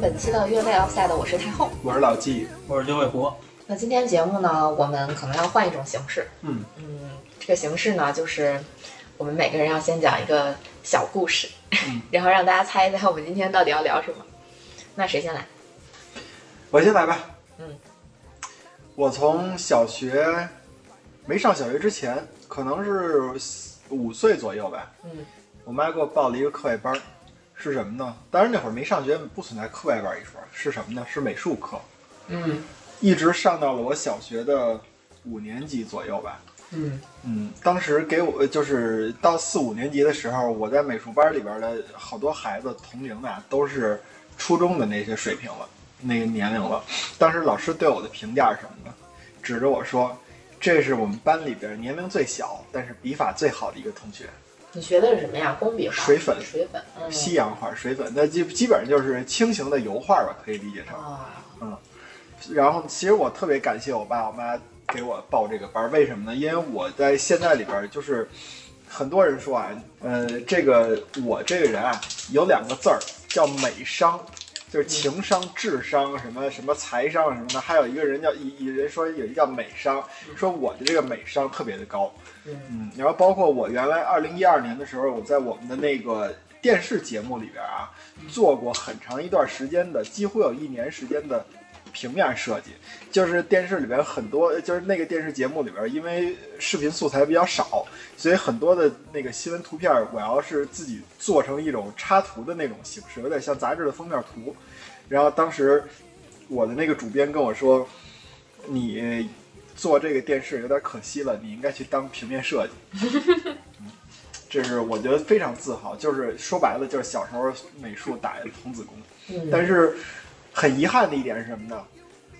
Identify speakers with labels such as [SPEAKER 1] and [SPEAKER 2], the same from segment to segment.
[SPEAKER 1] 本期的越位 Offside，我是太后。
[SPEAKER 2] 我是老纪，
[SPEAKER 3] 我是就会活。
[SPEAKER 1] 那今天节目呢，我们可能要换一种形式。
[SPEAKER 2] 嗯
[SPEAKER 1] 嗯，这个形式呢，就是我们每个人要先讲一个小故事，
[SPEAKER 2] 嗯
[SPEAKER 1] 然后让大家猜一猜我们今天到底要聊什么。那谁先
[SPEAKER 2] 嗯
[SPEAKER 1] 来？
[SPEAKER 2] 我先来吧。
[SPEAKER 1] 嗯，
[SPEAKER 2] 我从小学没上小学之前，可能是五岁左右吧。
[SPEAKER 1] 嗯，
[SPEAKER 2] 我妈给我报了一个课外班儿，是什么呢？当然那会儿没上学，不存在课外班儿一说，是什么呢？是美术课，
[SPEAKER 1] 嗯
[SPEAKER 2] 一直上到了我小学的五年级左右吧。
[SPEAKER 1] 嗯
[SPEAKER 2] 嗯，当时给我就是到四五年级的时候，我在美术班里边的好多孩子同龄的啊都是初中的那些水平了，那个年龄了。当时老师对我的评价是什么呢？指着我说：“这是我们班里边年龄最小，但是笔法最好的一个同学，
[SPEAKER 1] 你学的是什么呀？工笔画、
[SPEAKER 2] 水粉
[SPEAKER 1] 水粉。嗯。
[SPEAKER 2] 西洋画、水粉，那基基本上就是轻型的油画吧，可以理解成。
[SPEAKER 1] 啊，
[SPEAKER 2] 然后其实我特别感谢我爸我妈给我报这个班儿，为什么呢？因为我在现在里边儿就是很多人说啊，呃，这个我这个人啊有两个字儿叫美商，就是情商、智商什么什么财商什么的，还有一个人叫一一人说有一个叫美商，说我的这个美商特别的高，
[SPEAKER 1] 嗯
[SPEAKER 2] 嗯，然后包括我原来二零一二年的时候，我在我们的那个电视节目里边啊，做过很长一段时间的，几乎有一年时间的平面设计，就是电视里边很多，就是那个电视节目里边，因为视频素材比较少，所以很多的那个新闻图片，我要是自己做成一种插图的那种形式，有点像杂志的封面图。然后当时我的那个主编跟我说，你做这个电视有点可惜了，你应该去当平面设计。嗯这是我觉得非常自豪，就是说白了，就是小时候美术打童子功。
[SPEAKER 1] 嗯，
[SPEAKER 2] 但是很遗憾的一点是什么呢？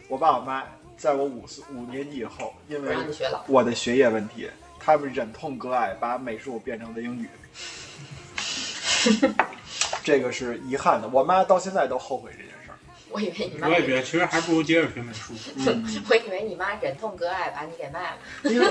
[SPEAKER 2] 我爸我妈在我五岁五年级以后，因
[SPEAKER 1] 不
[SPEAKER 2] 为
[SPEAKER 1] 让你学了。
[SPEAKER 2] 我的学业问题，他们忍痛割爱，把美术变成了英语。这个是遗憾的，我妈到现在都后悔这件事儿。
[SPEAKER 1] 我以为你妈
[SPEAKER 3] 我，也 觉得，其实还不如接着学美术。
[SPEAKER 2] 嗯，
[SPEAKER 1] 我以为你妈忍痛割爱把你给卖了。
[SPEAKER 2] 因为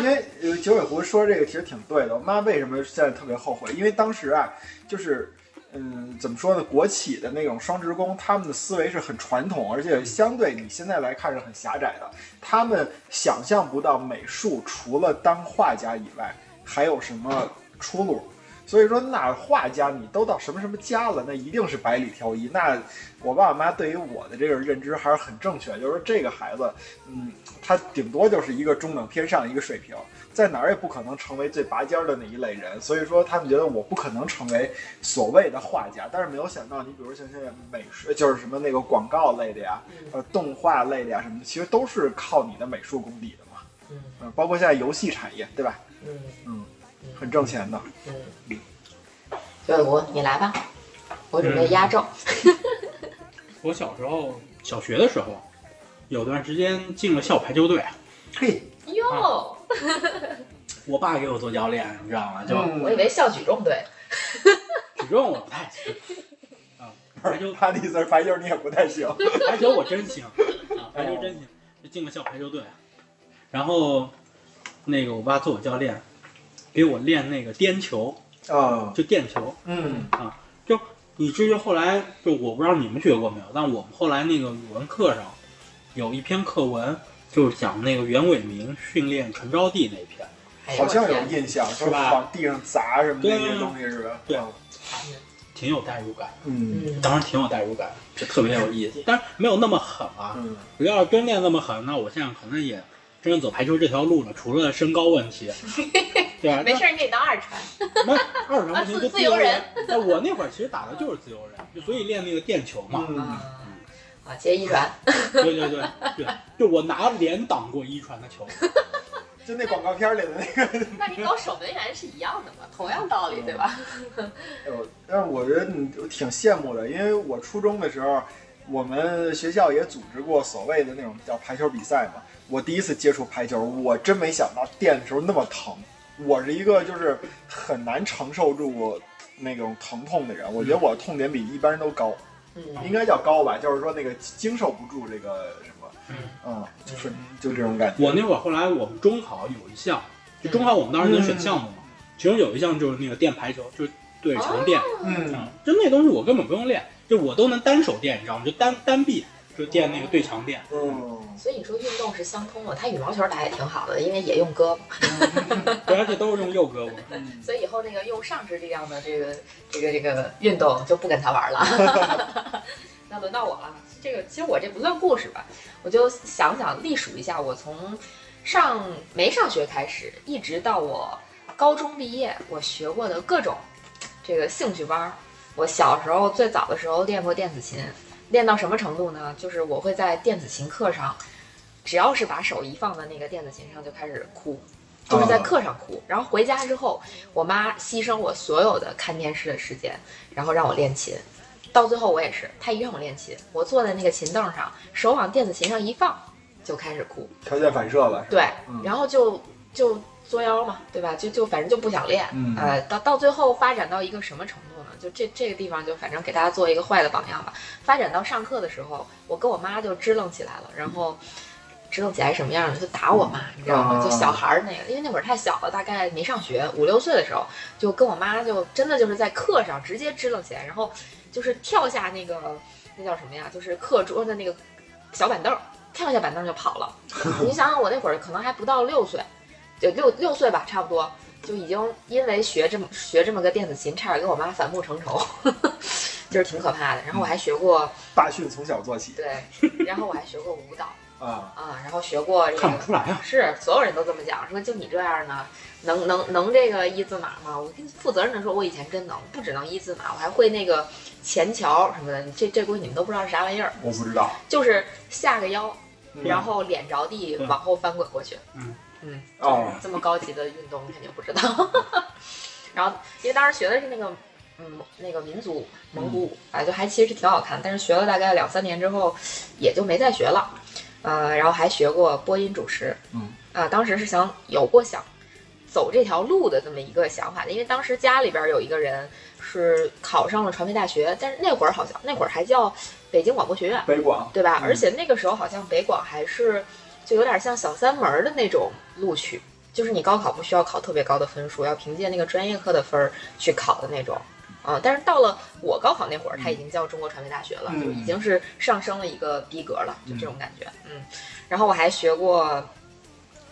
[SPEAKER 2] 因为呃九尾狐说这个其实挺对的。我妈为什么现在特别后悔？因为当时啊，就是嗯，怎么说呢？国企的那种双职工，他们的思维是很传统，而且相对你现在来看是很狭窄的。他们想象不到美术除了当画家以外还有什么出路。所以说，那画家你都到什么什么家了，那一定是百里挑一。那我爸我妈对于我的这个认知还是很正确，就是说这个孩子，嗯，他顶多就是一个中等偏上一个水平，在哪儿也不可能成为最拔尖儿的那一类人。所以说，他们觉得我不可能成为所谓的画家。但是没有想到，你比如像现在美术，就是什么那个广告类的呀，呃，动画类的呀什么的，其实都是靠你的美术功底的嘛。
[SPEAKER 1] 嗯
[SPEAKER 2] 嗯，包括现在游戏产业，对吧？
[SPEAKER 1] 嗯
[SPEAKER 2] 嗯，很挣钱的。
[SPEAKER 1] 嗯，九尾狐，你来吧，我准备
[SPEAKER 2] 嗯
[SPEAKER 1] 压轴。
[SPEAKER 3] 我小时候，小学的时候，有段时间进了校排球队，
[SPEAKER 2] 嘿，啊
[SPEAKER 1] 哟，
[SPEAKER 3] 我爸给我做教练，你知道吗？就
[SPEAKER 2] 嗯
[SPEAKER 1] 我以为校举重队。
[SPEAKER 3] 举重我不太行，啊，排球
[SPEAKER 2] 他的意思是白球你也不太行。
[SPEAKER 3] 排球我真行，啊，排球真行，就进了校排球队，然后那个我爸做我教练，给我练那个颠球，
[SPEAKER 2] 啊，
[SPEAKER 3] 就颠球，
[SPEAKER 2] 嗯
[SPEAKER 3] 以至于后来就我不知道你们学过没有，但我们后来那个语文课上有一篇课文，就是讲那个袁伟民训练陈招娣那一篇。
[SPEAKER 1] 哎呦
[SPEAKER 2] 好像
[SPEAKER 1] 我
[SPEAKER 2] 有
[SPEAKER 1] 天
[SPEAKER 2] 印象，
[SPEAKER 3] 是
[SPEAKER 2] 说
[SPEAKER 3] 吧
[SPEAKER 2] 往地上砸什么那
[SPEAKER 3] 对
[SPEAKER 2] 些东西是吧？
[SPEAKER 3] 对挺有代入感，
[SPEAKER 2] 嗯
[SPEAKER 1] 嗯，
[SPEAKER 3] 当时挺有代入感，就特别有意思，但是没有那么狠啊。
[SPEAKER 2] 嗯
[SPEAKER 3] 我要是真练那么狠，那我现在可能也真是走排球这条路了，除了身高问 题，对
[SPEAKER 2] 嗯
[SPEAKER 3] 吧？
[SPEAKER 1] 没事，你可以当二传。
[SPEAKER 3] 那，那二传不行就
[SPEAKER 1] 自自由人。
[SPEAKER 3] 那我那会儿其实打的就是自由人，就所以练那个垫球嘛。
[SPEAKER 2] 嗯，
[SPEAKER 1] 啊，接一传。
[SPEAKER 3] 对对对对，就我拿脸挡过一传的球。
[SPEAKER 2] 就那广告片里的那个。
[SPEAKER 1] 那你搞守门员是一样的嘛，同样道理，对吧？
[SPEAKER 2] 哎呦但是我觉得你我挺羡慕的，因为我初中的时候，我们学校也组织过所谓的那种叫排球比赛嘛。我第一次接触排球，我真没想到垫的时候那么疼。我是一个就是很难承受住那种疼痛的人，我觉得我痛点比一般人都高。
[SPEAKER 1] 嗯，
[SPEAKER 2] 应该叫高吧，就是说那个经受不住这个什么，
[SPEAKER 3] 嗯
[SPEAKER 2] 嗯，就是就这种感觉。
[SPEAKER 3] 我那会儿后来我们中考有一项，就中考我们当时能选项目嘛，
[SPEAKER 1] 哦
[SPEAKER 3] 其中有一项就是那个垫排球，就是对着墙垫。
[SPEAKER 2] 嗯
[SPEAKER 3] 啊，就那东西我根本不用练，就我都能单手垫，你知道吗？就单单臂就垫那个对长垫。
[SPEAKER 2] 嗯，
[SPEAKER 1] 所以你说运动是相通的，他羽毛球打也挺好的，因为也用胳膊，
[SPEAKER 3] 对，而且都是用右胳膊。
[SPEAKER 2] 嗯
[SPEAKER 1] 所以以后那个用上肢力量的这个这个这个运动就不跟他玩了。 那轮到我了，这个其实我这不算故事吧，我就想想历数一下，我从上没上学开始，一直到我高中毕业，我学过的各种这个兴趣班儿。我小时候最早的时候练过电子琴，练到什么程度呢？就是我会在电子琴课上，只要是把手一放在那个电子琴上，就开始哭，就是在课上哭。然后回家之后，我妈牺牲我所有的看电视的时间，然后让我练琴。到最后我也是，她一让我练琴，我坐在那个琴凳上，手往电子琴上一放，就开始哭。
[SPEAKER 2] 条件反射了，是
[SPEAKER 1] 对
[SPEAKER 2] 吧嗯，
[SPEAKER 1] 然后就就作妖嘛，对吧？就就反正就不想练，
[SPEAKER 2] 嗯
[SPEAKER 1] 呃，到到最后发展到一个什么程度呢？就这这个地方就反正给大家做一个坏的榜样吧。发展到上课的时候，我跟我妈就支棱起来了，然后。支棱起来什么样的就打我妈，你知道吗？
[SPEAKER 2] 啊
[SPEAKER 1] 就小孩儿那个，因为那会儿太小了，大概没上学，五六岁的时候，就跟我妈就真的就是在课上直接支棱起来，然后就是跳下那个那叫什么呀？就是课桌的那个小板凳儿，跳下板凳就跑了。你想想，我那会儿可能还不到六岁，就六六岁吧，差不多就已经因为学这么学这么个电子琴，差点跟我妈反目成仇，就是挺可怕的。然后我还学过
[SPEAKER 2] 大训从小做起
[SPEAKER 1] 对，然后我还学过舞蹈
[SPEAKER 2] 啊，
[SPEAKER 1] 啊，然后学过这
[SPEAKER 3] 看不
[SPEAKER 1] 个。
[SPEAKER 3] 出来 啊，
[SPEAKER 1] 是，所有人都这么讲，说就你这样呢，能能能这个一字马吗？我跟你负责任的说，我以前真能，不只能一字马，我还会那个前桥什么的。这这东西你们都不知道是啥玩意儿，
[SPEAKER 2] 我不知道，
[SPEAKER 1] 就是下个腰，
[SPEAKER 2] 嗯
[SPEAKER 1] 然后脸着地
[SPEAKER 3] 对
[SPEAKER 1] 往后翻滚过去。
[SPEAKER 3] 嗯
[SPEAKER 1] 嗯，
[SPEAKER 2] 哦，
[SPEAKER 1] 这么高级的运动肯定不知道。 然后因为当时学的是那个嗯那个民族舞蒙
[SPEAKER 2] 嗯
[SPEAKER 1] 古舞，啊，就还其实挺好看，但是学了大概两三年之后，也就没再学了。呃，然后还学过播音主持，
[SPEAKER 2] 嗯，
[SPEAKER 1] 啊、当时是想有过想走这条路的这么一个想法的，因为当时家里边有一个人是考上了传媒大学，但是那会儿好像那会儿还叫北京广播学院，
[SPEAKER 2] 北广，
[SPEAKER 1] 对吧？
[SPEAKER 2] 嗯
[SPEAKER 1] 而且那个时候好像北广还是就有点像小三门儿的那种录取，就是你高考不需要考特别高的分数，要凭借那个专业课的分儿去考的那种。啊、但是到了我高考那会儿，它已经叫中国传媒大学了，
[SPEAKER 2] 嗯
[SPEAKER 1] 就已经是上升了一个逼格了，就这种感觉。嗯，然后我还学过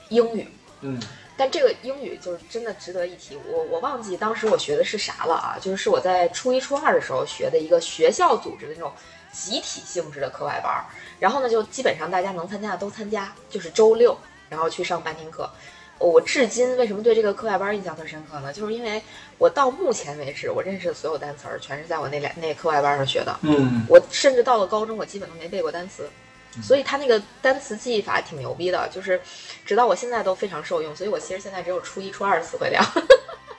[SPEAKER 1] 英语，
[SPEAKER 2] 嗯
[SPEAKER 1] 但这个英语就是真的值得一提，我我忘记当时我学的是啥了啊，就是是我在初一初二的时候学的一个学校组织的那种集体性质的课外班儿，然后呢就基本上大家能参加的都参加，就是周六然后去上半天课。我至今为什么对这个课外班儿印象特深刻呢？就是因为我到目前为止，我认识的所有单词儿全是在我那俩那课外班儿上学的，
[SPEAKER 2] 嗯
[SPEAKER 1] 我甚至到了高中，我基本都没背过单词，所以他那个单词记忆法挺牛逼的，就是直到我现在都非常受用。所以我其实现在只有初一、初二的词汇量，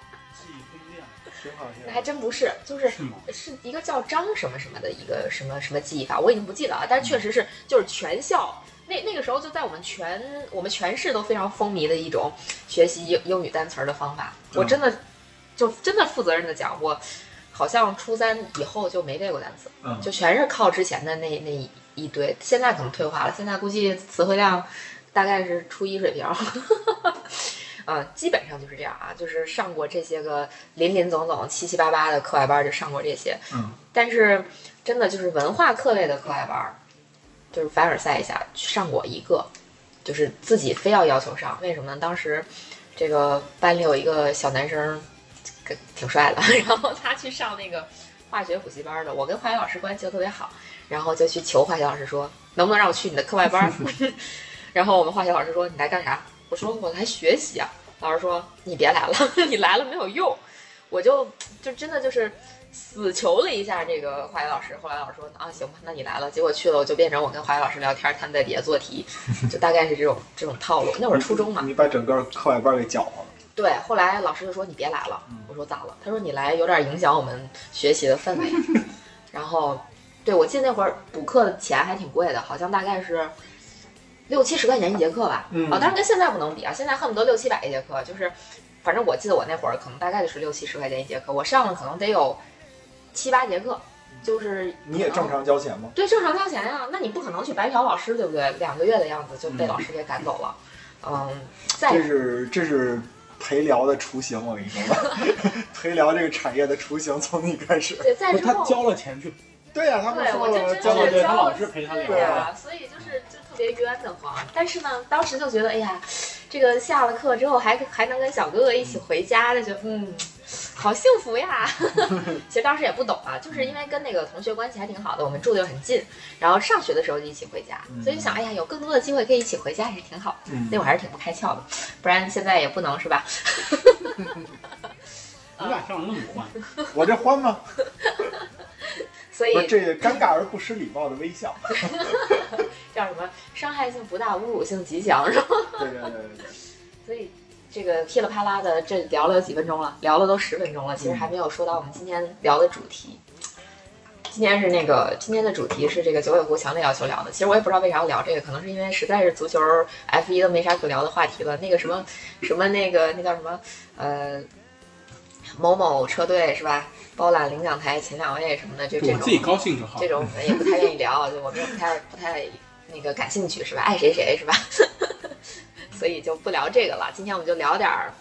[SPEAKER 3] 记忆不一样，
[SPEAKER 2] 挺好听
[SPEAKER 1] 那还真不是，就是
[SPEAKER 3] 是吗？
[SPEAKER 1] 是一个叫张什么什么的一个什么什么记忆法，我已经不记得了，但是确实是就是全校。那那个时候就在我们全我们全市都非常风靡的一种学习英英语单词儿的方法，我真的就真的负责任的讲，我好像初三以后就没背过单词。
[SPEAKER 2] 嗯
[SPEAKER 1] 就全是靠之前的那那一一堆，现在可能退化了，现在估计词汇量大概是初一水平儿。 呃，基本上就是这样啊，就是上过这些个林林总总、七七八八的课外班儿，就上过这些。
[SPEAKER 2] 嗯，
[SPEAKER 1] 但是真的就是文化课类的课外班儿，就是凡尔赛一下上过一个，就是自己非要要求上，为什么呢？当时这个班里有一个小男生，跟挺帅的， 然后他去上那个化学补习班的，我跟化学老师关系又特别好，然后就去求化学老师说，能不能让我去你的课外班儿？然后我们化学老师说，你来干啥？啊我说我来学习啊。老师说你别来了， 你来了没有用。我就就真的就是死求了一下这个化学老师，后来老师说啊行吧，那你来了。结果去了我就变成我跟化学老师聊天，他们在底下做题，就大概是这种这种套路。那会儿初中嘛，
[SPEAKER 2] 你把整个课外班给搅和了，
[SPEAKER 1] 对，后来老师就说你别来了
[SPEAKER 2] 嗯，
[SPEAKER 1] 我说咋了？他说你来有点影响我们学习的氛围。然后，对我记得那会儿补课的钱还挺贵的，好像大概是六七十块钱一节课吧。
[SPEAKER 2] 嗯
[SPEAKER 1] 啊，当然跟现在不能比啊，现在恨不得六七百一节课，就是反正我记得我那会儿可能大概就是六七十块钱一节课，我上了可能得有七八节课，就是
[SPEAKER 2] 嗯你也
[SPEAKER 1] 可能
[SPEAKER 2] 正常交钱吗？
[SPEAKER 1] 对，正常交钱啊呀、那你不可能去白嫖老师，对不对？两个月的样子就被老师给赶走了。嗯，再
[SPEAKER 2] 这是这是陪聊的雏形， 我跟你说吧，陪聊这个产业的雏形从你开始。
[SPEAKER 1] 对，再
[SPEAKER 3] 不
[SPEAKER 1] 之
[SPEAKER 3] 是
[SPEAKER 1] 后
[SPEAKER 3] 他交了钱去
[SPEAKER 2] 对呀、他们
[SPEAKER 1] 对
[SPEAKER 2] 说
[SPEAKER 1] 我就
[SPEAKER 2] 了
[SPEAKER 1] 真
[SPEAKER 2] 教
[SPEAKER 3] 教
[SPEAKER 1] 的是
[SPEAKER 2] 导
[SPEAKER 3] 对
[SPEAKER 2] 这
[SPEAKER 3] 他
[SPEAKER 1] 教
[SPEAKER 3] 老师陪他聊
[SPEAKER 1] 对呀、所以就是就特别冤得慌。但是呢，当时就觉得，哎呀，这个下了课之后还还能跟小哥哥一起回家，就觉得嗯，好幸福呀。 其实当时也不懂啊，就是因为跟那个同学关系还挺好的，我们住的又很近，然后上学的时候就一起回家，所以就想，哎呀，有更多的机会可以一起回家还是挺好的。
[SPEAKER 2] 嗯
[SPEAKER 1] 那会儿还是挺不开窍的，不然现在也不能是吧？嗯
[SPEAKER 3] 你俩上那么欢，
[SPEAKER 2] 我这欢吗？
[SPEAKER 1] 所以
[SPEAKER 2] 不是这个尴尬而不失礼貌的微笑。
[SPEAKER 1] 叫什么伤害性不大，侮辱性极强，是吧？
[SPEAKER 2] 对对对对对，
[SPEAKER 1] 所以这个噼里啪啦的，这聊了几分钟了，聊了都十分钟了，其实还没有说到我们今天聊的主题。今天是那个今天的主题是这个九尾狐强烈要求聊的，其实我也不知道为啥要聊这个，可能是因为实在是足球 F 一都没啥可聊的话题了。那个什么什么那个那叫什么呃某某车队是吧？包揽领奖台前两位什么的，就这
[SPEAKER 3] 我
[SPEAKER 1] 种
[SPEAKER 3] 自己高兴就好
[SPEAKER 1] 这。种我们也不太愿意聊，就我们也不太不太那个感兴趣是吧？爱谁谁是吧？ 所以就不聊这个了。今天我们就聊点儿，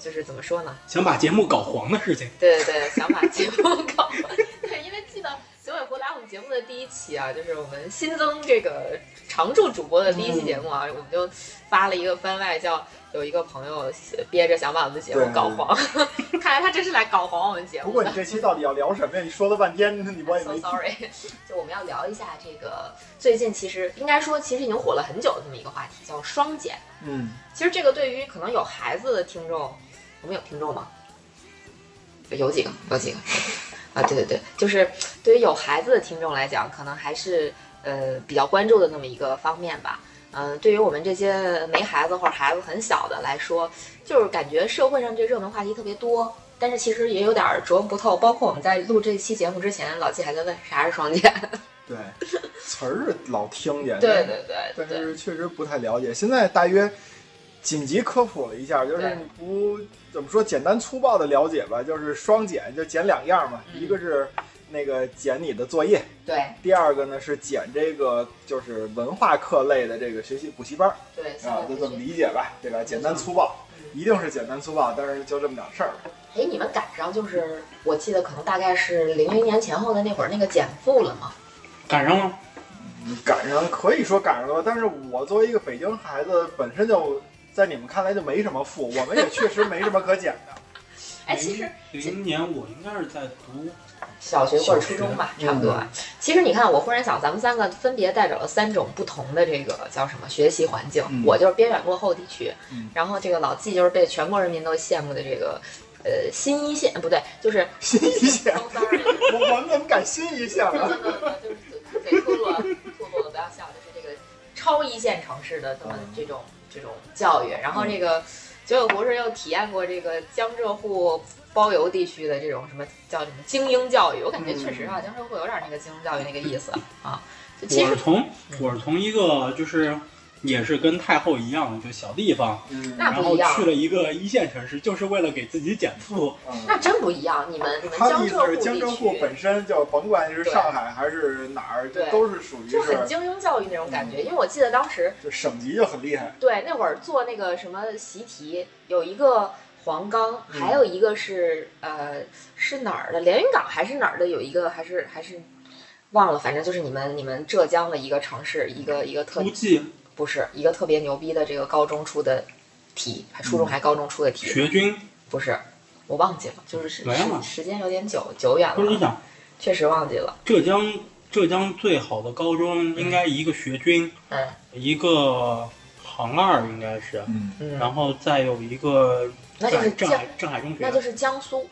[SPEAKER 1] 就是怎么说呢？
[SPEAKER 3] 想把节目搞黄的事情，
[SPEAKER 1] 对对对，想把节目搞完。 对，因为记得九尾狐来我们节目的第一期啊，就是我们新增这个常驻主播的第一期节目啊，我们就发了一个番外，叫有一个朋友憋着想把我们的节目搞黄， 看来他真是来搞黄我们节目的。
[SPEAKER 2] 不过你这期到底要聊什么呀？你说了半天，你我 也
[SPEAKER 1] so
[SPEAKER 2] 没
[SPEAKER 1] sorry，就我们要聊一下这个最近其实应该说其实已经火了很久的这么一个话题，叫双减。
[SPEAKER 2] 嗯，
[SPEAKER 1] 其实这个对于可能有孩子的听众，我们有听众吗？有几个，有几个啊？对对对，就是对于有孩子的听众来讲，可能还是呃比较关注的那么一个方面吧。嗯、对于我们这些没孩子或者孩子很小的来说，就是感觉社会上这热门话题特别多，但是其实也有点儿琢磨不透。包括我们在录这期节目之前，老季还在问啥是双 减。
[SPEAKER 2] 对，词儿是老听见，
[SPEAKER 1] 对对对
[SPEAKER 2] 但
[SPEAKER 1] 对，
[SPEAKER 2] 是确实不太了解。现在大约紧急科普了一下，就是
[SPEAKER 1] 对
[SPEAKER 2] 你不怎么说简单粗暴的了解吧，就是双减就减两样嘛，
[SPEAKER 1] 嗯
[SPEAKER 2] 一个是那个减你的作业，
[SPEAKER 1] 对
[SPEAKER 2] 第二个呢是减这个就是文化课类的这个学习补习班儿
[SPEAKER 1] 对，
[SPEAKER 2] 啊，就这么
[SPEAKER 1] 理。
[SPEAKER 2] 理解吧，对吧？简单粗暴，一定是简单粗暴，但是就这么点事儿。
[SPEAKER 1] 哎，你们赶上就是，我记得可能大概是零零年前后的那会儿，那个减负了嘛？
[SPEAKER 3] 赶上了。
[SPEAKER 1] 嗯
[SPEAKER 2] 赶上可以说赶上了吧，但是我作为一个北京孩子，本身就在你们看来就没什么富，我们也确实没什么可减的。
[SPEAKER 1] 哎，其实
[SPEAKER 3] 零年我应该是在读，
[SPEAKER 1] 小学或者初中吧，
[SPEAKER 2] 小学嗯
[SPEAKER 1] 差不多吧。其实你看，我忽然想，咱们三个分别代表了三种不同的这个叫什么学习环境。
[SPEAKER 2] 嗯
[SPEAKER 1] 我就是边远落后地区，
[SPEAKER 2] 嗯
[SPEAKER 1] 然后这个老纪就是被全国人民都羡慕的这个。呃，新一线不对， 就是，
[SPEAKER 2] 新一线
[SPEAKER 1] so sorry，
[SPEAKER 2] 我我们怎么敢新一线了？
[SPEAKER 1] 就是嘴脱落了，脱落了，不要笑，就是这个超一线城市的这么
[SPEAKER 2] 嗯
[SPEAKER 1] 这种这种教育。然后这个九九博士又体验过这个江浙沪包邮地区的这种什么叫什么精英教育，我感觉确实啊，江浙沪有点那个精英教育那个意思啊。就其
[SPEAKER 3] 我
[SPEAKER 1] 实
[SPEAKER 3] 是从我是从一个就是也是跟太后一样，就小地方，
[SPEAKER 2] 嗯
[SPEAKER 1] 那
[SPEAKER 3] 然
[SPEAKER 1] 不
[SPEAKER 3] 后
[SPEAKER 1] 一样
[SPEAKER 3] 去了一个一线城市，就是为了给自己减负。
[SPEAKER 1] 那真不一样，你们你们
[SPEAKER 2] 他的
[SPEAKER 1] 江
[SPEAKER 2] 意
[SPEAKER 1] 浙
[SPEAKER 2] 思是江浙
[SPEAKER 1] 沪
[SPEAKER 2] 沪
[SPEAKER 1] 地区。
[SPEAKER 2] 本身就甭管是
[SPEAKER 1] 对
[SPEAKER 2] 上海还是哪儿，这
[SPEAKER 1] 对
[SPEAKER 2] 都是属于
[SPEAKER 1] 就很
[SPEAKER 2] 是嗯
[SPEAKER 1] 精英教育那种感觉，因为我记得当时
[SPEAKER 2] 就省级就很厉害。
[SPEAKER 1] 对，那会儿做那个什么习题，有一个黄冈，还
[SPEAKER 3] 嗯
[SPEAKER 1] 有一个是、呃是哪儿的？连云港还是哪儿的？有一个还是还是忘了，反正就是你们你们浙江的一个城市，一个一个特
[SPEAKER 3] 估计
[SPEAKER 1] 不是一个特别牛逼的这个高中出的题，还初中还高中出的题，
[SPEAKER 3] 嗯学军，
[SPEAKER 1] 不是我忘记了，就是时
[SPEAKER 3] 没了
[SPEAKER 1] 时时间有点久久远
[SPEAKER 3] 不是你
[SPEAKER 1] 了，
[SPEAKER 3] 想
[SPEAKER 1] 确实忘记了。
[SPEAKER 3] 浙江浙江最好的高中应该一个学军，
[SPEAKER 1] 嗯
[SPEAKER 3] 一个杭二应该是，
[SPEAKER 2] 嗯，
[SPEAKER 1] 嗯，
[SPEAKER 3] 然后再有一个
[SPEAKER 1] 那就是
[SPEAKER 3] 镇
[SPEAKER 1] 江
[SPEAKER 3] 海镇海中
[SPEAKER 1] 那就
[SPEAKER 3] 学，
[SPEAKER 1] 是江苏，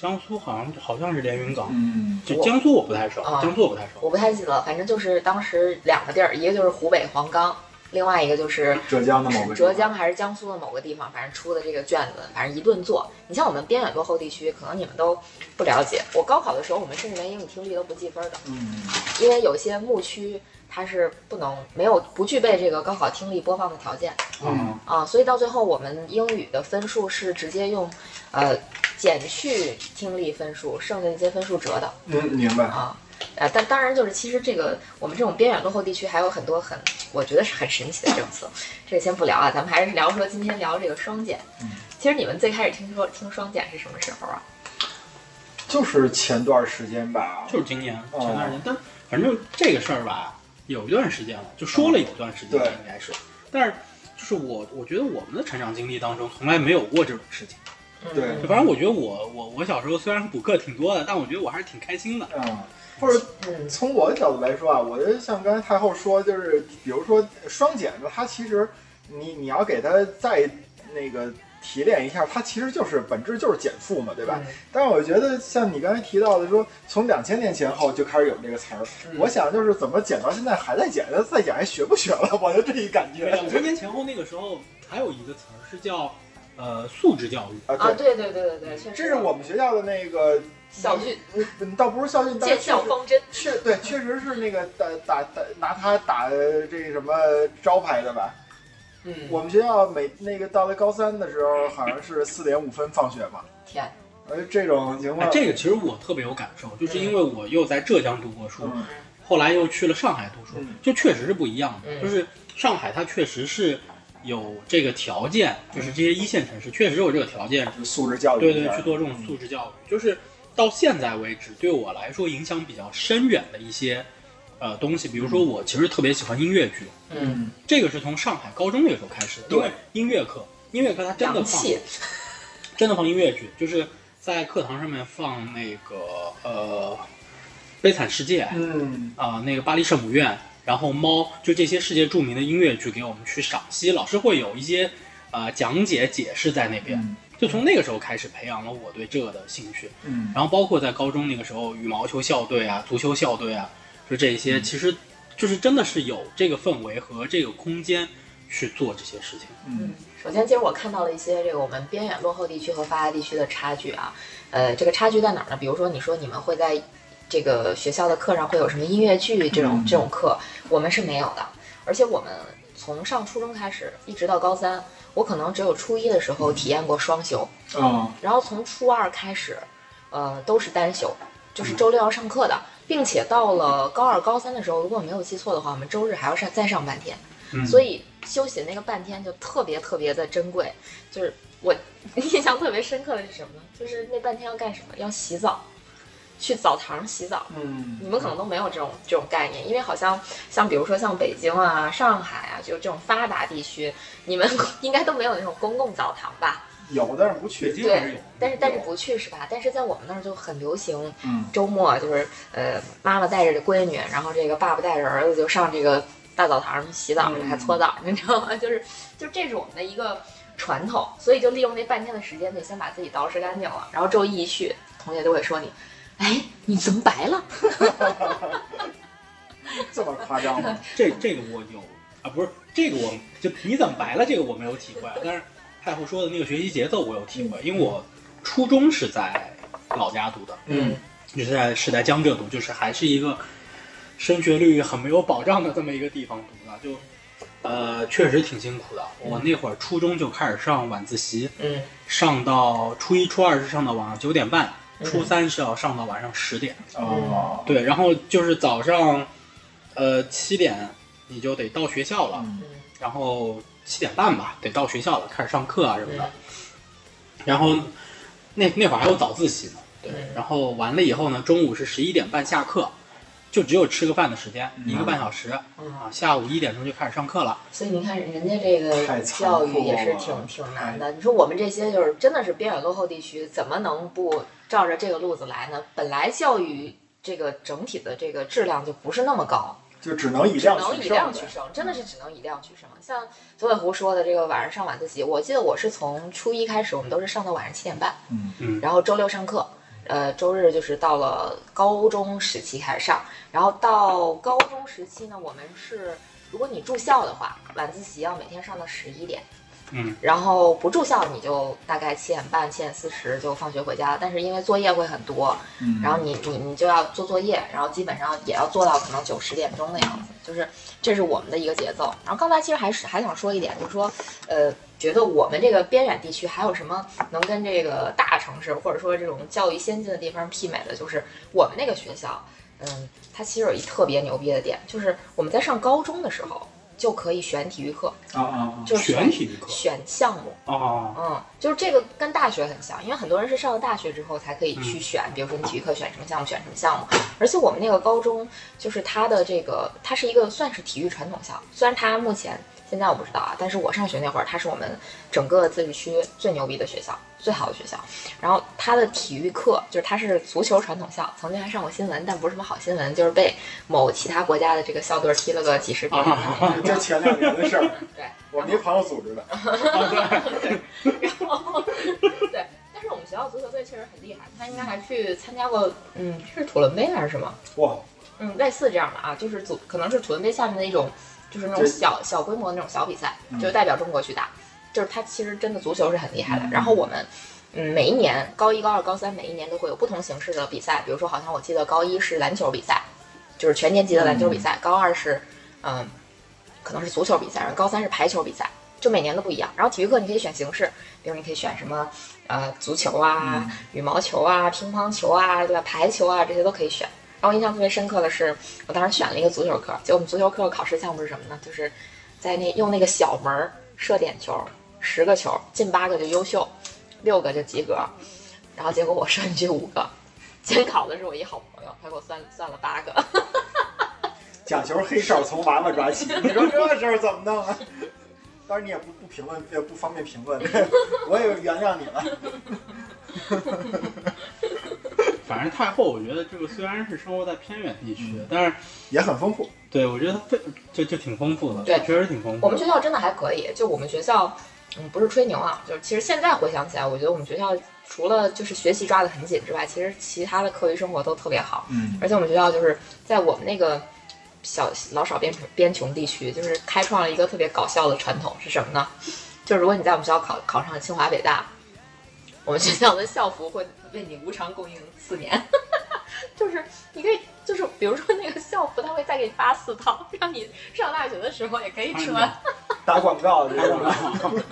[SPEAKER 3] 江苏好像好像是连云港，
[SPEAKER 2] 嗯，
[SPEAKER 3] 就
[SPEAKER 1] 我
[SPEAKER 3] 江苏我不太熟，
[SPEAKER 1] 啊
[SPEAKER 3] 江苏我不太熟。
[SPEAKER 1] 我不太记得了，反正就是当时两个地儿，一个就是湖北黄冈，另外一个就是。
[SPEAKER 2] 浙江的某个地
[SPEAKER 1] 浙
[SPEAKER 2] 方
[SPEAKER 1] 江还是江苏的某个地方，反正出的这个卷子，反正一顿做。你像我们边远落后地区，可能你们都不了解。我高考的时候，我们甚至连英语听力都不计分的，
[SPEAKER 2] 嗯，
[SPEAKER 1] 因为有些牧区它是不能没有不具备这个高考听力播放的条件
[SPEAKER 2] 嗯
[SPEAKER 1] 啊，所以到最后我们英语的分数是直接用，呃，减去听力分数，剩下那些分数折的。
[SPEAKER 2] 嗯，明白。
[SPEAKER 1] 啊。呃，但当然就是，其实这个我们这种边远落后地区还有很多很，我觉得是很神奇的政策。这个先不聊啊，咱们还是聊说今天聊这个双减。
[SPEAKER 2] 嗯
[SPEAKER 1] 其实你们最开始听说听双减是什么时候啊？
[SPEAKER 2] 就是前段时间吧，
[SPEAKER 3] 就是今年
[SPEAKER 2] 哦
[SPEAKER 3] 前段时间，但反正这个事儿吧，有一段时间了，就说了有一段时间了，
[SPEAKER 2] 哦对
[SPEAKER 3] 应该是。但是就是我，我觉得我们的成长经历当中从来没有过这种事情。
[SPEAKER 2] 嗯对
[SPEAKER 1] 嗯
[SPEAKER 3] 就反正我觉得我我我小时候虽然补课挺多的，但我觉得我还是挺开心的。
[SPEAKER 2] 嗯，或者
[SPEAKER 1] 嗯
[SPEAKER 2] 从我的角度来说啊，我觉得像刚才太后说，就是比如说双减呢，它其实你你要给它再那个提炼一下，它其实就是本质就是减负嘛，对吧？但是我觉得像你刚才提到的说，从两千年前后就开始有这个词儿，
[SPEAKER 1] 嗯
[SPEAKER 2] 我想就是怎么减到现在还在减，那再减还学不学了？我就这一感觉
[SPEAKER 3] 两千年前后那个时候还有一个词儿是叫呃素质教育，
[SPEAKER 2] 啊，
[SPEAKER 1] 啊，
[SPEAKER 2] 对。
[SPEAKER 1] 对对对对对，确实。
[SPEAKER 2] 这是我们学校的那个
[SPEAKER 1] 校训，
[SPEAKER 2] 嗯嗯，倒不是校训，但是嗯
[SPEAKER 1] 见
[SPEAKER 2] 确
[SPEAKER 1] 效
[SPEAKER 2] 实
[SPEAKER 1] 方针。
[SPEAKER 2] 确对，确实是那个打打打拿它打呃这什么招牌的吧？
[SPEAKER 1] 嗯，
[SPEAKER 2] 我们学校每那个到了高三的时候，好像是四点五分放学嘛。
[SPEAKER 1] 天，
[SPEAKER 2] 而这种情
[SPEAKER 3] 哎
[SPEAKER 2] 况，，
[SPEAKER 3] 这个其实我特别有感受，就是因为我又在浙江读过书，
[SPEAKER 2] 嗯
[SPEAKER 3] 后来又去了上海读书
[SPEAKER 2] 嗯，
[SPEAKER 3] 就确实是不一样的。
[SPEAKER 1] 嗯
[SPEAKER 3] 就是上海它确实是有这个条件，就是这些一线城市确实有这个条件，
[SPEAKER 2] 素质教育
[SPEAKER 3] 对
[SPEAKER 2] 一
[SPEAKER 3] 对
[SPEAKER 2] 下，，
[SPEAKER 3] 去做这种素质教育。就是到现在为止，对我来说影响比较深远的一些呃东西，比如说我其实特别喜欢音乐剧，
[SPEAKER 1] 嗯，
[SPEAKER 2] 嗯，
[SPEAKER 3] 这个是从上海高中那个时候开始的，
[SPEAKER 2] 对
[SPEAKER 3] 因为音乐课，音乐课它真的
[SPEAKER 1] 洋
[SPEAKER 3] 放
[SPEAKER 1] 气，
[SPEAKER 3] 真的放音乐剧，就是在课堂上面放那个呃《悲惨世界》啊、
[SPEAKER 2] 嗯
[SPEAKER 3] 那个《巴黎圣母院》，然后《猫》，就这些世界著名的音乐剧给我们去赏析，老师会有一些呃讲解解释在那边，
[SPEAKER 2] 嗯
[SPEAKER 3] 就从那个时候开始培养了我对这个的兴趣。
[SPEAKER 2] 嗯，
[SPEAKER 3] 然后包括在高中那个时候，羽毛球校队啊、足球校队啊，就这些，其实就是真的是有这个氛围和这个空间去做这些事情。
[SPEAKER 2] 嗯，
[SPEAKER 1] 首先，今儿我看到了一些这个我们边远落后地区和发达地区的差距啊，呃，这个差距在哪儿呢？比如说，你说你们会在这个学校的课上会有什么音乐剧这种
[SPEAKER 2] 嗯
[SPEAKER 1] 这种课，我们是没有的。而且我们从上初中开始，一直到高三，我可能只有初一的时候体验过双休，
[SPEAKER 2] 哦，
[SPEAKER 1] 然后从初二开始，呃，都是单休，就是周六要上课的，并且到了高二、高三的时候，如果没有记错的话，我们周日还要上再上半天，
[SPEAKER 3] 嗯
[SPEAKER 1] 所以休息那个半天就特别特别的珍贵。就是我 印象特别深刻的是什么呢？就是那半天要干什么？要洗澡，去澡堂洗澡。
[SPEAKER 2] 嗯
[SPEAKER 1] 你们可能都没有这种这种概念，因为好像像比如说像北京啊、上海啊，就这种发达地区，你们 应该都没有那种公共澡堂吧？
[SPEAKER 2] 有，但是不
[SPEAKER 3] 北
[SPEAKER 2] 去，
[SPEAKER 3] 京还是有，
[SPEAKER 1] 但是但是不去是吧？但是在我们那儿就很流行，
[SPEAKER 2] 嗯
[SPEAKER 1] 周末就是呃，妈妈带着闺女，然后这个爸爸带着儿子就上这个大澡堂洗澡去，
[SPEAKER 2] 嗯
[SPEAKER 1] 还搓澡，你知道吗？就是就这是我们的一个传统，所以就利用那半天的时间，得先把自己捯饬干净了，然后周一一去，同学都会说你，哎，你怎么白了？
[SPEAKER 2] 这么夸张 吗？
[SPEAKER 3] 这这个我有啊，不是这个我就你怎么白了？这个我没有体会，啊但是太后说的那个学习节奏我有体会，因为我初中是在老家读的，
[SPEAKER 2] 嗯
[SPEAKER 3] 就是在是在江浙读，就是还是一个升学率很没有保障的这么一个地方读的，就呃确实挺辛苦的。我那会儿初中就开始上晚自习，
[SPEAKER 1] 嗯
[SPEAKER 3] 上到初一、初二是上到晚上九点半，
[SPEAKER 1] 嗯
[SPEAKER 3] 初三是要上到晚上十点。
[SPEAKER 2] 哦，
[SPEAKER 3] 对，然后就是早上，呃七点你就得到学校了，
[SPEAKER 2] 嗯
[SPEAKER 1] 嗯
[SPEAKER 3] 然后七点半吧得到学校了，开始上课啊什么的。然后那那会儿还有早自习呢，对
[SPEAKER 1] 嗯。
[SPEAKER 3] 然后完了以后呢，中午是十一点半下课，就只有吃个饭的时间，
[SPEAKER 2] 嗯
[SPEAKER 3] 一个半小时啊。
[SPEAKER 1] 嗯，
[SPEAKER 3] 下午一点钟就开始上课了，
[SPEAKER 1] 所以你看人家这个
[SPEAKER 2] 太残
[SPEAKER 1] 教育也是
[SPEAKER 2] 酷
[SPEAKER 1] 挺
[SPEAKER 2] 了
[SPEAKER 1] 挺难的。你说我们这些就是真的是边远落后地区，怎么能不照着这个路子来呢？本来教育这个整体的这个质量就不是那么高，
[SPEAKER 2] 就只能以
[SPEAKER 1] 只
[SPEAKER 2] 量
[SPEAKER 1] 能以
[SPEAKER 2] 取
[SPEAKER 1] 量
[SPEAKER 2] 胜
[SPEAKER 1] 取
[SPEAKER 2] 呗，
[SPEAKER 1] 胜，真的是只能以量取胜。像左伟胡说的这个晚上上晚自习，我记得我是从初一开始，我们都是上到晚上七点半，
[SPEAKER 2] 嗯
[SPEAKER 3] 嗯
[SPEAKER 1] 然后周六上课，呃，周日就是到了高中时期开始上，然后到高中时期呢，我们是如果你住校的话，晚自习要每天上到十一点，
[SPEAKER 3] 嗯，
[SPEAKER 1] 然后不住校你就大概七点半、七点四十就放学回家了，但是因为作业会很多，
[SPEAKER 2] 嗯，
[SPEAKER 1] 然后你你你就要做作业，然后基本上也要做到可能九十点钟的样子，就是这是我们的一个节奏。然后刚才其实还是还想说一点，就是说，呃，觉得我们这个边远地区还有什么能跟这个大城市或者说这种教育先进的地方媲美的，就是我们那个学校，嗯，它其实有一特别牛逼的点，就是我们在上高中的时候，就可以选体育课，
[SPEAKER 2] 啊啊
[SPEAKER 1] 就是
[SPEAKER 3] 选体育课
[SPEAKER 1] 选项目。
[SPEAKER 3] 哦，
[SPEAKER 1] 嗯，就是这个跟大学很像，因为很多人是上了大学之后才可以去选，比如说你体育课选什么项目，选什么项目。而且我们那个高中，就是它的这个，它是一个算是体育传统项目，虽然它目前现在我不知道啊，但是我上学那会儿，它是我们整个自治区最牛逼的学校，最好的学校。然后它的体育课就是它是足球传统项，曾经还上过新闻，但不是什么好新闻，就是被某其他国家的这个校队踢了个几十比零。
[SPEAKER 3] 啊
[SPEAKER 2] 啊！这前两年的事儿，
[SPEAKER 1] 对，
[SPEAKER 2] 我们一朋友组织的。
[SPEAKER 1] 对，但是我们学校足球队确实很厉害，他应该还去参加过，嗯，是土伦杯还是什么？
[SPEAKER 2] 哇，
[SPEAKER 1] 嗯，类似这样的啊，就是组可能是土伦杯下面的一种，就是那种
[SPEAKER 2] 对
[SPEAKER 1] 小小规模的那种小比赛，
[SPEAKER 2] 嗯
[SPEAKER 1] 就代表中国去打。就是他其实真的足球是很厉害的。然后我们，嗯，每一年高一、高二、高三每一年都会有不同形式的比赛，比如说好像我记得高一是篮球比赛，就是全年级的篮球比赛；高二是，嗯，可能是足球比赛，然后高三是排球比赛。就每年都不一样，然后体育课你可以选形式，比如你可以选什么，呃，足球啊、羽毛球啊、乒乓球啊，对吧？排球啊，这些都可以选。然后我印象特别深刻的是，我当时选了一个足球课，结果我们足球课考试项目是什么呢？就是在那用那个小门儿射点球，十个球进八个就优秀，六个就及格。然后结果我射进去五个，监考的是我一好朋友，他给我算算了八个。
[SPEAKER 2] 假球黑哨从娃娃抓起，你说这事儿怎么弄啊？当然你也不不评论，也不方便评论， 我也原谅你了。
[SPEAKER 3] 反正太后，我觉得这个虽然是生活在偏远地区，但是
[SPEAKER 2] 也很丰富，
[SPEAKER 3] 对我觉得它非就就挺丰富的，
[SPEAKER 1] 对
[SPEAKER 3] 确实挺丰富的。
[SPEAKER 1] 我们学校真的还可以，就我们学校，嗯，不是吹牛啊，就是其实现在回想起来，我觉得我们学校除了就是学习抓得很紧之外，其实其他的课余生活都特别好。
[SPEAKER 2] 嗯，
[SPEAKER 1] 而且我们学校就是在我们那个小老少边边穷地区，就是开创了一个特别搞笑的传统是什么呢？就是如果你在我们学校考考上清华北大，我们学校的校服会为你无偿供应四年， 就是你可以就是比如说那个校服，他会再给你发四套，让你上大学的时候也可以
[SPEAKER 3] 哎
[SPEAKER 1] 穿。
[SPEAKER 2] 打广告这
[SPEAKER 3] 太
[SPEAKER 2] 个
[SPEAKER 3] 棒了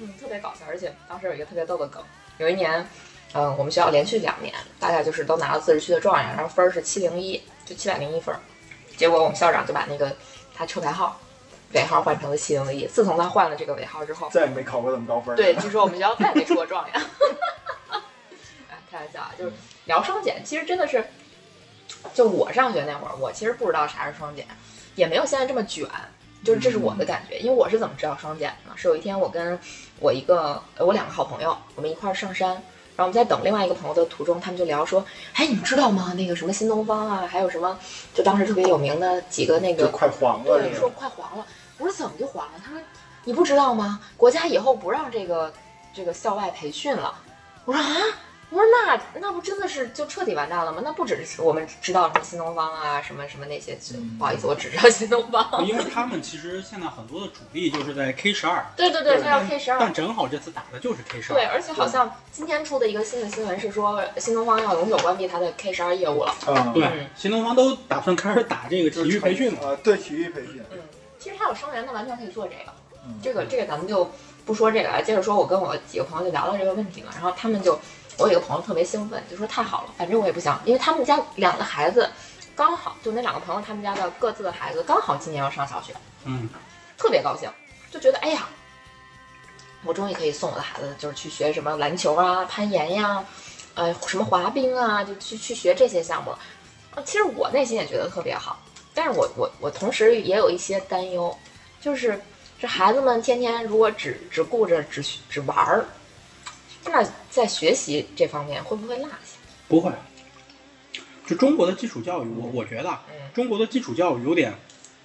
[SPEAKER 1] 嗯，特别搞笑，而且当时有一个特别逗的梗，有一年，嗯、我们学校连续两年，大概就是都拿了自治区的状元，然后分儿是七零一，就七百零一分儿，结果我们校长就把那个他车牌号尾号换成了七零一，自从他换了这个尾号之后，
[SPEAKER 2] 再也没考过这么高分。
[SPEAKER 1] 对，，据说我们学校再也没出过状元。哎开玩笑啊，就是聊双减，其实真的是，就我上学那会儿，我其实不知道啥是双减，也没有现在这么卷。就是这是我的感觉，因为我是怎么知道双减的呢？是有一天我跟我一个呃我两个好朋友，我们一块儿上山，然后我们在等另外一个朋友的途中，他们就聊说，哎，你们知道吗？那个什么新东方啊，还有什么就当时特别有名的几个那
[SPEAKER 2] 就
[SPEAKER 1] 个
[SPEAKER 2] 快黄了，
[SPEAKER 1] 对，
[SPEAKER 2] 这
[SPEAKER 1] 说
[SPEAKER 2] 个
[SPEAKER 1] 快黄了。我说怎么就黄了？他说你不知道吗？国家以后不让这个这个校外培训了。我说啊，我说那那不真的是就彻底完蛋了吗？那不只是我们知道什么新东方啊，什么什么那些，就
[SPEAKER 2] 嗯
[SPEAKER 1] 不好意思，我只知道新东方。
[SPEAKER 3] 因为他们其实现在很多的主力就是在 K 十二，
[SPEAKER 1] 对对对，他要 K 十二。
[SPEAKER 3] 但正好这次打的就是 K 十
[SPEAKER 1] 对，
[SPEAKER 3] 二。
[SPEAKER 1] 而且好像今天出的一个新的新闻是说，新东方要永久关闭它的 K 十二业务了。
[SPEAKER 2] 嗯，
[SPEAKER 3] 对
[SPEAKER 1] 嗯
[SPEAKER 3] 新东方都打算开始打这个体育培训了。
[SPEAKER 2] 啊，对体育培训，
[SPEAKER 1] 其实还有生源，那完全可以做这个。
[SPEAKER 2] 嗯
[SPEAKER 1] 这个这个咱们就不说这个了，接着说，我跟我几个朋友就聊到这个问题嘛，然后他们就，我有一个朋友特别兴奋，就说太好了，反正我也不想，因为他们家两个孩子刚好就那两个朋友他们家的各自的孩子刚好今年要上小学，
[SPEAKER 3] 嗯，
[SPEAKER 1] 特别高兴，就觉得哎呀，我终于可以送我的孩子就是去学什么篮球啊、攀岩呀、呃什么滑冰啊，就去去学这些项目了。啊其实我内心也觉得特别好，但是我我我同时也有一些担忧，就是这孩子们天天如果只只顾着只只玩儿，那在学习这方面会不会落下？
[SPEAKER 3] 不会。就中国的基础教育，我我觉得啊
[SPEAKER 1] 嗯
[SPEAKER 3] 中国的基础教育有点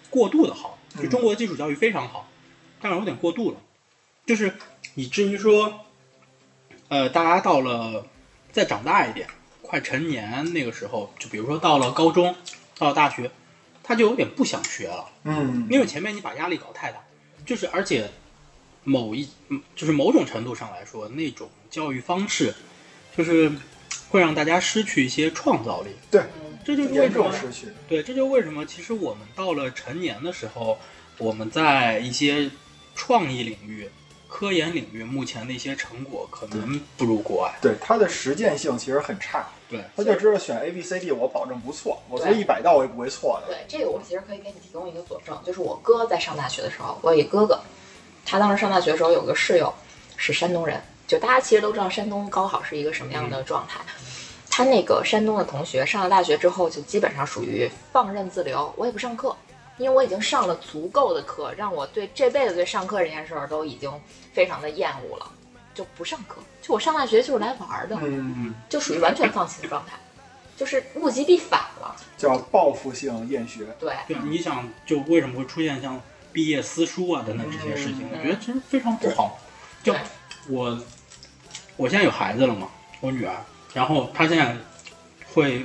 [SPEAKER 3] 过度的好，
[SPEAKER 2] 嗯
[SPEAKER 3] 就中国的基础教育非常好，但是有点过度了，就是以至于说，呃，大家到了再长大一点，快成年那个时候，就比如说到了高中，到了大学，他就有点不想学了。
[SPEAKER 2] 嗯，
[SPEAKER 3] 因为前面你把压力搞太大，就是而且某一嗯就是某种程度上来说，那种教育方式就是会让大家失去一些创造力。
[SPEAKER 2] 对，
[SPEAKER 3] 这就是为
[SPEAKER 2] 严
[SPEAKER 3] 什么
[SPEAKER 2] 重失去，
[SPEAKER 3] 对，这就是为什么其实我们到了成年的时候，我们在一些创意领域、科研领域目前的一些成果可能不如国外。
[SPEAKER 2] 对它的实践性其实很差，
[SPEAKER 3] 对，
[SPEAKER 2] 他就知道选 A B C D，我保证不错，我做
[SPEAKER 1] 对
[SPEAKER 2] 一百道我也不会错的。
[SPEAKER 1] 对，这个我其实可以给你提供一个佐证，就是我哥在上大学的时候，我有一哥哥，他当时上大学的时候有个室友是山东人，就大家其实都知道山东高考是一个什么样的状态。他那个山东的同学上了大学之后，就基本上属于放任自流，我也不上课，因为我已经上了足够的课，让我对这辈子对上课这件事儿都已经非常的厌恶了，就不上课。就我上大学就是来玩儿的，
[SPEAKER 2] 嗯，
[SPEAKER 1] 就属于完全放弃的状态，就是物极必反了。
[SPEAKER 2] 叫报复性厌学。
[SPEAKER 1] 对，
[SPEAKER 3] 对，你想就为什么会出现像毕业私塾啊等等这些事情？
[SPEAKER 1] 嗯
[SPEAKER 3] 我觉得其实非常不好。就
[SPEAKER 1] 对
[SPEAKER 3] 我，我现在有孩子了嘛，我女儿，然后她现在会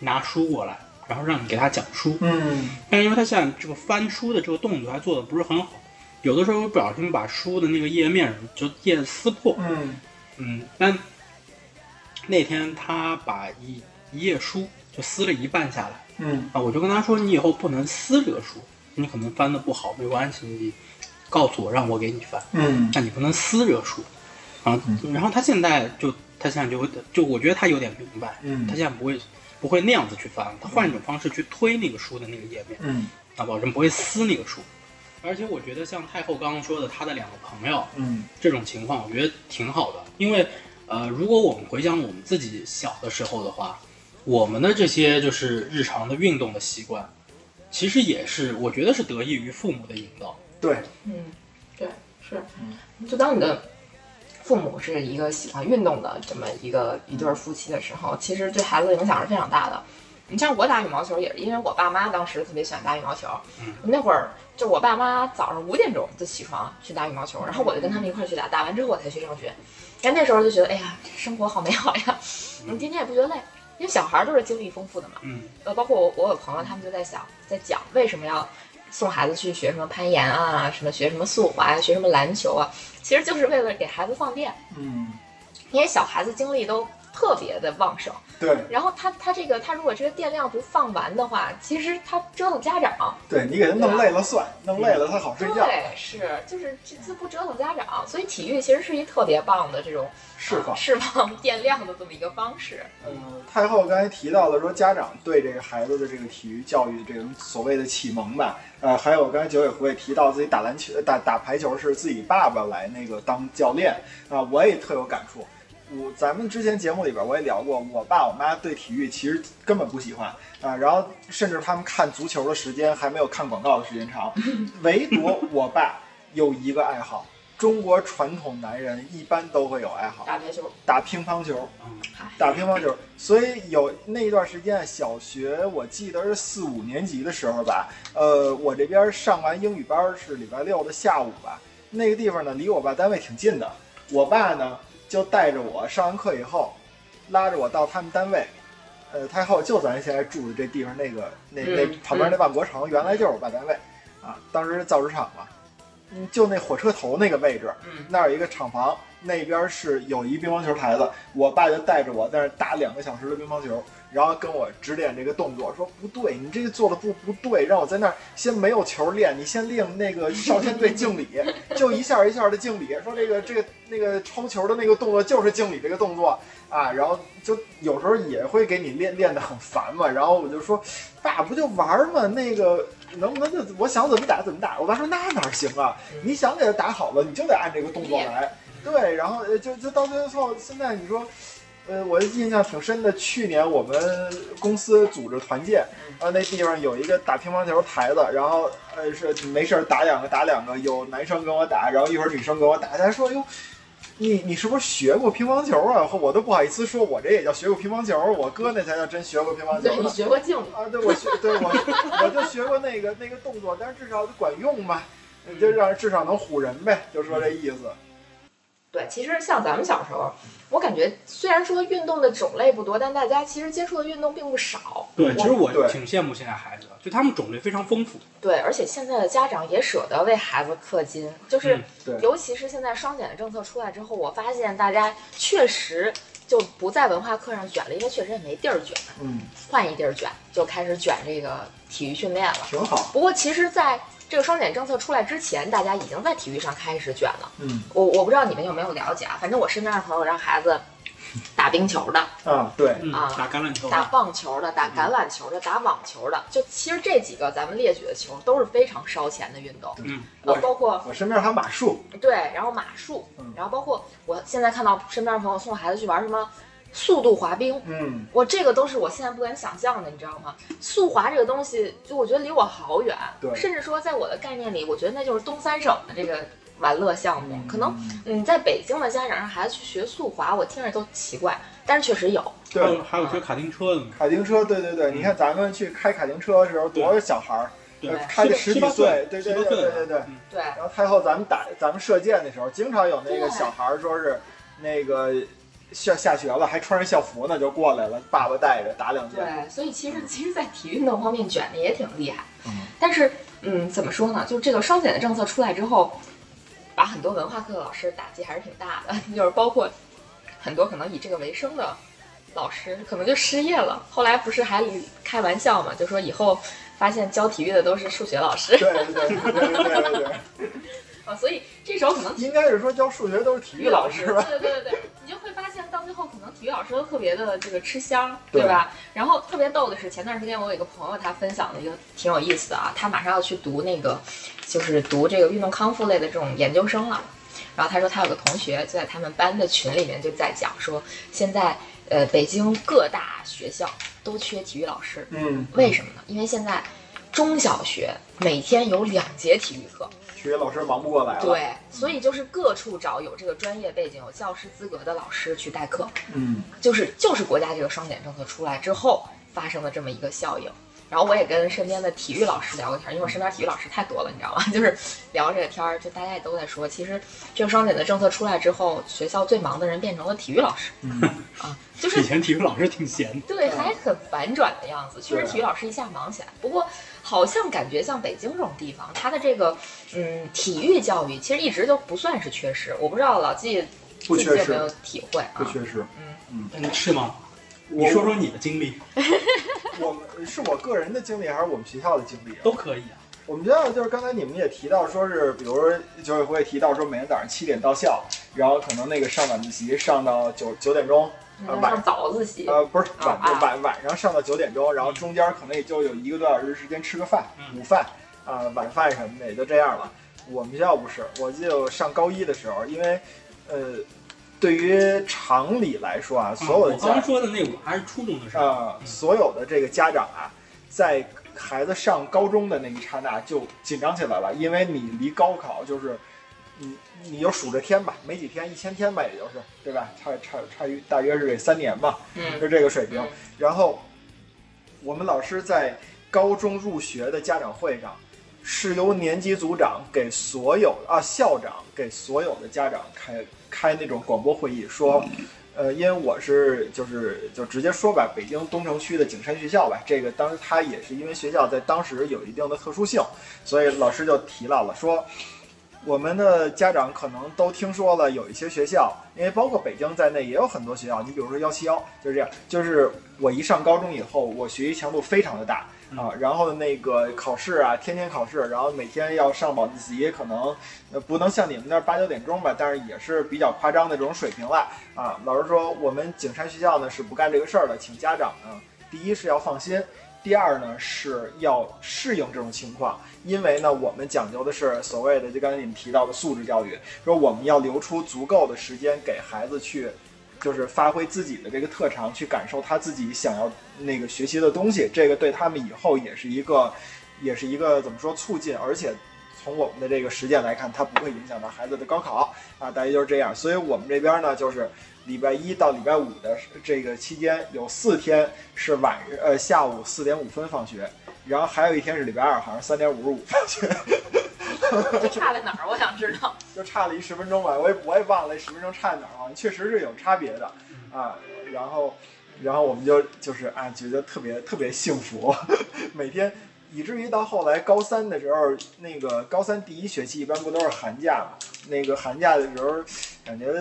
[SPEAKER 3] 拿书过来，然后让你给她讲书，
[SPEAKER 2] 嗯，
[SPEAKER 3] 但是因为她现在这个翻书的这个动作还做的不是很好，有的时候不小心把书的那个页面就页撕破，
[SPEAKER 2] 嗯，
[SPEAKER 3] 嗯，但那天她把一一页书就撕了一半下来。
[SPEAKER 2] 嗯，
[SPEAKER 3] 啊，我就跟他说，你以后不能撕这个书，你可能翻的不好，没关系，你告诉我，让我给你翻，
[SPEAKER 2] 嗯，
[SPEAKER 3] 但你不能撕这个书。啊，然后他现在就他现在就就我觉得他有点明白，
[SPEAKER 2] 嗯
[SPEAKER 3] 他现在不会不会那样子去翻了，他换一种方式去推那个书的那个页面，
[SPEAKER 2] 嗯，
[SPEAKER 3] 啊，保证不会撕那个书。而且我觉得像太后刚刚说的，他的两个朋友，
[SPEAKER 2] 嗯，
[SPEAKER 3] 这种情况，我觉得挺好的，因为呃，如果我们回想我们自己小的时候的话，我们的这些就是日常的运动的习惯，其实也是我觉得是得益于父母的引导。
[SPEAKER 2] 对，
[SPEAKER 1] 嗯，对，是，就当你的父母是一个喜欢运动的这么一个一对儿夫妻的时候，其实对孩子的影响是非常大的。你像我打羽毛球也是，因为我爸妈当时特别喜欢打羽毛球，
[SPEAKER 3] 嗯
[SPEAKER 1] 那会儿就我爸妈早上五点钟就起床去打羽毛球，然后我就跟他们一块儿去打，打完之后我才去上学。但那时候就觉得，哎呀，生活好美好呀，你天天也不觉得累，因为小孩儿都是精力丰富的嘛。
[SPEAKER 3] 嗯，
[SPEAKER 1] 呃，包括我，我有朋友他们就在想，在讲为什么要送孩子去学什么攀岩啊，什么学什么速滑呀、学什么篮球啊，其实就是为了给孩子放电，
[SPEAKER 2] 嗯，
[SPEAKER 1] 因为小孩子精力都特别的旺盛，
[SPEAKER 2] 对，
[SPEAKER 1] 然后他他这个他如果这个电量不放完的话，其实他折腾家长，
[SPEAKER 2] 对你给他弄累了算，弄累了他好睡觉，
[SPEAKER 1] 对，是就是这这不折腾家长，所以体育其实是一特别棒的这种
[SPEAKER 2] 释
[SPEAKER 1] 啊。
[SPEAKER 2] 放
[SPEAKER 1] 释放 电量的这么一个方式，
[SPEAKER 2] 嗯，太后刚才提到了说家长对这个孩子的这个体育教育这种所谓的启蒙吧，呃，还有刚才九尾狐也提到自己打篮球、呃打打排球是自己爸爸来那个当教练啊、我也特有感触。我咱们之前节目里边我也聊过，我爸我妈对体育其实根本不喜欢啊、然后甚至他们看足球的时间还没有看广告的时间长，唯独我爸有一个爱好，中国传统男人一般都会有爱好，
[SPEAKER 1] 打排球，
[SPEAKER 2] 打乒乓球。
[SPEAKER 3] 嗯
[SPEAKER 2] 打乒乓球，所以有那一段时间，小学我记得是四五年级的时候吧，呃，我这边上完英语班是礼拜六的下午吧，那个地方呢离我爸单位挺近的，我爸呢就带着我上完课以后，拉着我到他们单位，呃，太后就咱现在住的这地方那个那那
[SPEAKER 1] 嗯
[SPEAKER 2] 旁边那万国城，原来就是我爸单位啊，当时是造纸厂嘛，嗯，就那火车头那个位置，
[SPEAKER 1] 嗯，
[SPEAKER 2] 那儿有一个厂房，那边是有一乒乓球台子，我爸就带着我在那儿打两个小时的乒乓球，然后跟我指点这个动作，说不对，你这个做的不不对，让我在那儿先没有球练，你先练那个少先队敬礼，就一下一下的敬礼，说这个这个那个抽球的那个动作就是敬礼这个动作啊，然后就有时候也会给你练练得很烦嘛，然后我就说，爸不就玩儿嘛，那个能不能就我想怎么打怎么打，我爸说那哪儿行啊，你想给他打好了，你就得按这个动作来，对，然后呃就就到最后现在你说。呃，我印象挺深的，去年我们公司组织团建，啊，那地方有一个打乒乓球台子，然后呃是没事儿打两个打两个，有男生跟我打，然后一会儿女生跟我打，他说哟。你你是不是学过乒乓球啊？我都不好意思说，我这也叫学过乒乓球，我哥那才叫真学过乒乓
[SPEAKER 1] 对
[SPEAKER 2] 球
[SPEAKER 1] 你
[SPEAKER 2] 呢。
[SPEAKER 1] 学过敬礼，
[SPEAKER 2] 啊，对，我学，对我我就学过那个那个动作，但是至少管用吧，就让至少能唬人呗，就说这意思。
[SPEAKER 1] 对，其实像咱们小时候，我感觉虽然说运动的种类不多，但大家其实接触的运动并不少。
[SPEAKER 3] 对，其实我
[SPEAKER 2] 对
[SPEAKER 3] 挺羡慕现在孩子的，就他们种类非常丰富。
[SPEAKER 1] 对，而且现在的家长也舍得为孩子氪金，就是
[SPEAKER 3] 嗯，
[SPEAKER 2] 对
[SPEAKER 1] 尤其是现在双减的政策出来之后，我发现大家确实就不在文化课上卷了，因为确实也没地儿卷，
[SPEAKER 2] 嗯，
[SPEAKER 1] 换一地儿卷就开始卷这个体育训练了。
[SPEAKER 2] 挺好。
[SPEAKER 1] 不过其实在这个双减政策出来之前，大家已经在体育上开始卷了。
[SPEAKER 2] 嗯
[SPEAKER 1] 我我不知道你们有没有了解啊，反正我身边的朋友让孩子打冰球的，
[SPEAKER 2] 啊，对，
[SPEAKER 3] 嗯，
[SPEAKER 1] 啊
[SPEAKER 3] 打橄榄球
[SPEAKER 1] 打
[SPEAKER 3] 的，
[SPEAKER 1] 棒球的，
[SPEAKER 2] 嗯
[SPEAKER 1] 打橄榄球的，打网球的，就其实这几个咱们列举的球都是非常烧钱的运动，
[SPEAKER 3] 嗯，
[SPEAKER 1] 呃
[SPEAKER 2] 我，
[SPEAKER 1] 包括
[SPEAKER 2] 我身边还有马术，
[SPEAKER 1] 对，然后马术
[SPEAKER 2] 嗯，
[SPEAKER 1] 然后包括我现在看到身边朋友送孩子去玩什么速度滑冰，
[SPEAKER 2] 嗯，
[SPEAKER 1] 我这个都是我现在不敢想象的，你知道吗？速滑这个东西，就我觉得离我好远，
[SPEAKER 2] 对
[SPEAKER 1] 甚至说在我的概念里，我觉得那就是东三省的这个玩乐项目，可能。
[SPEAKER 2] 嗯
[SPEAKER 1] 嗯，在北京的家长让孩子去学速滑，我听着都奇怪，但是确实有。
[SPEAKER 3] 还
[SPEAKER 2] 对
[SPEAKER 3] 有还
[SPEAKER 1] 啊
[SPEAKER 3] 有学卡丁车的呢，
[SPEAKER 2] 卡丁车，对对对，
[SPEAKER 3] 嗯
[SPEAKER 2] 你看咱们去开卡丁车的时候，多少小孩儿，
[SPEAKER 3] 对
[SPEAKER 2] 呃开的十
[SPEAKER 3] 十
[SPEAKER 2] 几
[SPEAKER 3] 八
[SPEAKER 2] 岁
[SPEAKER 3] 岁，，
[SPEAKER 2] 对对
[SPEAKER 3] 十
[SPEAKER 2] 对
[SPEAKER 3] 八
[SPEAKER 2] 对
[SPEAKER 3] 岁
[SPEAKER 2] 对对。
[SPEAKER 3] 嗯
[SPEAKER 1] 对，
[SPEAKER 2] 然后太后，咱们打咱们射箭的时候，经常有那个
[SPEAKER 1] 对
[SPEAKER 2] 小孩儿说是那个下下学了，还穿着校服呢就过来了，爸爸带着打两箭。
[SPEAKER 1] 对，所以其实其实，在体育运动方面卷的也挺厉害。
[SPEAKER 2] 嗯
[SPEAKER 1] 但是，嗯，怎么说呢？就这个双减的政策出来之后，把很多文化课的老师打击还是挺大的， 就是包括很多可能以这个为生的老师，可能就失业了。后来不是还开玩笑嘛，就说以后发现教体育的都是数学老师
[SPEAKER 2] 对对对对对对对，
[SPEAKER 1] 啊，所以这时候可能
[SPEAKER 2] 应该是说教数学都是体
[SPEAKER 1] 体
[SPEAKER 2] 育老师吧？
[SPEAKER 1] 对对对对，你就会发现到最后，可能体育老师都特别的这个吃香，
[SPEAKER 2] 对
[SPEAKER 1] 对吧？然后特别逗的是，前段时间我有一个朋友，他分享了一个挺有意思的啊，他马上要去读那个，就是读这个运动康复类的这种研究生了。然后他说，他有个同学就在他们班的群里面就在讲说，现在呃北京各大学校都缺体育老师，
[SPEAKER 2] 嗯，
[SPEAKER 1] 为什么呢？因为现在中小学每天有两节体育课，
[SPEAKER 2] 体育老师忙不过来了。，
[SPEAKER 1] 对，所以就是各处找有这个专业背景、有教师资格的老师去代课，
[SPEAKER 2] 嗯，
[SPEAKER 1] 就是就是国家这个双减政策出来之后发生的这么一个效应。然后我也跟身边的体育老师聊过天儿，因为我身边体育老师太多了，你知道吗？ 就是聊这个天儿，就大家也都在说，其实这个双减的政策出来之后，学校最忙的人变成了体育老师
[SPEAKER 2] 嗯
[SPEAKER 1] 啊，就是
[SPEAKER 3] 以前体育老师挺闲的，
[SPEAKER 1] 对，
[SPEAKER 2] 嗯
[SPEAKER 1] 还很婉转的样子。确实，
[SPEAKER 2] 对啊
[SPEAKER 1] 体育老师一下忙起来。不过，好像感觉像北京这种地方，它的这个嗯体育教育其实一直都不算是缺失。我不知道老纪
[SPEAKER 2] 不
[SPEAKER 1] 自己
[SPEAKER 2] 缺
[SPEAKER 1] 有没有
[SPEAKER 2] 失，
[SPEAKER 1] 体会
[SPEAKER 2] 不
[SPEAKER 1] 啊？
[SPEAKER 2] 缺失。
[SPEAKER 3] 嗯是吗？
[SPEAKER 2] 我
[SPEAKER 3] 你说说你的经历
[SPEAKER 2] 我们是我个人的经历还是我们学校的经历啊？
[SPEAKER 3] 都可以啊，
[SPEAKER 2] 我们学校就是刚才你们也提到，说是比如说九委会提到说每天早上七点到校，然后可能那个上晚自习上到九九点钟，
[SPEAKER 1] 嗯上早自习，
[SPEAKER 2] 呃，不是
[SPEAKER 1] 啊
[SPEAKER 2] 晚
[SPEAKER 1] 啊嗯
[SPEAKER 2] 晚晚上上到九点钟，然后中间可能也就有一个多小时时间吃个饭，
[SPEAKER 3] 嗯
[SPEAKER 2] 午饭啊、晚饭什么的也就这样了。我们学校不是，我记得我上高一的时候，因为呃，对于常理来说啊，所有
[SPEAKER 3] 嗯
[SPEAKER 2] 的
[SPEAKER 3] 我
[SPEAKER 2] 家
[SPEAKER 3] 刚刚说的那个还是初中的事儿，
[SPEAKER 2] 啊、所有的这个家长啊，在孩子上高中的那一刹那就紧张起来了，因为你离高考就是，你你就数着天吧，没几天，一千天吧，也就是对吧？差差差于大约是这三年吧，
[SPEAKER 1] 嗯，
[SPEAKER 2] 就这个水平
[SPEAKER 1] 嗯。
[SPEAKER 2] 然后我们老师在高中入学的家长会上，是由年级组长给所有啊校长给所有的家长开开那种广播会议，说，呃，因为我是就是就直接说吧，北京东城区的景山学校吧，这个当时他也是因为学校在当时有一定的特殊性，所以老师就提到了说。我们的家长可能都听说了，有一些学校，因为包括北京在内，也有很多学校。你比如说幺七幺，就是这样。就是我一上高中以后，我学习强度非常的大啊，然后那个考试啊，天天考试，然后每天要上晚自习，可能呃不能像你们那儿八九点钟吧，但是也是比较夸张的这种水平了啊。老师说，我们景山学校呢是不干这个事儿的，请家长呢，第一是要放心。第二呢是要适应这种情况，因为呢我们讲究的是所谓的就刚才你们提到的素质教育，说我们要留出足够的时间给孩子去，就是发挥自己的这个特长，去感受他自己想要那个学习的东西，这个对他们以后也是一个， 也是一个怎么说促进，而且。从我们的这个实践来看，它不会影响到孩子的高考啊，大约就是这样。所以我们这边呢，就是礼拜一到礼拜五的这个期间，有四天是晚呃下午四点五分放学，然后还有一天是礼拜二，好像三点五十五 放学，
[SPEAKER 1] 这嗯差在哪儿？我想知道。
[SPEAKER 2] 就差了一十分钟吧，我也我也忘了十分钟差在哪儿了，确实是有差别的啊。然后，然后我们就就是啊，觉得特别特别幸福， 每天以至于到后来高三的时候，那个高三第一学期一般不都是寒假嘛？那个寒假的时候，感觉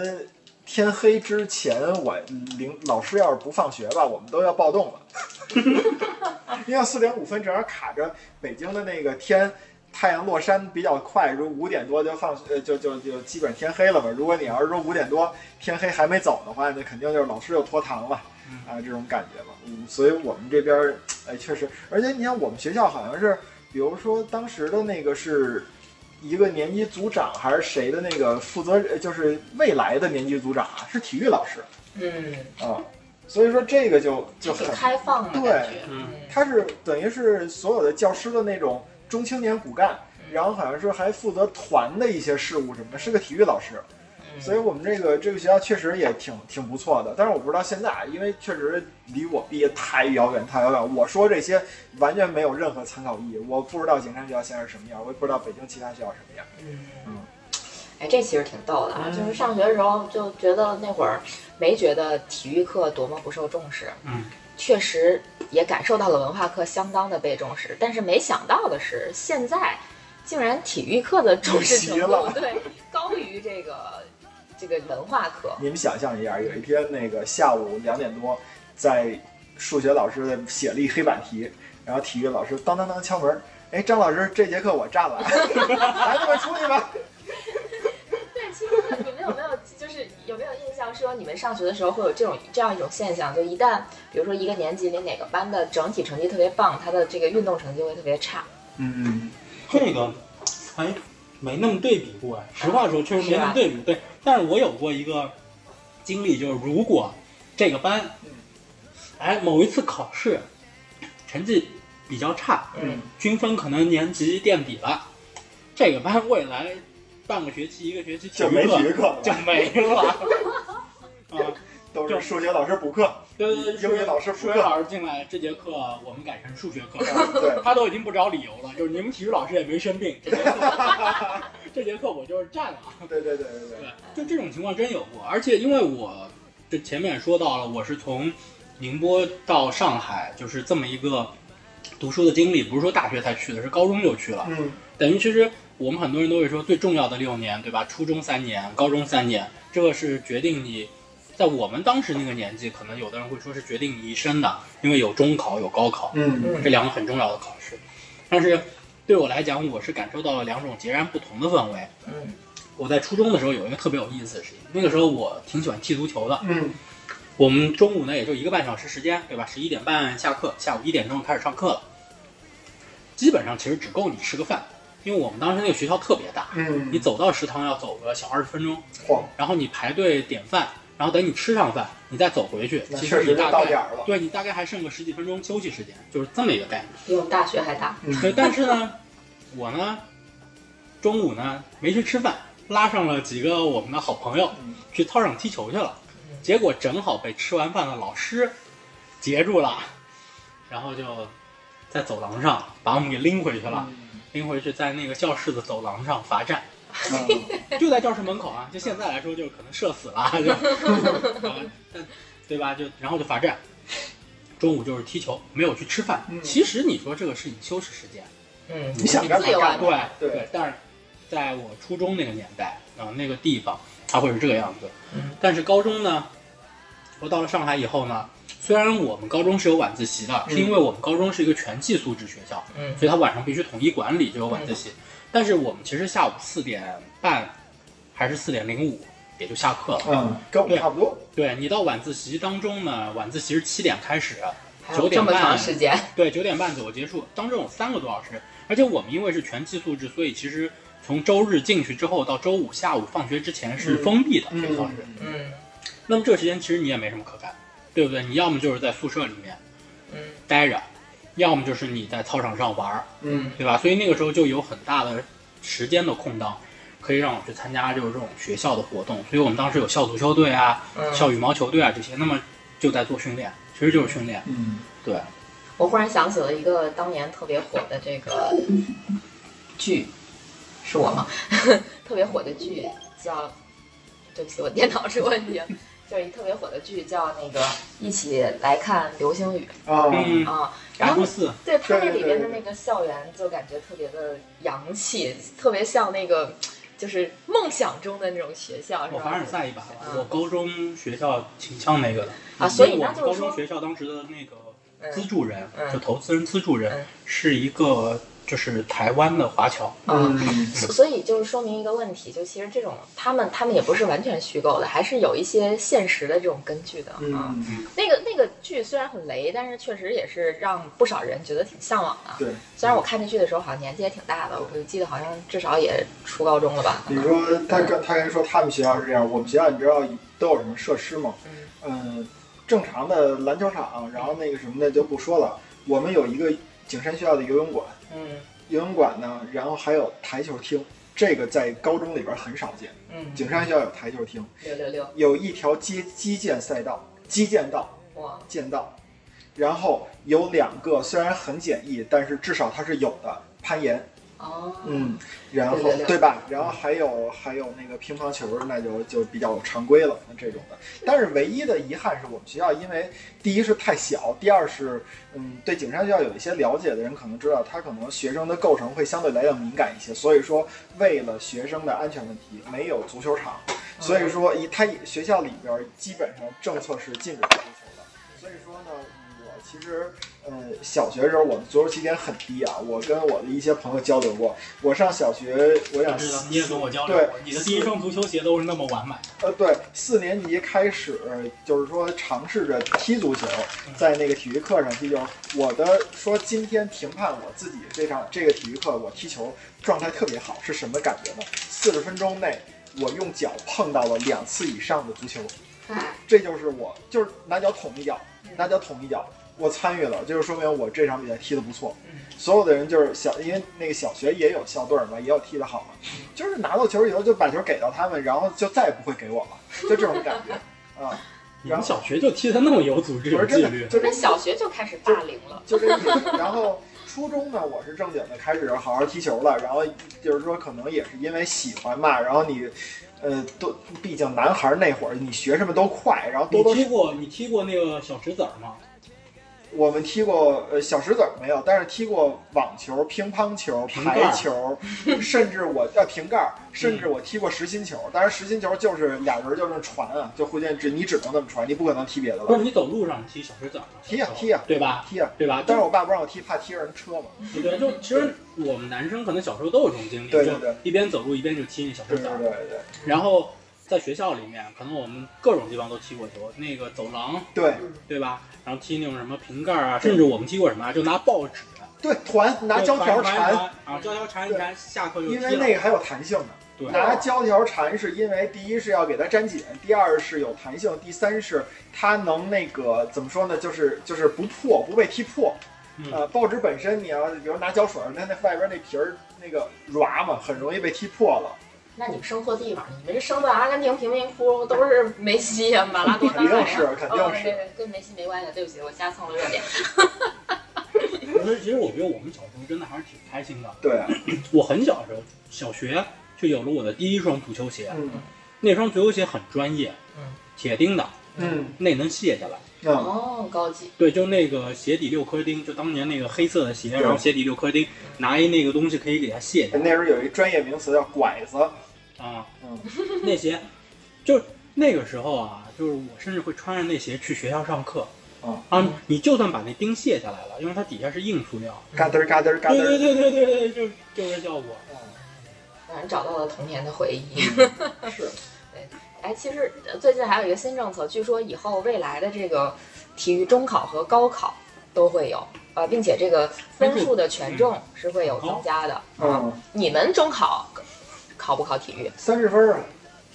[SPEAKER 2] 天黑之前，我领老师要是不放学吧，我们都要暴 动了。因为四点五分正好卡着北京的那个天太阳落山比较快，如五点多就放呃就就就基本天黑了吧。如果你要是说五点多天黑还没走的话，那肯定就是老师又拖堂了
[SPEAKER 3] 嗯
[SPEAKER 2] 啊、这种感觉嘛。嗯，所以我们这边儿哎确实，而且你看我们学校好像是，比如说当时的那个是。一个年级组长还是谁的那个负责，呃就是未来的年级组长啊，是体育老师
[SPEAKER 1] 嗯，
[SPEAKER 2] 啊、所以说这个就
[SPEAKER 1] 就
[SPEAKER 2] 就很
[SPEAKER 1] 挺开放的
[SPEAKER 2] 对
[SPEAKER 1] 感觉，
[SPEAKER 3] 嗯
[SPEAKER 2] 他是等于是所有的教师的那种中青年骨干，然后好像是还负责团的一些事务什么的，是个体育老师。
[SPEAKER 1] 嗯
[SPEAKER 2] 所以我们这个这个学校确实也挺挺不错的，但是我不知道现在啊，因为确实离我毕业太遥远太遥远。我说这些完全没有任何参考意义，我不知道景山学校现在是什么样，我也不知道北京其他学校什么样。
[SPEAKER 1] 嗯，哎，这其实挺逗的啊，
[SPEAKER 2] 嗯
[SPEAKER 1] 就是上学的时候就觉得那会儿没觉得体育课多么不受重视，
[SPEAKER 3] 嗯，
[SPEAKER 1] 确实也感受到了文化课相当的被重视，但是没想到的是，现在竟然体育课的重视程
[SPEAKER 2] 逆
[SPEAKER 1] 度
[SPEAKER 2] 袭了
[SPEAKER 1] 对高于这个这个文化课，
[SPEAKER 2] 你们想象一下，有一天那个下午两点多，在数学老师写了一黑板题，然后体育老师当当当敲门，哎，张老师，这节课我占了，孩子们出去吧。
[SPEAKER 1] 对，其实你们有没有就是有没有印象说你们上学的时候会有这种这样一种现象，就一旦比如说一个年级里哪个班的整体成绩特别棒，他的这个运动成绩会特别差，
[SPEAKER 2] 嗯嗯，
[SPEAKER 3] 这个还没那么对比过哎，实话说确实没
[SPEAKER 2] 啊
[SPEAKER 3] 那么对比。对，但是我有过一个经历，就是如果这个班，哎，某一次考试成绩比较差，
[SPEAKER 2] 嗯，
[SPEAKER 3] 均分可能年级垫底了，这个班未来半个学期、一个学期
[SPEAKER 2] 就没体
[SPEAKER 3] 体
[SPEAKER 2] 育
[SPEAKER 3] 育
[SPEAKER 2] 课了
[SPEAKER 3] 课，就没了。 啊，
[SPEAKER 2] 都是数学老师补课。
[SPEAKER 3] 对对对，
[SPEAKER 2] 英语老师
[SPEAKER 3] 数学老师进来，这节课我们改成数学课。
[SPEAKER 2] 对，
[SPEAKER 3] 他都已经不找理由了，就是你们体育老师也没生病，这节课 这节课我就是占了。
[SPEAKER 2] 对对对对对，
[SPEAKER 3] 对，就这种情况真有过，而且因为我就前面也说到了，我是从宁波到上海，就是这么一个读书的经历，不是说大学才去的，是高中就去了。
[SPEAKER 2] 嗯，
[SPEAKER 3] 等于其实我们很多人都会说，最重要的六年，对吧？初中三年，高中三年，这个是决定你在我们当时那个年纪，可能有的人会说是决定你一生的，因为有中考，有高考。
[SPEAKER 2] 嗯
[SPEAKER 1] 嗯
[SPEAKER 3] 这两个很重要的考试。但是对我来讲，我是感受到了两种截然不同的氛围。
[SPEAKER 1] 嗯
[SPEAKER 3] 我在初中的时候有一个特别有意思的事情，那个时候我挺喜欢踢足球的。
[SPEAKER 2] 嗯
[SPEAKER 3] 我们中午呢也就一个半小时时间，对吧？十一点半下课，下午一点钟开始上课了，基本上其实只够你吃个饭，因为我们当时那个学校特别大，你
[SPEAKER 2] 嗯，
[SPEAKER 3] 走到食堂要走个小二十分钟，
[SPEAKER 2] 晃，
[SPEAKER 3] 然后你排队点饭，然后等你吃上饭，你再走回去，
[SPEAKER 2] 那
[SPEAKER 3] 其
[SPEAKER 2] 确
[SPEAKER 3] 实
[SPEAKER 2] 实
[SPEAKER 3] 你
[SPEAKER 2] 就
[SPEAKER 3] 大
[SPEAKER 2] 到点
[SPEAKER 3] 概
[SPEAKER 2] 儿了。
[SPEAKER 3] 对你大概还剩个十几分钟休息时间，就是这么一个概念。
[SPEAKER 1] 比我们大学还大，
[SPEAKER 3] 对，但是呢，我呢，中午呢没去吃饭，拉上了几个我们的好朋友
[SPEAKER 2] 嗯
[SPEAKER 3] 去操场踢球去了
[SPEAKER 1] 嗯，
[SPEAKER 3] 结果正好被吃完饭的老师截住了，然后就在走廊上把我们给拎回去
[SPEAKER 2] 嗯
[SPEAKER 3] 了，拎回去在那个教室的走廊上罚站，
[SPEAKER 2] 嗯
[SPEAKER 3] 就在教室门口啊，就现在来说就可能社死了，就，啊但对吧？就然后就罚站。中午就是踢球，没有去吃饭。
[SPEAKER 2] 嗯
[SPEAKER 3] 其实你说这个是你休息时间，
[SPEAKER 1] 嗯，
[SPEAKER 2] 你想干嘛
[SPEAKER 1] 自由啊
[SPEAKER 2] 干嘛？
[SPEAKER 3] 对
[SPEAKER 2] 对
[SPEAKER 3] 但是在我初中那个年代啊、那个地方它会是这个样子
[SPEAKER 1] 嗯。
[SPEAKER 3] 但是高中呢，我到了上海以后呢，虽然我们高中是有晚自习的，
[SPEAKER 2] 嗯
[SPEAKER 3] 是因为我们高中是一个全寄宿制学校，
[SPEAKER 1] 嗯
[SPEAKER 3] 所以它晚上必须统一管理这个晚自
[SPEAKER 2] 嗯
[SPEAKER 3] 习。但是我们其实下午四点半还是四点零五也就下课了。
[SPEAKER 2] 嗯，跟我们差不多。
[SPEAKER 3] 对你到晚自习当中呢，晚自习是七点开始，啊
[SPEAKER 1] 还有这么长时间，
[SPEAKER 3] 对，九点半左右结束，当中有三个多小时，而且我们因为是全寄宿制，所以其实从周日进去之后到周五下午放学之前是封闭的、这个教室。
[SPEAKER 1] 嗯
[SPEAKER 3] 那么这个时间其实你也没什么可干，对不对？你要么就是在宿舍里面
[SPEAKER 1] 嗯
[SPEAKER 3] 待着，要么就是你在操场上玩儿，
[SPEAKER 2] 嗯
[SPEAKER 3] 对吧？所以那个时候就有很大的时间的空档，可以让我去参加就是这种学校的活动。所以我们当时有校足球队啊、
[SPEAKER 1] 嗯，
[SPEAKER 3] 校羽毛球队啊这些，那么就在做训练，其实就是训练。
[SPEAKER 2] 嗯，
[SPEAKER 3] 对，
[SPEAKER 1] 我忽然想起了一个当年特别火的这个剧，是我吗？ 特别火的剧叫，对不起，我电脑是问题，啊就是一特别火的剧叫那个一起来看流星雨
[SPEAKER 2] 啊，
[SPEAKER 3] 嗯，
[SPEAKER 1] 啊。然
[SPEAKER 3] 雅
[SPEAKER 1] 后
[SPEAKER 3] 库寺。
[SPEAKER 1] 对它那
[SPEAKER 2] 对对
[SPEAKER 1] 里边的
[SPEAKER 2] 对
[SPEAKER 1] 那个校园就感觉特别的洋气，特别像那个就是梦想中的那种学校，是
[SPEAKER 3] 我
[SPEAKER 1] 吧？
[SPEAKER 3] 凡尔赛一把
[SPEAKER 1] 嗯，
[SPEAKER 3] 我高中学校挺像那个的
[SPEAKER 1] 啊所以
[SPEAKER 3] 因为我
[SPEAKER 1] 那
[SPEAKER 3] 们
[SPEAKER 1] 就是说
[SPEAKER 3] 高中学校当时的那个资
[SPEAKER 1] 嗯
[SPEAKER 3] 助人
[SPEAKER 1] 嗯，
[SPEAKER 3] 就投资人资助
[SPEAKER 1] 嗯
[SPEAKER 3] 人是一个就是台湾的华侨，
[SPEAKER 1] 嗯，
[SPEAKER 2] 嗯，
[SPEAKER 1] 所以就是说明一个问题，就其实这种他们他们也不是完全虚构的，还是有一些现实的这种根据的啊。
[SPEAKER 2] 嗯，
[SPEAKER 1] 那个那个剧虽然很雷，但是确实也是让不少人觉得挺向往的。
[SPEAKER 2] 对，
[SPEAKER 1] 虽然我看那剧的时候好像年纪也挺大的，我记得好像至少也初高中了吧。
[SPEAKER 2] 你说他跟他跟说他们学校是这样，我们学校你知道都有什么设施吗？嗯，正常的篮球场，然后那个什么的就不说了。我们有一个景山学校的游泳馆，
[SPEAKER 1] 嗯
[SPEAKER 2] 游泳馆呢，然后还有台球厅，这个在高中里边很少见。
[SPEAKER 1] 嗯，
[SPEAKER 2] 景山学校有台球厅，
[SPEAKER 1] 六六六，
[SPEAKER 2] 有一条街基建赛道，基建道，
[SPEAKER 1] 哇，
[SPEAKER 2] 剑道，然后有两个虽然很简易，但是至少它是有的攀岩，
[SPEAKER 1] 哦，，
[SPEAKER 2] 嗯，然后
[SPEAKER 1] 对对对
[SPEAKER 2] 对吧？然后还有还有那个乒乓球，那就就比较常规了这种的。但是唯一的遗憾是我们学校，因为第一是太小，第二是嗯，对景山学校有一些了解的人可能知道，它可能学生的构成会相对来讲敏感一些，所以说为了学生的安全问题，没有足球场，
[SPEAKER 1] 嗯
[SPEAKER 2] 所以说一它学校里边基本上政策是禁止足球的。所以说呢，我其实呃小学的时候我的足球起点很低啊，我跟我的一些朋友交流过，我上小学我
[SPEAKER 3] 我
[SPEAKER 2] 想
[SPEAKER 3] 知道你也跟我交流过，你的第一双足球鞋都是那么晚买的，
[SPEAKER 2] 呃，对，四年级开始就是说尝试着踢足球，
[SPEAKER 3] 嗯
[SPEAKER 2] 在那个体育课上踢球。我的说今天评判我自己这场这个体育课我踢球状态特别好，是什么感觉呢？四十分钟内我用脚碰到了两次以上的足球，这就是我就是拿脚捅一脚，
[SPEAKER 1] 嗯
[SPEAKER 2] 拿脚捅一脚。我参与了，就是说明我这场比赛踢得不错
[SPEAKER 3] 嗯。
[SPEAKER 2] 所有的人就是小，因为那个小学也有校队嘛，也有踢得好嘛，
[SPEAKER 1] 嗯
[SPEAKER 2] 就是拿到球以后就把球给到他们，然后就再也不会给我了，就这种感觉 啊。
[SPEAKER 3] 你们小学就踢得那么有组织
[SPEAKER 2] 不
[SPEAKER 3] 有
[SPEAKER 2] 是真
[SPEAKER 3] 纪
[SPEAKER 2] 的，
[SPEAKER 3] 律，
[SPEAKER 2] 就
[SPEAKER 1] 那
[SPEAKER 2] 这
[SPEAKER 1] 小学就开始霸凌了。
[SPEAKER 2] 就这意思。然后初中呢，我是正经的开始好好踢球了，然后就是说可能也是因为喜欢嘛，然后你。呃，都毕竟男孩儿那会儿，你学什么都快，然后多
[SPEAKER 3] 你
[SPEAKER 2] 多
[SPEAKER 3] 踢过你踢过那个小石子儿吗？
[SPEAKER 2] 我们踢过呃小石子儿没有，但是踢过网球、乒乓球、
[SPEAKER 3] 瓶盖儿
[SPEAKER 2] 排
[SPEAKER 3] 嗯
[SPEAKER 2] 球，甚至我呃瓶盖儿，甚至我踢过实心球。当然实心球就是俩人就这么传啊，就互相只你只能这么传，你不可能踢别的
[SPEAKER 3] 不
[SPEAKER 2] 了。
[SPEAKER 3] 是你走路上踢小石子儿吗？
[SPEAKER 2] 踢呀踢呀
[SPEAKER 3] 对吧？
[SPEAKER 2] 踢呀！
[SPEAKER 3] 对吧？
[SPEAKER 2] 但是我爸不让我踢，怕踢着人车嘛。
[SPEAKER 3] 是对，就其实我们男生可能小时候都有这种经历，
[SPEAKER 2] 对对
[SPEAKER 3] 就
[SPEAKER 2] 对
[SPEAKER 3] 一边走路一边就踢那小石
[SPEAKER 2] 对
[SPEAKER 3] 子
[SPEAKER 2] 对
[SPEAKER 3] 儿，
[SPEAKER 2] 对对
[SPEAKER 3] 然后在学校里面，可能我们各种地方都踢过球，那个走廊
[SPEAKER 2] 对
[SPEAKER 3] 对吧？然后踢那种什么瓶盖啊，甚至我们踢过什么啊，就拿报纸
[SPEAKER 2] 对，团拿胶条缠，
[SPEAKER 3] 啊，胶条缠一缠，下课就踢
[SPEAKER 2] 因
[SPEAKER 3] 了。
[SPEAKER 2] 为那个还有弹性呢。
[SPEAKER 3] 对
[SPEAKER 2] 拿胶条缠是因为第一是要给它粘紧，第二是有弹性，第三是它能那个怎么说呢？就是就是不破，不被踢破。
[SPEAKER 3] 嗯
[SPEAKER 2] 呃，报纸本身你要比如拿胶水，那那外边那皮儿那个软嘛，很容易被踢破了。
[SPEAKER 1] 那你们生错地方，你们是生在阿根廷贫民窟，都是梅西呀、马拉多纳呀。
[SPEAKER 2] 肯定是肯定是
[SPEAKER 1] 哦对对对跟梅西没关系，对不起，我瞎蹭了热点。
[SPEAKER 3] 可是其实我觉得我们小时候真的还是挺开心的。
[SPEAKER 2] 对，
[SPEAKER 3] 我很小的时候，小学就有了我的第一双足球鞋，
[SPEAKER 2] 嗯
[SPEAKER 3] 那双足球鞋很专业，
[SPEAKER 1] 嗯
[SPEAKER 3] 铁钉的，
[SPEAKER 2] 嗯
[SPEAKER 3] 那能卸下来。
[SPEAKER 2] 嗯
[SPEAKER 1] 哦，高级。
[SPEAKER 3] 对，就那个鞋底六颗钉，就当年那个黑色的鞋，
[SPEAKER 2] 对
[SPEAKER 3] 然后鞋底六颗钉，拿一那个东西可以给它卸下
[SPEAKER 2] 那时候有一专业名词叫拐子，
[SPEAKER 3] 来啊。
[SPEAKER 2] 嗯，
[SPEAKER 3] 那鞋，就那个时候啊，就是我甚至会穿着那鞋去学校上课。
[SPEAKER 2] 嗯
[SPEAKER 3] 啊，你就算把那钉卸下来了，因为它底下是硬塑料。
[SPEAKER 2] 嘎噔儿嘎噔儿嘎
[SPEAKER 3] 对
[SPEAKER 2] 噔
[SPEAKER 3] 对
[SPEAKER 2] 儿。
[SPEAKER 3] 对对对对，就就是效果。
[SPEAKER 1] 让人找到了童年的回忆。
[SPEAKER 2] 嗯是，
[SPEAKER 1] 哎，其实呃最近还有一个新政策，据说以后未来的这个体育中考和高考都会有，呃，并且这个分数的权重是会有增加的。
[SPEAKER 2] 嗯，
[SPEAKER 1] 你们中考考不考体育？
[SPEAKER 2] 三十分儿啊，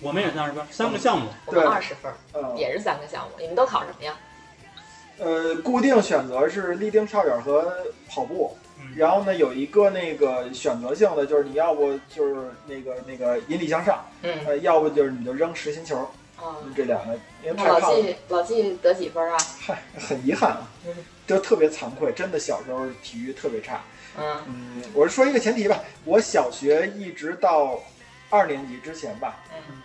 [SPEAKER 3] 我们也三十分，三个项目，
[SPEAKER 1] 我们
[SPEAKER 2] 对
[SPEAKER 1] 二十分，
[SPEAKER 2] 嗯，
[SPEAKER 1] 也是三个项目。你们都考什么呀？
[SPEAKER 2] 呃，固定选择是立定跳远和跑步，
[SPEAKER 3] 嗯
[SPEAKER 2] 然后呢有一个那个选择性的，就是你要不就是那个那个引体向上，
[SPEAKER 1] 嗯
[SPEAKER 2] 呃，要不就是你就扔实心球，
[SPEAKER 1] 啊，
[SPEAKER 2] 这两个因为
[SPEAKER 1] 那
[SPEAKER 2] 太
[SPEAKER 1] 老
[SPEAKER 2] 胖了，
[SPEAKER 1] 纪老纪得几分啊？
[SPEAKER 2] 嗨，很遗憾啊
[SPEAKER 1] 嗯，
[SPEAKER 2] 就特别惭愧，真的小时候体育特别差。
[SPEAKER 1] 嗯
[SPEAKER 2] 嗯，我是说一个前提吧，我小学一直到二年级之前吧，
[SPEAKER 1] 嗯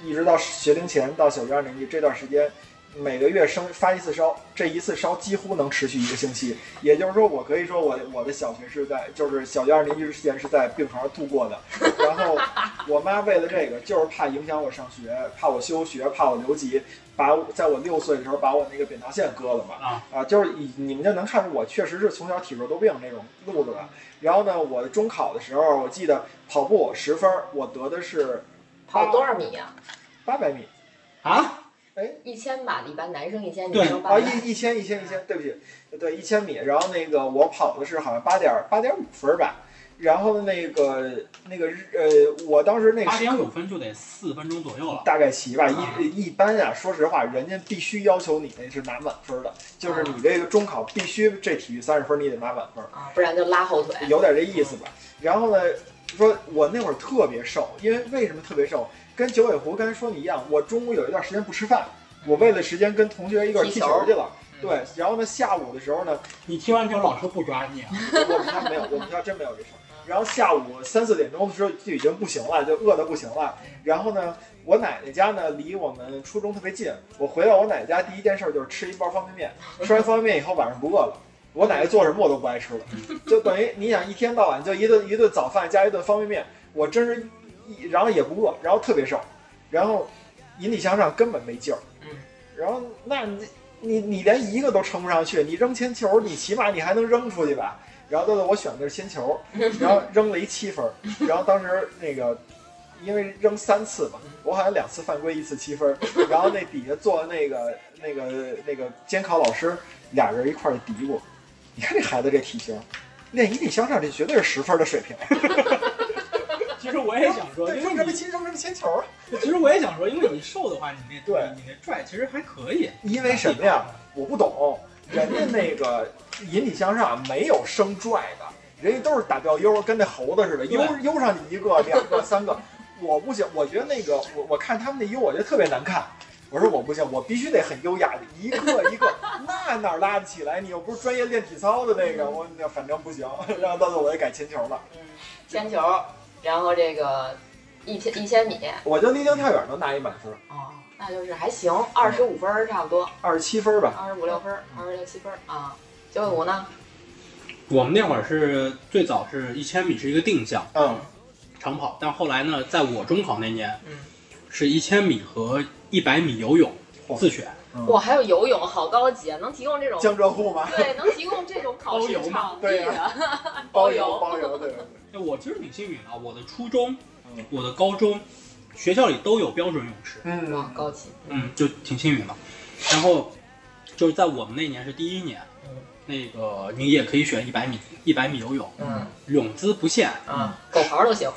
[SPEAKER 2] 嗯，一直到学龄前到小学二年级这段时间，每个月生发一次烧，这一次烧几乎能持续一个星期。也就是说，我可以说我我的小学是在就是小学二年级之前是在病床上度过的。然后我妈为了这个，就是怕影响我上学，怕我休学，怕我留级，把我在我六岁的时候把我那个扁桃腺割了嘛。
[SPEAKER 3] 啊
[SPEAKER 2] 啊，就是以你们就能看出我确实是从小体弱多病那种路子了。然后呢，我中考的时候，我记得跑步十分儿，我得的是哦
[SPEAKER 1] 跑多少米呀、
[SPEAKER 2] 八百米
[SPEAKER 3] 啊！
[SPEAKER 1] 一千吧，一般男生一千，女
[SPEAKER 3] 对
[SPEAKER 1] 生八
[SPEAKER 2] 啊，
[SPEAKER 1] 百。
[SPEAKER 2] 一一千一千一千，对不起，对一千米。然后那个我跑的是好像八点八点五分儿吧。然后那个那个日呃，我当时那个
[SPEAKER 3] 八点五分就得四分钟左右了。
[SPEAKER 2] 大概齐吧，一一般啊，说实话，人家必须要求你那是拿满分的，就是你这个中考必须这体育三十分，你得拿满分。
[SPEAKER 1] 啊，不然就拉后腿。
[SPEAKER 2] 有点这意思吧。然后呢，说我那会儿特别瘦，因为为什么特别瘦？跟九尾狐刚才说的一样，我中午有一段时间不吃饭，我为了时间跟同学一块儿踢球嗯去了。对，然后呢，下午的时候呢，
[SPEAKER 3] 你踢完球，老师不抓 你啊？
[SPEAKER 2] 我们家没有，我们家真没有这事儿。然后下午三四点钟的时候就已经不行了，就饿得不行了。然后呢，我奶奶家呢离我们初中特别近，我回到我奶奶家第一件事就是吃一包方便面，吃完方便面以后晚上不饿了。我奶奶做什么我都不爱吃了，就等于你想一天到晚就一顿一顿早饭加一顿方便面，我真是一然后也不饿，然后特别瘦，然后引体向上根本没劲儿。
[SPEAKER 1] 嗯，
[SPEAKER 2] 然后那你你你连一个都撑不上去，你扔铅球，你起码你还能扔出去吧？然后到最后我选的是铅球，然后扔了一七分儿，然后当时那个因为扔三次嘛，我好像两次犯规，一次七分儿，然后那底下坐那个那个那个监考老师，俩人一块儿嘀咕，你看这孩子这体型，练引体向上这绝对是十分儿的水平。
[SPEAKER 3] 其实我也想说，
[SPEAKER 2] 对，
[SPEAKER 3] 因
[SPEAKER 2] 扔什么
[SPEAKER 3] 为
[SPEAKER 2] 铅扔什么铅球啊？
[SPEAKER 3] 你其实我也想说，因为你瘦的话，你那
[SPEAKER 2] 对
[SPEAKER 3] 你那拽其实还可以。
[SPEAKER 2] 因为什么呀？ 我不懂，人家那个引体向上啊没有生拽的，人家都是打吊悠，跟那猴子似的，
[SPEAKER 3] 对
[SPEAKER 2] 悠悠上去一个、两个、三个。我不行，我觉得那个我我看他们那悠，我觉得特别难看。我说我不行，我必须得很优雅的一个一个， 那哪拉得起来？你又不是专业练体操的那个，我那反正不行。然后到最后我也改铅球了，
[SPEAKER 1] 铅球，然后这个一千一千米，
[SPEAKER 2] 我就离江跳远能拿一满分，
[SPEAKER 1] 哦，那就是还行，二十五分儿差不多，
[SPEAKER 2] 二十七分吧。
[SPEAKER 1] 二十五六分
[SPEAKER 3] 嗯
[SPEAKER 1] 儿，二十六七分儿啊。九尾狐呢？
[SPEAKER 3] 我们那会儿是最早是一千米是一个定项
[SPEAKER 2] 嗯，
[SPEAKER 3] 长跑，但后来呢，在我中考那年，
[SPEAKER 1] 嗯，
[SPEAKER 3] 是一千米和一百米游泳
[SPEAKER 2] 嚯
[SPEAKER 3] 自选。
[SPEAKER 1] 哇，还有游泳，好高级啊！能提供这种
[SPEAKER 2] 江浙沪嘛，
[SPEAKER 1] 对，能提供这种考
[SPEAKER 3] 包邮
[SPEAKER 1] 试
[SPEAKER 3] 嘛
[SPEAKER 1] 场地啊
[SPEAKER 2] 对
[SPEAKER 3] 啊
[SPEAKER 1] 的，
[SPEAKER 2] 包
[SPEAKER 1] 邮
[SPEAKER 2] 包邮对对对。
[SPEAKER 3] 哎我其实挺幸运的，我的初中
[SPEAKER 2] 嗯、
[SPEAKER 3] 我的高中，学校里都有标准泳池，
[SPEAKER 1] 哇
[SPEAKER 2] 嗯，，
[SPEAKER 1] 高级。
[SPEAKER 3] 嗯，就挺幸运的。然后就是在我们那年是第一年
[SPEAKER 1] 嗯，
[SPEAKER 3] 那个你也可以选一百米，一百米游泳，
[SPEAKER 1] 嗯
[SPEAKER 3] 泳姿不限，
[SPEAKER 1] 啊，狗刨都行。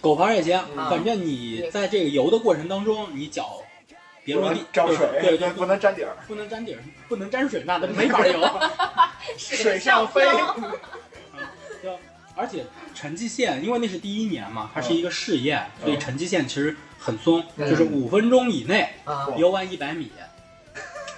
[SPEAKER 3] 狗刨也行，
[SPEAKER 2] 嗯
[SPEAKER 3] 反正你在这个游的过程当中，你脚别
[SPEAKER 2] 不
[SPEAKER 3] 落
[SPEAKER 2] 能
[SPEAKER 3] 地，
[SPEAKER 2] 沾
[SPEAKER 3] 对
[SPEAKER 2] 水，
[SPEAKER 3] 对对，
[SPEAKER 2] 不能沾底儿，
[SPEAKER 3] 不能沾底儿，不能沾水，那都没法游。
[SPEAKER 1] 哎
[SPEAKER 2] 水上飞。
[SPEAKER 3] 而且成绩线，因为那是第一年嘛，它是一个试验，
[SPEAKER 2] 嗯
[SPEAKER 3] 所以成绩线其实很松，
[SPEAKER 1] 嗯
[SPEAKER 3] 就是五分钟以内
[SPEAKER 1] 啊，
[SPEAKER 2] 嗯
[SPEAKER 3] 游完一百米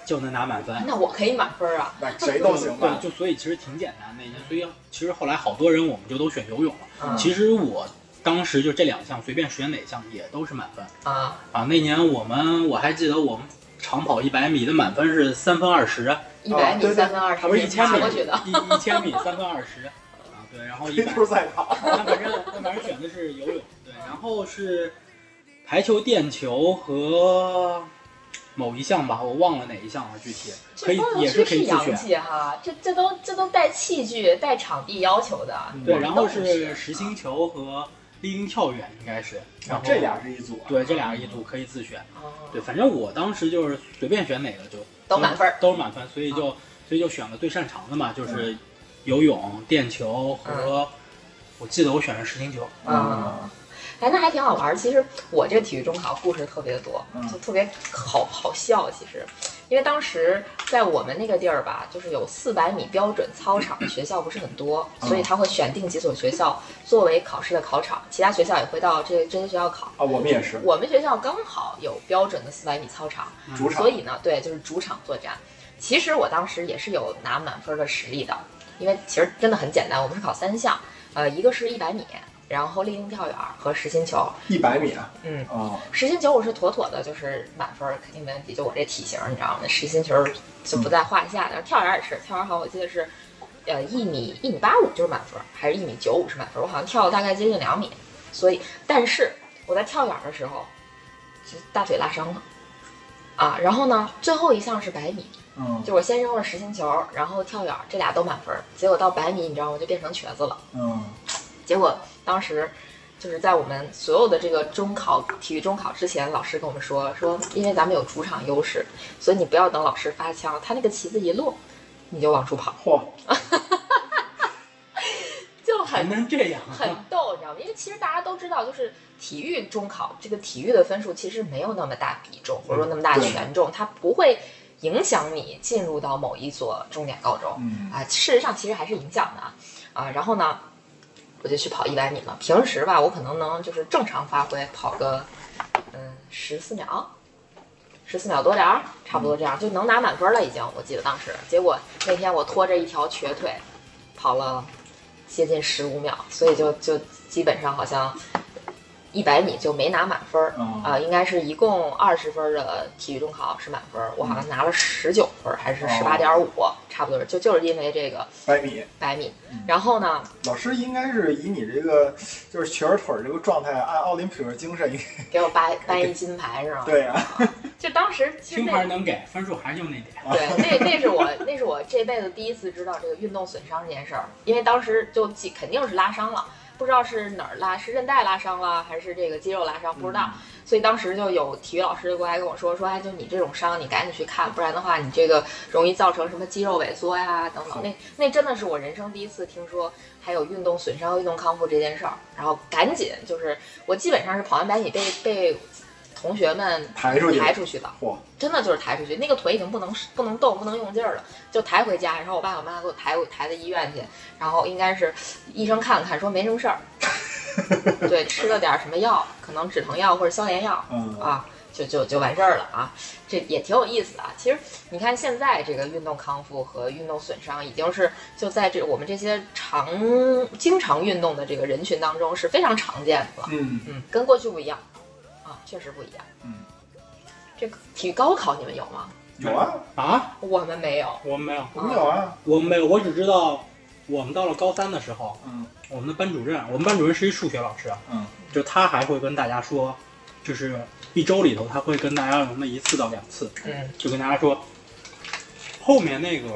[SPEAKER 3] 就能拿满分。
[SPEAKER 1] 那我可以满分啊。
[SPEAKER 2] 那谁都行吧？
[SPEAKER 3] 对，就所以其实挺简单的，也所以其实后来好多人我们就都选游泳了。
[SPEAKER 1] 嗯
[SPEAKER 3] 其实我当时就这两项随便选哪项也都是满分
[SPEAKER 1] 啊，
[SPEAKER 3] 啊。那年我们我还记得我们长跑一百米的满分是三分二十，
[SPEAKER 1] 一百
[SPEAKER 2] 啊
[SPEAKER 1] 米
[SPEAKER 2] 对对
[SPEAKER 1] 三分二十，
[SPEAKER 3] 不是一千米
[SPEAKER 1] 爬过去的。
[SPEAKER 3] 一一千米三分二十啊，对，然后一
[SPEAKER 2] 飞
[SPEAKER 3] 百
[SPEAKER 2] 猪赛跑，
[SPEAKER 3] 那反正那反正选的是游泳，对，然后是排球、电球和某一项吧，我忘了哪一项了，具体可
[SPEAKER 1] 这
[SPEAKER 3] 以
[SPEAKER 1] 包邮
[SPEAKER 3] 也
[SPEAKER 1] 区
[SPEAKER 3] 是可
[SPEAKER 1] 是
[SPEAKER 3] 以自
[SPEAKER 1] 洋
[SPEAKER 3] 选。
[SPEAKER 1] 气哈，这这都这都带器具、带场地要求的。
[SPEAKER 3] 对，然后
[SPEAKER 1] 都不
[SPEAKER 3] 是
[SPEAKER 1] 是
[SPEAKER 3] 实心球和立定跳远，应该是。然后
[SPEAKER 2] 哦嗯这俩是一组啊。
[SPEAKER 3] 对，这俩一组可以自选。
[SPEAKER 1] 哦
[SPEAKER 3] 对，反正我当时就是随便选哪个就
[SPEAKER 1] 都满分儿，嗯
[SPEAKER 3] 都是满分，所以就所以就选了最擅长的嘛，就是游泳、电球和
[SPEAKER 1] 嗯
[SPEAKER 3] 我记得我选了实心球。
[SPEAKER 1] 啊，哎，那还挺好玩儿。其实我这个体育中考故事特别多
[SPEAKER 2] 嗯，
[SPEAKER 1] 就特别好好笑。其实，因为当时在我们那个地儿吧，就是有四百米标准操场，学校不是很多，
[SPEAKER 2] 嗯
[SPEAKER 1] 所以他会选定几所学校作为考试的考场，其他学校也会到这这些学校考。
[SPEAKER 2] 啊，我们也是
[SPEAKER 1] 我们学校刚好有标准的四百米操场，
[SPEAKER 2] 主场
[SPEAKER 1] 嗯所，以呢，对，就是主场作战。其实我当时也是有拿满分的实力的，因为其实真的很简单，我们是考三项，呃，一个是一百米，然后立定跳远和实心球。
[SPEAKER 2] 一百米啊，
[SPEAKER 1] 嗯，
[SPEAKER 2] 哦，
[SPEAKER 1] 实心球我是妥妥的，就是满分儿肯定没问题。就我这体型，你知道吗？实心球就不在话下。然后跳远也是，跳远好像我记得是，呃，一米一米八五就是满分儿，还是一米九五是满分儿？我好像跳了大概接近两米。所以，但是我在跳远的时候，就大腿拉伤了啊。然后呢，最后一项是百米，
[SPEAKER 2] 嗯
[SPEAKER 1] 就我先扔了实心球，然后跳远，这俩都满分儿。结果到百米，你知道吗？就变成瘸子了。
[SPEAKER 2] 嗯，
[SPEAKER 1] 结果当时就是在我们所有的这个中考体育中考之前，老师跟我们说说，因为咱们有主场优势，所以你不要等老师发枪，他那个旗子一落，你就往出跑，
[SPEAKER 2] 嚯，
[SPEAKER 1] 就
[SPEAKER 3] 还
[SPEAKER 1] 很。
[SPEAKER 3] 能这样啊？
[SPEAKER 1] 很逗，你知道吗？因为其实大家都知道，就是体育中考这个体育的分数其实没有那么大比重，或者说那么大
[SPEAKER 2] 对
[SPEAKER 1] 权重，它不会影响你进入到某一所重点高中。
[SPEAKER 2] 嗯
[SPEAKER 1] 啊，事实上其实还是影响的啊啊。然后呢，我就去跑一百米了。平时吧，我可能能就是正常发挥，跑个嗯十四秒，十四秒多点儿，差不多这样、就能拿满分了。已经，我记得当时。结果那天我拖着一条瘸腿，跑了接近十五秒，所以就就基本上好像一百米就没拿满分儿。
[SPEAKER 2] 啊，
[SPEAKER 1] 啊、应该是一共二十分的体育中考是满分，我好像拿了十九分还是十八点五，差不多就就是因为这个
[SPEAKER 2] 百米，
[SPEAKER 1] 百米
[SPEAKER 2] 嗯。
[SPEAKER 1] 然后呢，
[SPEAKER 2] 老师应该是以你这个就是瘸着腿儿这个状态，按奥林匹克精神，
[SPEAKER 1] 给我颁颁一金牌 是吗？，
[SPEAKER 2] 对啊，
[SPEAKER 1] 就当时其实
[SPEAKER 3] 听牌
[SPEAKER 1] 那
[SPEAKER 3] 能给，分数还就那点。
[SPEAKER 1] 对那那是我那是我这辈子第一次知道这个运动损伤这件事儿，因为当时就记肯定是拉伤了。不知道是哪儿拉，是韧带拉伤了，还是这个肌肉拉伤，不知道。
[SPEAKER 2] 嗯
[SPEAKER 1] 所以当时就有体育老师就过来跟我说，说哎，就你这种伤，你赶紧去看，不然的话，你这个容易造成什么肌肉萎缩呀等等。那那真的是我人生第一次听说还有运动损伤、运动康复这件事儿。然后赶紧就是我基本上是跑完百米被被同学们
[SPEAKER 2] 抬出去
[SPEAKER 1] 抬出去的，
[SPEAKER 2] 嚯，
[SPEAKER 1] 真的就是抬出去，那个腿已经不能不能动、不能用劲儿了，就抬回家。然后我爸我妈给我抬回抬到医院去，然后应该是医生看了看，说没什么事儿，对，吃了点儿什么药，可能止疼药或者消炎药
[SPEAKER 2] 嗯，
[SPEAKER 1] 啊，就就就完事儿了啊。这也挺有意思啊。其实你看现在这个运动康复和运动损伤，已经是就在这我们这些常经常运动的这个人群当中是非常常见的了。
[SPEAKER 2] 嗯，
[SPEAKER 1] 嗯，跟过去不一样啊，确实不一样。
[SPEAKER 2] 嗯，
[SPEAKER 1] 这个体育高考你们有吗？
[SPEAKER 2] 有啊，
[SPEAKER 3] 啊，
[SPEAKER 1] 我们没有。
[SPEAKER 3] 我们没有，
[SPEAKER 2] 我们有啊，
[SPEAKER 3] 我们没有，我只知道我们到了高三的时候，
[SPEAKER 2] 嗯
[SPEAKER 3] 我们的班主任，我们班主任是一数学老师，啊
[SPEAKER 2] 嗯，
[SPEAKER 3] 就他还会跟大家说，就是一周里头他会跟大家有那么一次到两次，
[SPEAKER 1] 嗯
[SPEAKER 3] 就跟大家说，后面那个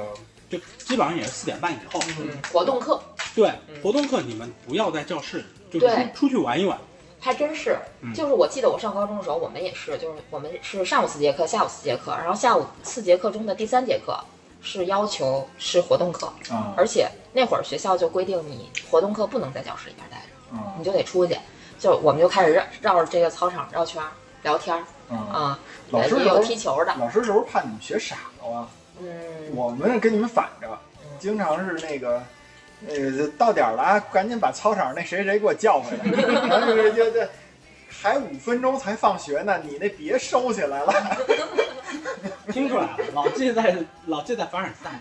[SPEAKER 3] 就基本上也是四点半以后，
[SPEAKER 1] 嗯，活动课
[SPEAKER 3] 对
[SPEAKER 1] 嗯
[SPEAKER 3] 活动课你们不要在教室里，就是
[SPEAKER 1] 对
[SPEAKER 3] 出出去玩一玩，
[SPEAKER 1] 还真是
[SPEAKER 3] 嗯，
[SPEAKER 1] 就是我记得我上高中的时候，我们也是，就是我们是上午四节课，下午四节课，然后下午四节课中的第三节课是要求是活动课，
[SPEAKER 2] 啊，
[SPEAKER 1] 而且那会儿学校就规定你活动课不能在教室里边待着，
[SPEAKER 2] 嗯
[SPEAKER 1] 你就得出去，就我们就开始绕绕着这个操场绕圈儿聊天儿
[SPEAKER 2] 嗯，
[SPEAKER 1] 啊，
[SPEAKER 2] 老师
[SPEAKER 1] 也
[SPEAKER 2] 是
[SPEAKER 1] 有
[SPEAKER 2] 不
[SPEAKER 1] 踢
[SPEAKER 2] 是
[SPEAKER 1] 球的，
[SPEAKER 2] 老师是不是怕你们学傻了啊？
[SPEAKER 1] 嗯，
[SPEAKER 2] 我们跟你们反着，经常是那个，呃，到点儿了啊，赶紧把操场那谁谁给我叫回来，然后就是就就还五分钟才放学呢，你那别收起来了。
[SPEAKER 3] 听出来了， 老记在老记在凡尔赛，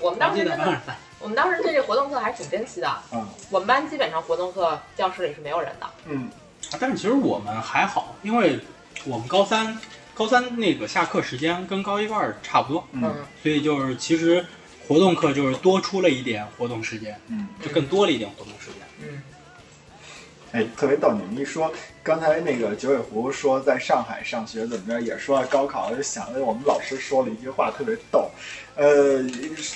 [SPEAKER 1] 我们
[SPEAKER 3] 老
[SPEAKER 1] 当
[SPEAKER 3] 记
[SPEAKER 1] 时
[SPEAKER 3] 在
[SPEAKER 1] 真
[SPEAKER 3] 凡
[SPEAKER 1] 的
[SPEAKER 3] 尔，赛，
[SPEAKER 1] 我们当时对这活动课还是挺珍惜的。
[SPEAKER 2] 嗯
[SPEAKER 1] 我们班基本上活动课教室里是没有人的。
[SPEAKER 2] 嗯
[SPEAKER 3] 啊但是其实我们还好，因为我们高三高三那个下课时间跟高一高二差不多，
[SPEAKER 2] 嗯
[SPEAKER 3] 所以就是其实活动课就是多出了一点活动时间，
[SPEAKER 2] 嗯，
[SPEAKER 3] 就更多了一点活动时间。
[SPEAKER 1] 嗯
[SPEAKER 2] 哎，特别逗，你们一说，刚才那个九尾狐说在上海上学怎么着，也说到高考，就想着我们老师说了一句话，特别逗。呃，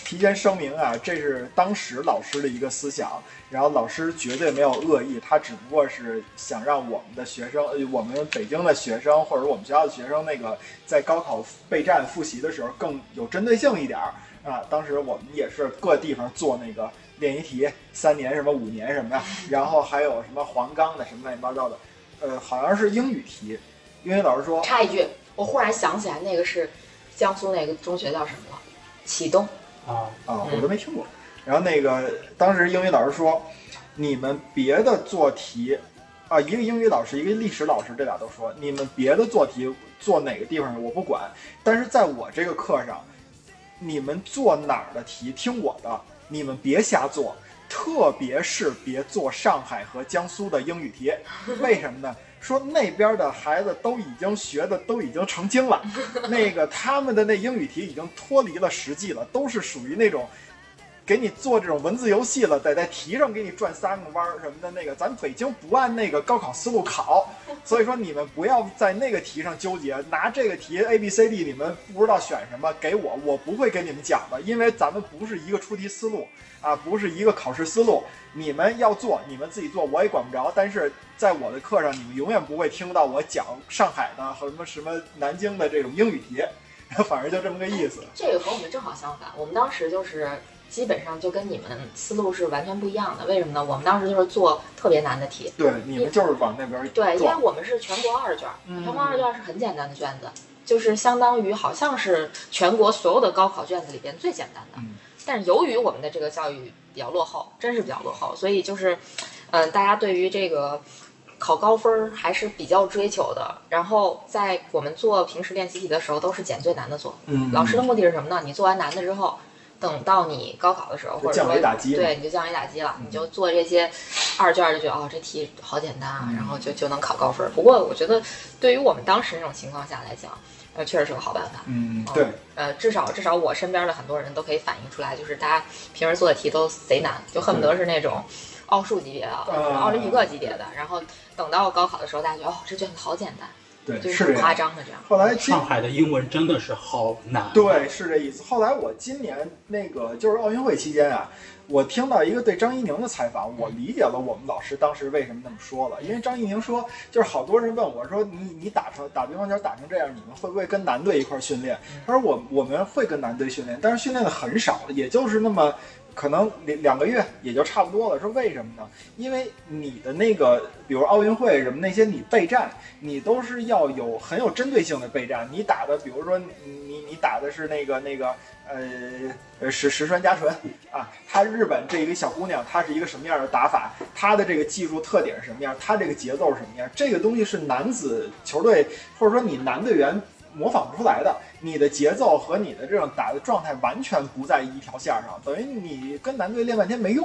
[SPEAKER 2] 提前声明啊，这是当时老师的一个思想，然后老师绝对没有恶意，他只不过是想让我们的学生，呃，我们北京的学生或者我们学校的学生，那个在高考备战复习的时候更有针对性一点儿啊。当时我们也是各地方做那个练习题，三年什么五年什么的，然后还有什么黄冈的什么乱七八糟的，呃，好像是英语题，英语老师说
[SPEAKER 1] 插一句，我忽然想起来那个是江苏那个中学叫什么了？启东。
[SPEAKER 3] 啊，
[SPEAKER 2] 啊，
[SPEAKER 1] 嗯
[SPEAKER 2] 我都没听过。然后那个当时英语老师说，你们别的做题，啊，一个英语老师，一个历史老师，这俩都说，你们别的做题做哪个地方我不管，但是在我这个课上，你们做哪儿的题听我的，你们别瞎做。特别是别做上海和江苏的英语题，为什么呢？说那边的孩子都已经学的都已经成精了，那个他们的那英语题已经脱离了实际了，都是属于那种给你做这种文字游戏了，在在题上给你转三个弯儿什么的那个。咱北京不按那个高考思路考，所以说你们不要在那个题上纠结，拿这个题 A B C D 你们不知道选什么给我，我不会跟你们讲的，因为咱们不是一个出题思路。啊，不是一个考试思路。你们要做，你们自己做，我也管不着。但是在我的课上，你们永远不会听到我讲上海的和什么什么南京的这种英语题， 反正就这么个意思。
[SPEAKER 1] 这个和我们正好相反，我们当时就是基本上就跟你们思路是完全不一样的。为什么呢？我们当时就是做特别难的题，
[SPEAKER 2] 对，你们就是往那边
[SPEAKER 1] 对，因为
[SPEAKER 2] 做。
[SPEAKER 1] 我们是全国二卷，
[SPEAKER 2] 嗯
[SPEAKER 1] 全国二卷是很简单的卷子，就是相当于好像是全国所有的高考卷子里边最简单的。
[SPEAKER 2] 嗯
[SPEAKER 1] 但是由于我们的这个教育比较落后，真是比较落后，所以就是，嗯、大家对于这个考高分儿还是比较追求的。然后在我们做平时练习题的时候，都是捡最难的做。
[SPEAKER 2] 嗯，
[SPEAKER 1] 老师的目的是什么呢？你做完难的之后，等到你高考的时候，
[SPEAKER 2] 就
[SPEAKER 1] 或者
[SPEAKER 2] 降维
[SPEAKER 1] 说
[SPEAKER 2] 打击
[SPEAKER 1] 对，你就降维打击了，
[SPEAKER 2] 嗯
[SPEAKER 1] 你就做这些二卷儿就觉得哦，这题好简单
[SPEAKER 2] 嗯
[SPEAKER 1] 啊，然后就就能考高分儿。不过我觉得，对于我们当时那种情况下来讲，呃，确实是个好办法。
[SPEAKER 2] 嗯，对，
[SPEAKER 1] 呃，至少至少我身边的很多人都可以反映出来，就是大家平时做的题都贼难，就恨不得是那种奥数级别的、
[SPEAKER 2] 嗯啊
[SPEAKER 1] 奥林匹克级别的，然后等到高考的时候，大家觉得哦，这卷子好简单，
[SPEAKER 2] 对，
[SPEAKER 1] 就是很
[SPEAKER 2] 这
[SPEAKER 1] 夸
[SPEAKER 2] 样。
[SPEAKER 1] 张的这样。
[SPEAKER 2] 后来其实
[SPEAKER 3] 上海的英文真的是好难。，
[SPEAKER 2] 对，是这意思。后来我今年那个就是奥运会期间啊，我听到一个对张怡宁的采访，我理解了我们老师当时为什么那么说了。因为张怡宁说，就是好多人问我说，你你打成打乒乓球打成这样，你们会不会跟男队一块儿训练？他说我我们会跟男队训练，但是训练的很少，也就是那么。可能两两个月也就差不多了，说为什么呢？因为你的那个，比如奥运会什么那些，你备战，你都是要有很有针对性的备战。你打的，比如说你你你打的是那个那个呃呃石石川佳纯啊，她日本这一个小姑娘，她是一个什么样的打法？她的这个技术特点是什么样？她这个节奏是什么样？这个东西是男子球队或者说你男队员模仿不出来的。你的节奏和你的这种打的状态完全不在一条线上，等于你跟男队练半天没用。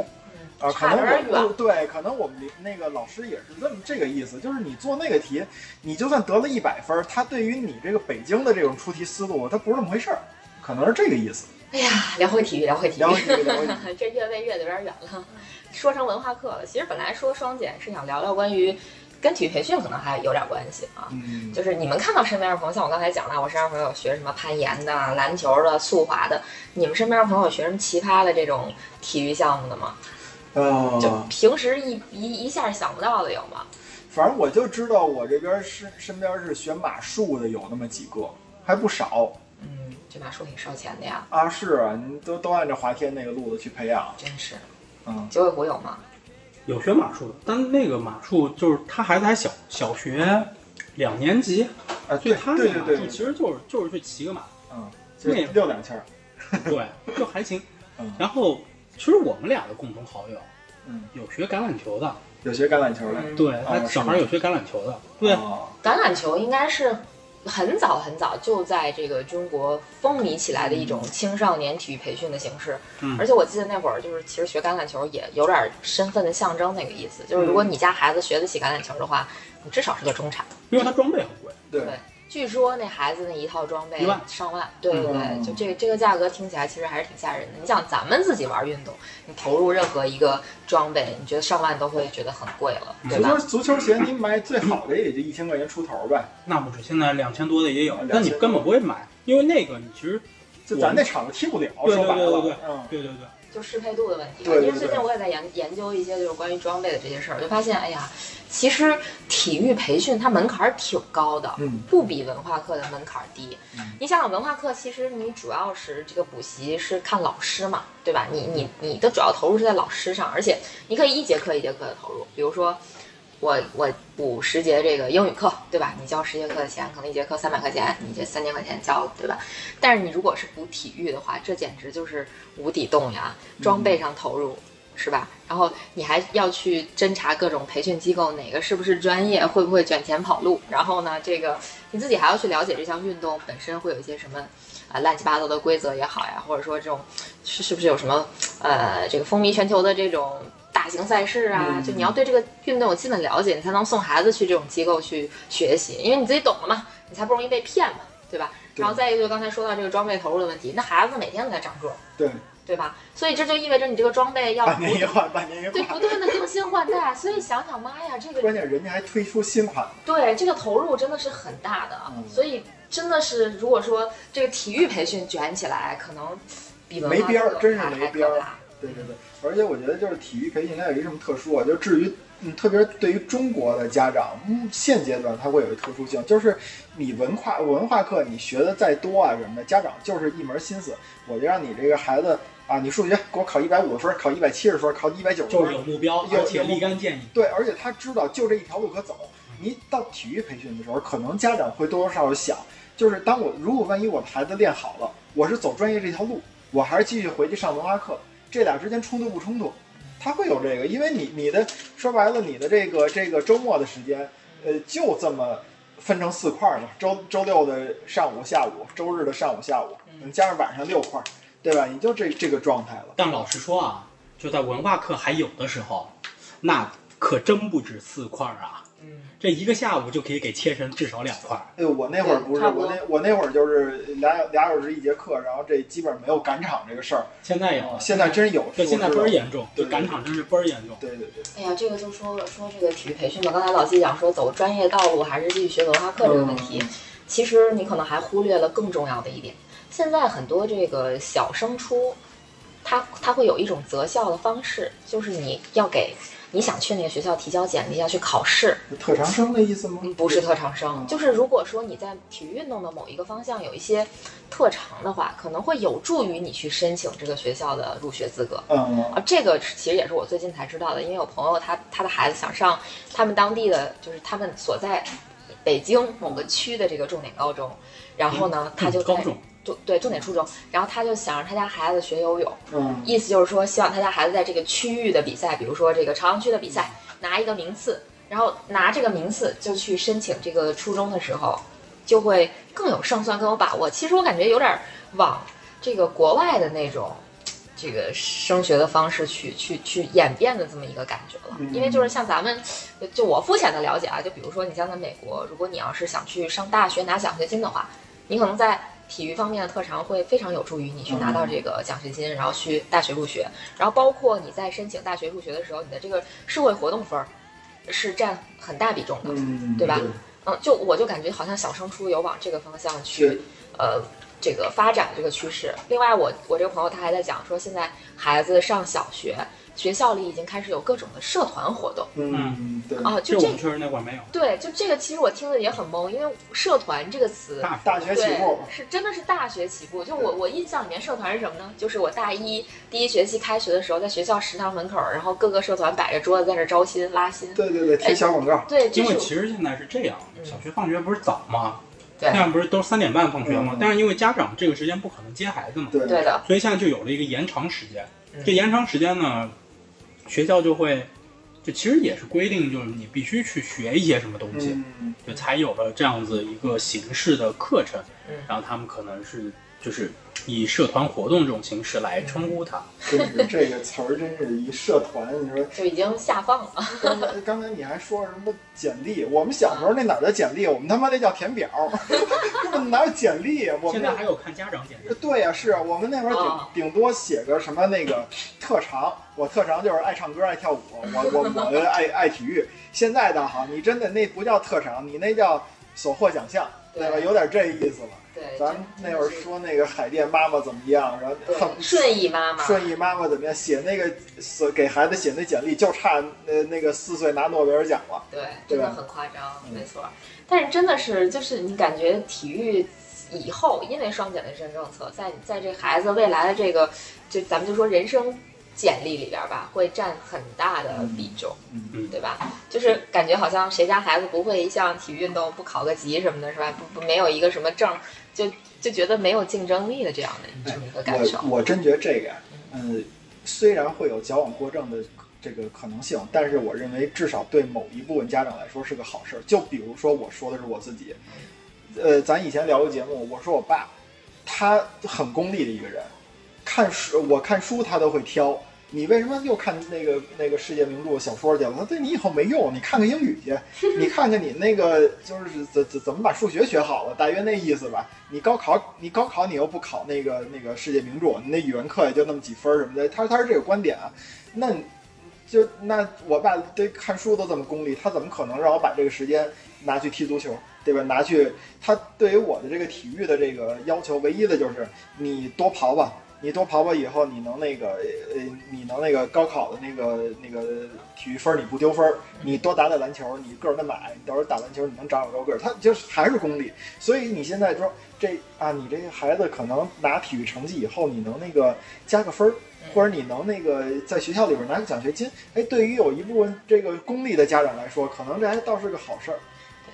[SPEAKER 2] 啊，
[SPEAKER 1] 嗯
[SPEAKER 2] 可
[SPEAKER 1] 差
[SPEAKER 2] 能
[SPEAKER 1] 得有点
[SPEAKER 2] 我对，可能我们那个老师也是这么这个意思，就是你做那个题，你就算得了一百分儿，他对于你这个北京的这种出题思路，他不是那么回事儿，可能是这个意思。
[SPEAKER 1] 哎呀，聊回体育，聊回体育，
[SPEAKER 2] 聊回体育聊回体
[SPEAKER 1] 这越位越的有点远了， 说成文化课了。其实本来说双减是想聊聊关于跟体育培训可能还有点关系啊。
[SPEAKER 2] 嗯，
[SPEAKER 1] 就是你们看到身边的朋友，像我刚才讲了，我身边朋友学什么攀岩的、篮球的、速滑的，你们身边朋友学什么奇葩的这种体育项目的吗？就
[SPEAKER 2] 呃，
[SPEAKER 1] 平时一一一下想不到的有吗？
[SPEAKER 2] 反正我就知道我这边身身边是学马术的有那么几个，还不少
[SPEAKER 1] 嗯，这马术挺烧钱的呀，
[SPEAKER 2] 啊。是啊，你都都按照华天那个路子去培养，
[SPEAKER 1] 真是。
[SPEAKER 2] 嗯，
[SPEAKER 1] 九尾狐有吗？
[SPEAKER 3] 有学马术的，但那个马术就是他孩子还小，小学两年级，
[SPEAKER 2] 啊，
[SPEAKER 3] 所以
[SPEAKER 2] 对
[SPEAKER 3] 他
[SPEAKER 2] 对
[SPEAKER 3] 那
[SPEAKER 2] 对
[SPEAKER 3] 马
[SPEAKER 2] 对，
[SPEAKER 3] 术其实就是就是去骑 个马，
[SPEAKER 2] 嗯，就
[SPEAKER 3] 那
[SPEAKER 2] 六两千儿，
[SPEAKER 3] 对，就还行
[SPEAKER 2] 嗯。
[SPEAKER 3] 然后其实我们俩的共同好友
[SPEAKER 2] 嗯，
[SPEAKER 3] 有学橄榄球的，
[SPEAKER 2] 有学橄榄球的，
[SPEAKER 3] 对
[SPEAKER 2] 啊
[SPEAKER 3] 他小孩有学橄榄球的，对啊
[SPEAKER 2] 哦
[SPEAKER 1] 橄榄球应该是很早很早就在这个中国风靡起来的一种青少年体育培训的形式。
[SPEAKER 3] 嗯
[SPEAKER 1] 而且我记得那会儿就是，其实学橄榄球也有点身份的象征那个意思，就是如
[SPEAKER 3] 嗯
[SPEAKER 1] 果你家孩子学得起橄榄球的话，你至少是个中产。
[SPEAKER 3] 因为他装备很贵。
[SPEAKER 2] 对
[SPEAKER 1] 对据说那孩子那一套装备
[SPEAKER 3] 一万
[SPEAKER 1] 上万，对对
[SPEAKER 2] 嗯
[SPEAKER 1] 对，就这个这个价格听起来其实还是挺吓人的。你想咱们自己玩运动，你投入任何一个装备，你觉得上万都会觉得很贵了，
[SPEAKER 3] 嗯
[SPEAKER 1] 对
[SPEAKER 2] 足
[SPEAKER 1] 吧
[SPEAKER 2] 球？足球鞋你买最好的也就一千块钱出头呗，
[SPEAKER 3] 那不止，现在两千多的也有
[SPEAKER 2] 2000，
[SPEAKER 3] 但你根本不会买，因为那个你其实
[SPEAKER 2] 就咱那场子踢不了，
[SPEAKER 3] 对
[SPEAKER 2] 说白
[SPEAKER 3] 对对对
[SPEAKER 2] 了
[SPEAKER 3] 对，
[SPEAKER 2] 嗯，
[SPEAKER 3] 对对对，
[SPEAKER 1] 就适配度的问题。
[SPEAKER 2] 对
[SPEAKER 1] 因
[SPEAKER 2] 对
[SPEAKER 1] 为最
[SPEAKER 2] 对
[SPEAKER 1] 近我也在研研究一些就是关于装备的这些事儿，我就发现，哎呀，其实体育培训它门槛儿挺高的。
[SPEAKER 2] 嗯
[SPEAKER 1] 不比文化课的门槛儿低
[SPEAKER 2] 嗯。
[SPEAKER 1] 你想想，文化课其实你主要是这个补习是看老师嘛，对吧？
[SPEAKER 2] 嗯
[SPEAKER 1] 你你你的主要投入是在老师上，而且你可以一节课一节课的投入。比如说，我我补十节这个英语课，对吧？你交十节课的钱，可能一节课三百块钱，你这三千块钱交了，对吧？但是你如果是补体育的话，这简直就是无底洞呀！装
[SPEAKER 2] 嗯
[SPEAKER 1] 备上投入、是吧？然后你还要去侦查各种培训机构，哪个是不是专业，会不会卷钱跑路？然后呢，这个你自己还要去了解这项运动本身会有一些什么啊乱七八糟的规则也好呀，或者说这种是是不是有什么呃这个风靡全球的这种大型赛事啊，
[SPEAKER 2] 嗯
[SPEAKER 1] 就你要对这个运动有基本了解，你才能送孩子去这种机构去学习，因为你自己懂了嘛，你才不容易被骗嘛，对吧？
[SPEAKER 2] 对
[SPEAKER 1] 然后再一个就刚才说到这个装备投入的问题，那孩子每天都在长个儿，
[SPEAKER 2] 对，
[SPEAKER 1] 对吧？所以这就意味着你这个装备要
[SPEAKER 2] 半
[SPEAKER 1] 不
[SPEAKER 2] 年一换，半年一
[SPEAKER 1] 对
[SPEAKER 2] 换。
[SPEAKER 1] 不断的更新换代，所以想想妈呀，这个
[SPEAKER 2] 关键人家还推出新款，
[SPEAKER 1] 对，这个投入真的是很大的，啊
[SPEAKER 2] 嗯，
[SPEAKER 1] 所以真的是，如果说这个体育培训卷起来，可能比文化
[SPEAKER 2] 没边儿
[SPEAKER 1] 这个
[SPEAKER 2] 真是
[SPEAKER 1] 还
[SPEAKER 2] 没
[SPEAKER 1] 还
[SPEAKER 2] 边儿
[SPEAKER 1] 可怕
[SPEAKER 2] 对对对，而且我觉得就是体育培训它有一个什么特殊啊，就至于嗯，特别是对于中国的家长，嗯，现阶段它会有一个特殊性，就是你文化文化课你学的再多啊什么的，家长就是一门心思，我就让你这个孩子啊，你数学给我考一百五十分，考一百七十分，考一百九十分，
[SPEAKER 3] 就是有目标，
[SPEAKER 2] 有
[SPEAKER 3] 而且
[SPEAKER 2] 有目
[SPEAKER 3] 立竿见影。
[SPEAKER 2] 对，而且他知道就这一条路可走。你到体育培训的时候，可能家长会多多少少想，就是当我如果万一我的孩子练好了，我是走专业这条路，我还是继续回去上文化课，这俩之间冲突不冲突？他会有这个，因为你你的说白了，你的这个这个周末的时间，呃，就这么分成四块儿嘛，周周六的上午、下午，周日的上午、下午，
[SPEAKER 1] 嗯
[SPEAKER 2] 加上晚上六块儿，对吧？你就这这个状态了。
[SPEAKER 3] 但老实说啊，就在文化课还有的时候，那可真不止四块儿啊！
[SPEAKER 1] 嗯，
[SPEAKER 3] 这一个下午就可以给切成至少两块儿。
[SPEAKER 2] 哎呦，我那会儿不
[SPEAKER 1] 对
[SPEAKER 2] 是，
[SPEAKER 1] 差不
[SPEAKER 2] 我
[SPEAKER 1] 多
[SPEAKER 2] 那我那会儿就是俩俩小时一节课，然后这基本上没有赶场这个事儿。
[SPEAKER 3] 哦现在有，啊
[SPEAKER 2] 现在真有，
[SPEAKER 3] 对，
[SPEAKER 2] 我
[SPEAKER 3] 现在
[SPEAKER 2] 知
[SPEAKER 3] 倍
[SPEAKER 2] 道
[SPEAKER 3] 儿严重，
[SPEAKER 2] 对
[SPEAKER 3] 对赶场真是倍儿严重。
[SPEAKER 2] 对对对，
[SPEAKER 1] 哎呀，这个就说说这个体育培训吧，刚才老季讲说走专业道路还是继续学文化课这个问
[SPEAKER 2] 嗯
[SPEAKER 1] 题，其实你可能还忽略了更重要的一点，现在很多这个小升初，他他会有一种择校的方式，就是你要给你想去那个学校提交简历，要去考试，
[SPEAKER 2] 是特长生的意思吗？
[SPEAKER 1] 不是特长生啊
[SPEAKER 2] 嗯，
[SPEAKER 1] 就是如果说你在体育运动的某一个方向有一些特长的话，可能会有助于你去申请这个学校的入学资格。
[SPEAKER 2] 嗯，
[SPEAKER 1] 啊，这个其实也是我最近才知道的，因为有朋友他他的孩子想上他们当地的，就是他们所在北京某个区的这个重点高中，然后呢，他就在
[SPEAKER 3] 高中，
[SPEAKER 1] 重对重点初中，然后他就想让他家孩子学游泳，
[SPEAKER 2] 嗯
[SPEAKER 1] 意思就是说，希望他家孩子在这个区域的比赛，比如说这个朝阳区的比赛，拿一个名次，然后拿这个名次就去申请这个初中的时候，就会更有胜算，更有把握。其实我感觉有点儿往这个国外的那种这个升学的方式去去去演变的这么一个感觉了
[SPEAKER 2] 嗯，
[SPEAKER 1] 因为就是像咱们，就我肤浅的了解啊，就比如说你像在美国，如果你要是想去上大学拿奖学金的话，你可能在体育方面的特长会非常有助于你去拿到这个奖学金，然后去大学入学，然后包括你在申请大学入学的时候，你的这个社会活动分儿是占很大比重的。
[SPEAKER 2] 嗯，
[SPEAKER 1] 对吧嗯，就我就感觉好像小升初有往这个方向去，呃，这个发展这个趋势。另外我，我这个朋友他还在讲说，现在孩子上小学，学校里已经开始有各种的社团活动
[SPEAKER 2] 嗯，对。
[SPEAKER 1] 啊，就
[SPEAKER 3] 我
[SPEAKER 1] 这
[SPEAKER 3] 们确实那会儿没有。
[SPEAKER 1] 对，就这个其实我听的也很懵，因为社团这个词。
[SPEAKER 3] 大
[SPEAKER 2] 大学起
[SPEAKER 1] 对
[SPEAKER 2] 步，，
[SPEAKER 1] 是真的是大学起步。就我我印象里面，社团是什么呢？就是我大一第一学期开学的时候，在学校食堂门口，然后各个社团摆着桌子在那儿招新拉新。
[SPEAKER 2] 对对对，
[SPEAKER 1] 哎
[SPEAKER 2] 贴小广告，
[SPEAKER 1] 对，这
[SPEAKER 3] 因为
[SPEAKER 1] 是
[SPEAKER 3] 其实现在是这样，
[SPEAKER 1] 嗯
[SPEAKER 3] 小学放学不是早吗？
[SPEAKER 1] 对
[SPEAKER 3] 那样不是都是三点半放学吗
[SPEAKER 2] 嗯？
[SPEAKER 3] 但是因为家长这个时间不可能接孩子嘛，
[SPEAKER 2] 对
[SPEAKER 1] 对的，
[SPEAKER 3] 所以现在就有了一个延长时间
[SPEAKER 1] 嗯。
[SPEAKER 3] 这延长时间呢，学校就会，就其实也是规定，就是你必须去学一些什么东西，
[SPEAKER 2] 嗯，
[SPEAKER 3] 就才有了这样子一个形式的课程
[SPEAKER 1] 嗯。
[SPEAKER 3] 然后他们可能是就是以社团活动这种形式来称呼它。
[SPEAKER 2] 真是这个词儿，真是一社团。你说
[SPEAKER 1] 就已经下放了。
[SPEAKER 2] 刚才刚才你还说什么简历？我们小时候那哪儿叫简历？我们他妈那叫填表， 根本哪有简历啊？我们
[SPEAKER 3] 现
[SPEAKER 2] 那
[SPEAKER 3] 在还有看家长简历，
[SPEAKER 2] 对呀、是啊我们那会儿顶、
[SPEAKER 1] 啊
[SPEAKER 2] 顶多写个什么那个特长，我特长就是爱唱歌、爱跳舞，我我我爱爱体育。现在倒好，你真的那不叫特长，你那叫所获奖项，对吧？
[SPEAKER 1] 对
[SPEAKER 2] 有点这意思了。
[SPEAKER 1] 对，
[SPEAKER 2] 咱们那会儿说那个海淀妈妈怎么样，然后
[SPEAKER 1] 对
[SPEAKER 2] 恨
[SPEAKER 1] 顺义妈妈，
[SPEAKER 2] 顺义妈妈怎么样，写那个所给孩子写那简历，就差呃那个四岁拿诺贝尔奖了。
[SPEAKER 1] 对，
[SPEAKER 2] 对
[SPEAKER 1] 真
[SPEAKER 2] 吧
[SPEAKER 1] 的很夸张，
[SPEAKER 2] 嗯
[SPEAKER 1] 没错。但是真的是，就是你感觉体育以后，因为双减的政政策，在在这孩子未来的这个，就咱们就说人生简历里边吧，会占很大的比重，
[SPEAKER 2] 嗯
[SPEAKER 3] 嗯
[SPEAKER 1] 对吧？就是感觉好像谁家孩子不会一项体育运动，不考个级什么的，是吧？不不没有一个什么证，就就觉得没有竞争力的这样的一个感受
[SPEAKER 2] 哎我。我真觉得这个呀，嗯，虽然会有矫枉过正的这个可能性，但是我认为至少对某一部分家长来说是个好事儿。就比如说我说的是我自己，呃，咱以前聊过节目，我说我爸，他很功利的一个人，看书我看书他都会挑。你为什么又看那个那个世界名著小说去了？他对你以后没用，你看看英语去，你看看你那个就是怎怎怎么把数学学好了，大约那意思吧。你高考你高考你又不考那个那个世界名著，你那语文课也就那么几分儿什么的。他他是这个观点啊，那就那我爸对看书都这么功利，他怎么可能让我把这个时间拿去踢足球，对吧？拿去他对于我的这个体育的这个要求，唯一的就是你多跑跑，你多跑跑以后，你能那个呃，你能那个高考的那个那个体育分儿你不丢分儿，你多打打篮球，你个儿再买，你到时候打篮球你能长长高个儿，他就是还是功利。所以你现在说这啊，你这个孩子可能拿体育成绩以后，你能那个加个分儿，或者你能那个在学校里边拿个奖学金，哎，对于有一部分这个功利的家长来说，可能这还倒是个好事儿。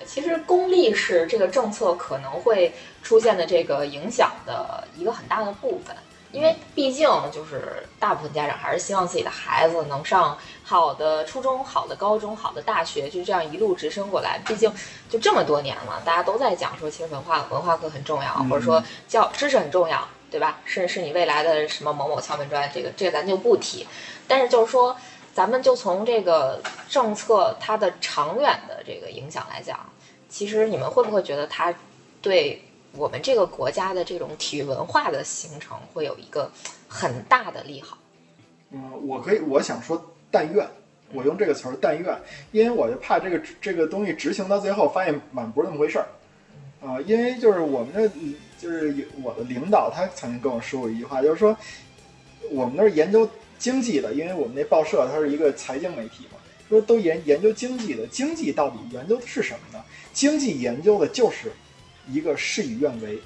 [SPEAKER 1] 其实功利是这个政策可能会出现的这个影响的一个很大的部分，因为毕竟就是大部分家长还是希望自己的孩子能上好的初中、好的高中、好的大学，就这样一路直升过来。毕竟就这么多年了，大家都在讲说，其实文化文化课很重要，或者说教知识很重要，对吧？是是你未来的什么某某敲门砖，这个这个咱就不提。但是就是说。咱们就从这个政策它的长远的这个影响来讲，其实你们会不会觉得它对我们这个国家的这种体育文化的形成会有一个很大的利好？
[SPEAKER 2] 嗯，我可以，我想说，但愿我用这个词儿“但愿”，因为我就怕这个这个东西执行到最后，发现满不是那么回事儿。啊、因为就是我们的，就是我的领导他曾经跟我说过一句话，就是说我们都是研究经济的，因为我们那报社它是一个财经媒体嘛，说都研研究经济的，经济到底研究的是什么呢？经济研究的就是一个事与愿违，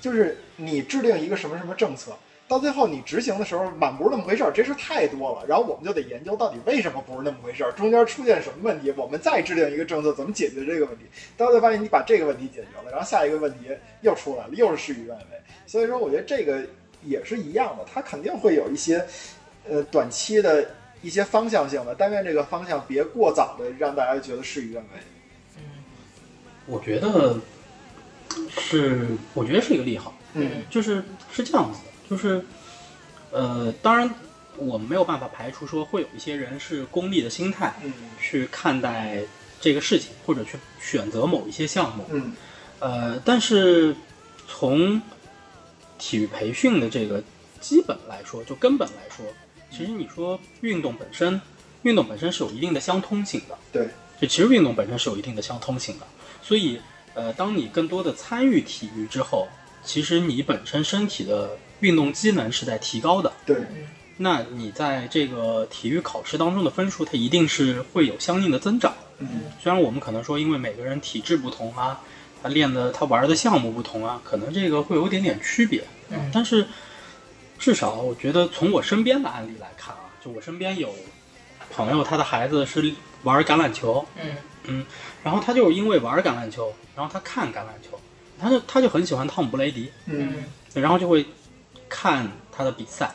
[SPEAKER 2] 就是你制定一个什么什么政策，到最后你执行的时候满不是那么回事儿，这事太多了，然后我们就得研究到底为什么不是那么回事儿，中间出现什么问题，我们再制定一个政策怎么解决这个问题，到最后发现你把这个问题解决了，然后下一个问题又出来了，又是事与愿违，所以说我觉得这个也是一样的，它肯定会有一些呃短期的一些方向性的，但愿这个方向别过早的让大家觉得事与愿违。
[SPEAKER 3] 我觉得是，我觉得是一个利好，
[SPEAKER 2] 嗯
[SPEAKER 3] 就是是这样子的，就是呃，当然我们没有办法排除说会有一些人是功利的心态
[SPEAKER 2] 嗯
[SPEAKER 3] 去看待这个事情，或者去选择某一些项目，
[SPEAKER 2] 嗯
[SPEAKER 3] 呃，但是从体育培训的这个基本来说，就根本来说，其实你说运动本身，运动本身是有一定的相通性的。
[SPEAKER 2] 对，
[SPEAKER 3] 就其实运动本身是有一定的相通性的，所以呃，当你更多的参与体育之后，其实你本身身体的运动机能是在提高的。
[SPEAKER 2] 对，
[SPEAKER 3] 那你在这个体育考试当中的分数，它一定是会有相应的增长。
[SPEAKER 2] 嗯
[SPEAKER 3] 虽然我们可能说，因为每个人体质不同啊，他练的他玩的项目不同啊，可能这个会有点点区别。
[SPEAKER 1] 嗯
[SPEAKER 3] 但是至少我觉得从我身边的案例来看啊，就我身边有朋友，他的孩子是玩橄榄球，
[SPEAKER 1] 嗯
[SPEAKER 3] 然后他就是因为玩橄榄球，然后他看橄榄球，他就他就很喜欢汤姆布雷迪，
[SPEAKER 2] 嗯
[SPEAKER 3] 然后就会看他的比赛，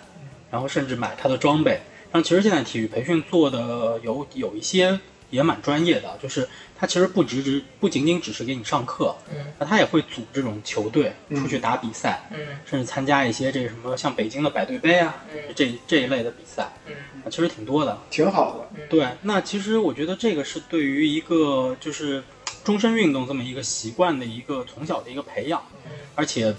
[SPEAKER 3] 然后甚至买他的装备。然后其实现在体育培训做的有有一些也蛮专业的，就是他其实不只只不仅仅只是给你上课，
[SPEAKER 1] 嗯
[SPEAKER 3] 那他也会组这种球队出去打比赛，
[SPEAKER 1] 嗯
[SPEAKER 3] 甚至参加一些这什么像北京的百对杯啊
[SPEAKER 1] 嗯
[SPEAKER 3] 这这一类的比赛，
[SPEAKER 1] 嗯
[SPEAKER 3] 啊其实挺多的。
[SPEAKER 2] 挺好的。
[SPEAKER 3] 对，那其实我觉得这个是对于一个就是终身运动这么一个习惯的一个从小的一个培养，而且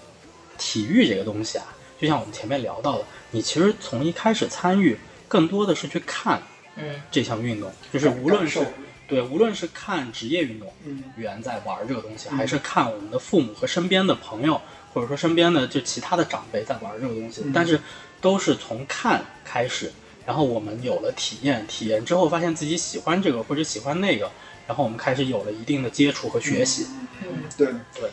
[SPEAKER 3] 体育这个东西啊，就像我们前面聊到的，你其实从一开始参与，更多的是去看
[SPEAKER 1] 嗯
[SPEAKER 3] 这项运动，就是无论是
[SPEAKER 2] 感受
[SPEAKER 3] 对，无论是看职业运动
[SPEAKER 2] 嗯
[SPEAKER 3] 员在玩这个东西，
[SPEAKER 2] 嗯
[SPEAKER 3] 还是看我们的父母和身边的朋友，或者说身边的就其他的长辈在玩这个东西
[SPEAKER 2] 嗯，
[SPEAKER 3] 但是都是从看开始，然后我们有了体验，体验之后发现自己喜欢这个或者喜欢那个，然后我们开始有了一定的接触和学习。
[SPEAKER 1] 嗯。
[SPEAKER 2] 对，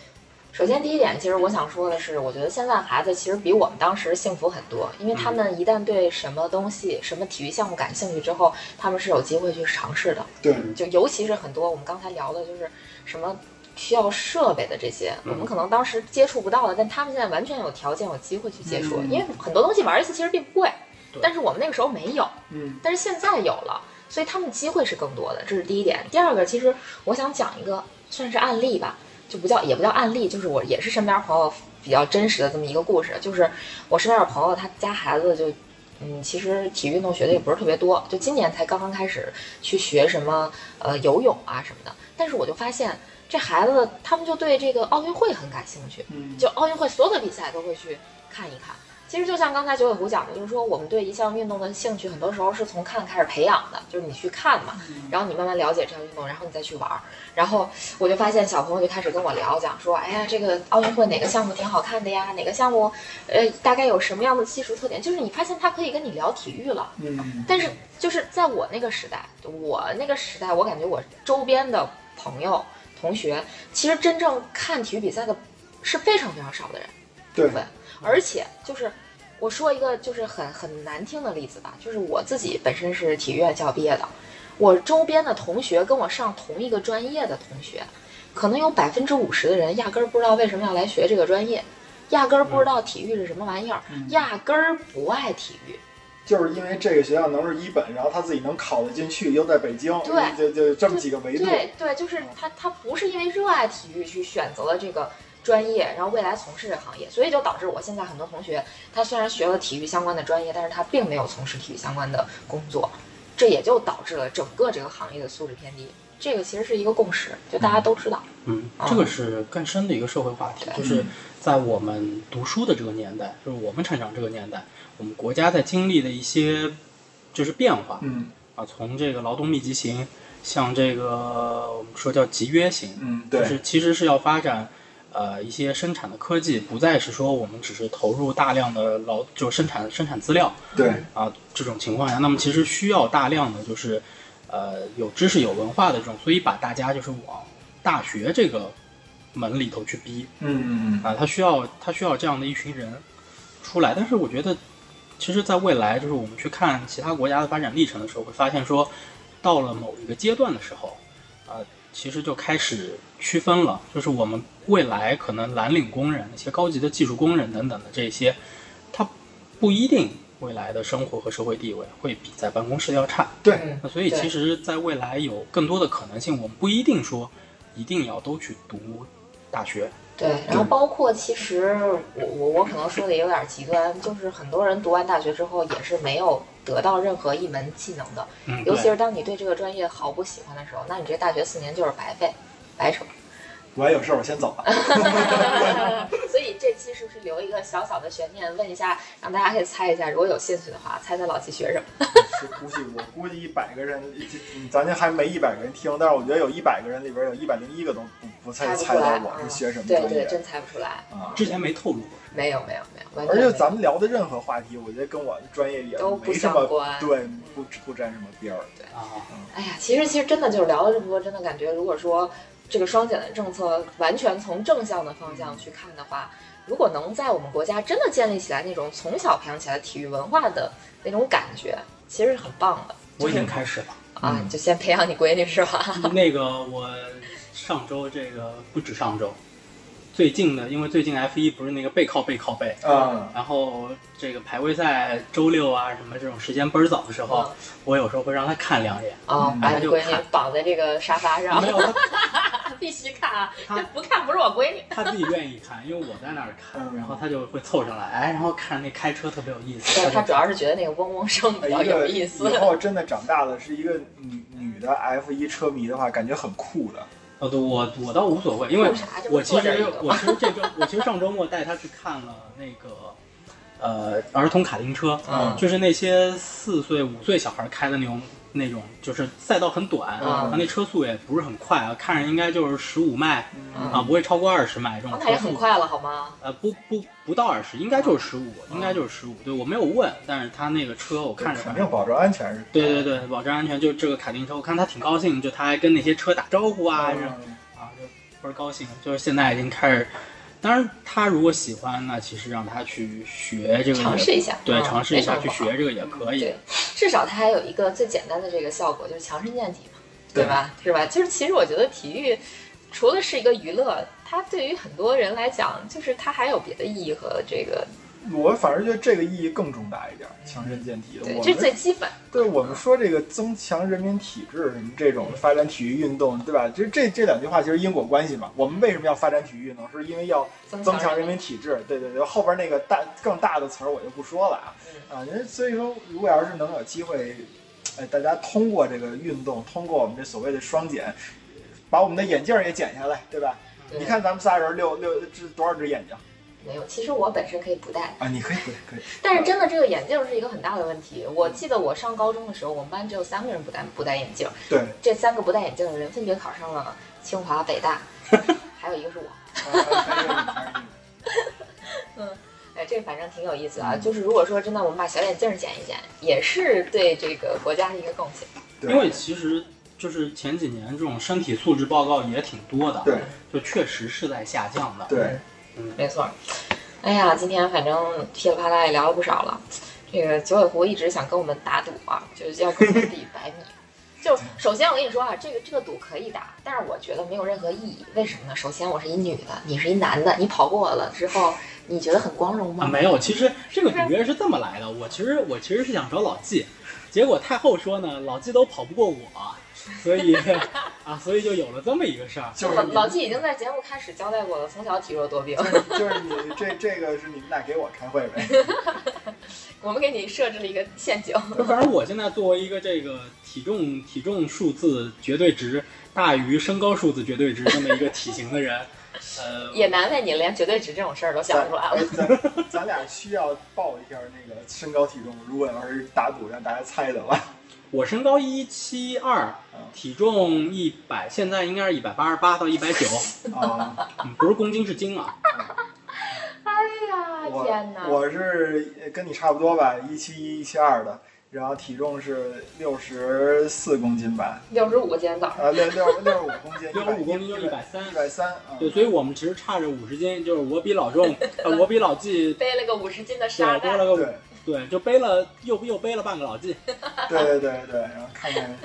[SPEAKER 1] 首先，第一点，其实我想说的是，我觉得现在孩子其实比我们当时幸福很多，因为他们一旦对什么东西、什么体育项目感兴趣之后，他们是有机会去尝试的。
[SPEAKER 2] 对，
[SPEAKER 1] 就尤其是很多我们刚才聊的，就是什么需要设备的这些，我
[SPEAKER 2] 嗯
[SPEAKER 1] 们可能当时接触不到的，但他们现在完全有条件、有机会去接触，
[SPEAKER 2] 嗯
[SPEAKER 1] 因为很多东西玩一次其实并不贵
[SPEAKER 3] 对，
[SPEAKER 1] 但是我们那个时候没有，
[SPEAKER 2] 嗯
[SPEAKER 1] 但是现在有了，所以他们机会是更多的，这是第一点。第二个，其实我想讲一个算是案例吧，就不叫也不叫案例，就是我也是身边朋友比较真实的这么一个故事，就是我身边有朋友他家孩子就。嗯，其实体育运动学的也不是特别多，就今年才刚刚开始去学什么呃游泳啊什么的。但是我就发现这孩子他们就对这个奥运会很感兴趣，
[SPEAKER 2] 嗯，
[SPEAKER 1] 就奥运会所有的比赛都会去看一看。其实就像刚才九尾狐讲的，就是说我们对一项运动的兴趣，很多时候是从看开始培养的，就是你去看嘛，然后你慢慢了解这项运动，然后你再去玩儿。然后我就发现小朋友就开始跟我聊，讲说，哎呀，这个奥运会哪个项目挺好看的呀？哪个项目，呃，大概有什么样的技术特点？就是你发现他可以跟你聊体育了。
[SPEAKER 2] 嗯，
[SPEAKER 1] 但是就是在我那个时代，我那个时代，我感觉我周边的朋友、同学，其实真正看体育比赛的是非常非常少的人。
[SPEAKER 2] 对
[SPEAKER 1] 部，分，而且就是我说一个就是很很难听的例子吧，就是我自己本身是体育院校毕业的，我周边的同学跟我上同一个专业的同学，可能有百分之五十的人压根儿不知道为什么要来学这个专业，压根儿不知道体育是什么玩意儿，
[SPEAKER 2] 嗯
[SPEAKER 1] 压根儿不爱体育。
[SPEAKER 2] 就是因为这个学校能是一本，然后他自己能考得进去，又在北京，
[SPEAKER 1] 对
[SPEAKER 2] 就就这么几个维度，
[SPEAKER 1] 对对，就是他他不是因为热爱体育去选择了这个专业，然后未来从事这行业，所以就导致我现在很多同学，他虽然学了体育相关的专业，但是他并没有从事体育相关的工作，这也就导致了整个这个行业的素质偏低。这个其实是一个共识，就大家都知道。
[SPEAKER 3] 嗯
[SPEAKER 1] 啊，
[SPEAKER 3] 这个是更深的一个社会话题，
[SPEAKER 1] 对
[SPEAKER 3] 就是在我们读书的这个年代，就是我们成长这个年代，我们国家在经历的一些就是变化
[SPEAKER 2] 嗯
[SPEAKER 3] 啊，从这个劳动密集型向这个我们说叫集约型，
[SPEAKER 2] 嗯，
[SPEAKER 3] 就
[SPEAKER 2] 对，
[SPEAKER 3] 是其实是要发展。呃，一些生产的科技不再是说我们只是投入大量的劳，就生产生产资料，
[SPEAKER 2] 对，
[SPEAKER 3] 啊这种情况下，那么其实需要大量的就是呃有知识有文化的这种，所以把大家就是往大学这个门里头去逼
[SPEAKER 2] 嗯嗯
[SPEAKER 3] 啊，他需要他需要这样的一群人出来。但是我觉得，其实在未来就是我们去看其他国家的发展历程的时候，会发现说，到了某一个阶段的时候，啊、其实就开始区分了，就是我们未来可能蓝领工人、一些高级的技术工人等等的这些，他不一定未来的生活和社会地位会比在办公室要差。
[SPEAKER 2] 对，
[SPEAKER 3] 那所以
[SPEAKER 1] 嗯对
[SPEAKER 3] 其实，在未来有更多的可能性，我们不一定说一定要都去读大学。
[SPEAKER 1] 对，然后包括其实我我我可能说的也有点极端，就是很多人读完大学之后也是没有得到任何一门技能的，
[SPEAKER 3] 嗯，
[SPEAKER 1] 尤
[SPEAKER 3] 对
[SPEAKER 1] 其是当你对这个专业毫不喜欢的时候，那你这大学四年就是白费，白扯。
[SPEAKER 2] 我还有事儿，我先 走了。
[SPEAKER 1] 所以这期是不是留一个小小的悬念，问一下，让大家可以猜一下，如果有兴趣的话，猜猜老季学什么？
[SPEAKER 2] 是估计我估计一百个人，这咱这还没一百个人听，但是我觉得有一百个人里边有一百零一个都不不
[SPEAKER 1] 猜
[SPEAKER 2] 太
[SPEAKER 1] 不
[SPEAKER 2] 猜
[SPEAKER 1] 出来
[SPEAKER 2] 到
[SPEAKER 1] 啊
[SPEAKER 2] 我是学什么
[SPEAKER 1] 对
[SPEAKER 2] 专
[SPEAKER 1] 对，
[SPEAKER 2] 业
[SPEAKER 1] 真猜不出来，
[SPEAKER 2] 啊。
[SPEAKER 3] 之前没透露过。
[SPEAKER 1] 没有没有没有，完全
[SPEAKER 2] 而
[SPEAKER 1] 没有
[SPEAKER 2] 且咱们聊的任何话题，我觉得跟我的专业也
[SPEAKER 1] 都不
[SPEAKER 2] 没什么
[SPEAKER 1] 相关
[SPEAKER 2] 对，不不沾什么边儿。
[SPEAKER 3] 啊，
[SPEAKER 1] 哎呀，其实其实真的就是聊了这么多，真的感觉如果说这个双减的政策完全从正向的方向去看的话，如果能在我们国家真的建立起来那种从小培养起来的体育文化的那种感觉，其实是很棒的。
[SPEAKER 3] 我已经开始了。
[SPEAKER 1] 啊，
[SPEAKER 2] 嗯
[SPEAKER 1] 你就先培养你闺女是吧？
[SPEAKER 3] 那个我上周这个不止上周，最近的，因为最近 F 一不是那个背靠背靠背，
[SPEAKER 2] 啊，
[SPEAKER 3] 然后这个排位赛周六啊什么这种时间倍儿早的时
[SPEAKER 1] 嗯
[SPEAKER 3] 候，我有时候会让他看两眼。
[SPEAKER 1] 啊，把
[SPEAKER 3] 嗯那
[SPEAKER 1] 你
[SPEAKER 3] 就
[SPEAKER 1] 闺女
[SPEAKER 3] 看
[SPEAKER 1] 绑在这个沙发上
[SPEAKER 3] 没，有他
[SPEAKER 1] 必须看啊！
[SPEAKER 3] 他
[SPEAKER 1] 这不看不是我闺女。
[SPEAKER 3] 他自己愿意看，因为我在那儿看，
[SPEAKER 2] 嗯
[SPEAKER 3] 然后他就会凑上来，哎，然后看那开车特别有意思。
[SPEAKER 1] 对，
[SPEAKER 3] 就
[SPEAKER 1] 他主要是觉得那个嗡嗡声比较
[SPEAKER 2] 一
[SPEAKER 1] 有
[SPEAKER 2] 个
[SPEAKER 1] 意思。
[SPEAKER 2] 以后真的长大了是一个女女的 F 一车迷的话，感觉很酷的。
[SPEAKER 3] 呃，对我我倒无所谓，因为
[SPEAKER 1] 为啥这不
[SPEAKER 3] 我其
[SPEAKER 1] 坐这儿
[SPEAKER 3] 实
[SPEAKER 1] 有
[SPEAKER 3] 我其实这周我其实上周末带他去看了那个呃儿童卡丁车，
[SPEAKER 1] 嗯
[SPEAKER 3] 就是那些四岁五岁小孩开的那种那种，就是赛道很短，
[SPEAKER 1] 嗯
[SPEAKER 3] 然后那车速也不是很快啊，看着应该就是十五迈
[SPEAKER 1] 嗯
[SPEAKER 3] 啊，不会超过二十迈这种
[SPEAKER 1] 哦那
[SPEAKER 3] 车
[SPEAKER 1] 也很
[SPEAKER 3] 速。
[SPEAKER 1] 快了，好吗？
[SPEAKER 3] 呃，不不不到二十，应该就是十五，应该就是十五。对我没有问，但是他那个车我看着
[SPEAKER 2] 肯
[SPEAKER 3] 反正
[SPEAKER 2] 定保证安全是。
[SPEAKER 3] 对对对，保证安全。就这个卡丁车，我看他挺高兴，就他还跟那些车打招呼啊，这种
[SPEAKER 2] 嗯
[SPEAKER 3] 啊，就倍儿高兴。就是现在已经开始，当然他如果喜欢，那其实让他去学这个也，
[SPEAKER 1] 尝试一下，
[SPEAKER 3] 对，
[SPEAKER 1] 嗯
[SPEAKER 3] 尝试一下去。
[SPEAKER 1] 非常不好
[SPEAKER 3] 学这个也可以
[SPEAKER 1] 对。至少它还有一个最简单的这个效果，就是强身健体嘛，
[SPEAKER 2] 对
[SPEAKER 1] 对吧？是吧？就是其实我觉得体育除了是一个娱乐，它对于很多人来讲，就是它还有别的意义和这个
[SPEAKER 2] 我反而觉得这个意义更重大一点，强身健体。
[SPEAKER 1] 对，
[SPEAKER 2] 我
[SPEAKER 1] 这
[SPEAKER 2] 们
[SPEAKER 1] 是最基本。
[SPEAKER 2] 对我们说这个增强人民体质什么这种发展体育运动，对吧？就这这两句话其实因果关系嘛。我们为什么要发展体育运动？是因为要增强人民体质。对对对，后边那个大更大的词儿我就不说了啊啊。因为所以说，如果要是能有机会，哎，大家通过这个运动，通过我们这所谓的双减，把我们的眼镜儿也剪下来，对吧？
[SPEAKER 1] 对
[SPEAKER 2] 你看咱们仨人六六这多少只眼睛
[SPEAKER 1] 没有，其实我本身可以不戴，
[SPEAKER 2] 啊？你可以可以可以，
[SPEAKER 1] 但是真的这个眼镜是一个很大的问题。我记得我上高中的时候，我们班只有三个人不戴不戴眼镜，
[SPEAKER 2] 对，
[SPEAKER 1] 这三个不戴眼镜的人分别考上了 清华、北大，还有一个是我。
[SPEAKER 2] 啊还有你还有你
[SPEAKER 1] 哎，这反正挺有意思啊。就是如果说真的，我们把小眼镜剪一剪，也是对这个国家的一个贡献。
[SPEAKER 2] 对
[SPEAKER 3] 因为其实就是前几年这种身体素质报告也挺多的，
[SPEAKER 2] 对，
[SPEAKER 3] 就确实是在下降的。
[SPEAKER 2] 对，
[SPEAKER 3] 嗯
[SPEAKER 1] 没错。哎呀，今天反正噼里啪啦也聊了不少了。这个九尾狐一直想跟我们打赌啊，就是要跟我们比百米。就首先我跟你说啊，这个这个赌可以打，但是我觉得没有任何意义。为什么呢？首先我是一女的，你是一男的，你跑过我了之后，你觉得很光荣
[SPEAKER 3] 啊，
[SPEAKER 1] 吗？
[SPEAKER 3] 没有，其实这个赌约是这么来的。我其实我其实是想找老纪，结果太后说呢，老纪都跑不过我，所以 啊，所以就有了这么一个事儿。
[SPEAKER 2] 就是
[SPEAKER 1] 老
[SPEAKER 2] 你
[SPEAKER 1] 老纪已经在节目开始交代过了，从小体弱多病。
[SPEAKER 2] 就是你这这个是你们俩给我开会呗？
[SPEAKER 1] 我们给你设置了一个陷阱。
[SPEAKER 3] 反正我现在作为一个这个体重体重数字绝对值大于身高数字绝对值这么一个体型的人，呃，
[SPEAKER 1] 也难为你，连绝对值这种事儿都想不出来了。
[SPEAKER 2] 咱咱咱俩需要报一下那个身高体重，如果要是打赌让大家猜的 话，
[SPEAKER 3] 我身高一七二
[SPEAKER 2] 嗯，
[SPEAKER 3] 体重一百，现在应该是一百八十八到一百九，
[SPEAKER 2] 啊，
[SPEAKER 3] 嗯不是公斤是斤啊。
[SPEAKER 1] 哎呀，
[SPEAKER 2] 我
[SPEAKER 1] 天哪！
[SPEAKER 2] 我是跟你差不多吧，一七一、一七二的，然后体重是六十四公斤吧，
[SPEAKER 1] 六十五今天早上，
[SPEAKER 2] 啊，六六六十五公斤，
[SPEAKER 3] 六十五公斤就
[SPEAKER 2] 一
[SPEAKER 3] 一百三
[SPEAKER 2] 一百三啊，
[SPEAKER 3] 对，所以我们其实差着五十斤，就是我比老 仲，呃，我比老纪
[SPEAKER 1] 背了个五十斤的沙
[SPEAKER 3] 对多
[SPEAKER 1] 袋。
[SPEAKER 3] 了个五
[SPEAKER 2] 对，
[SPEAKER 3] 对，就背了又又背了半个老纪。
[SPEAKER 2] 对对对对，然后看 看。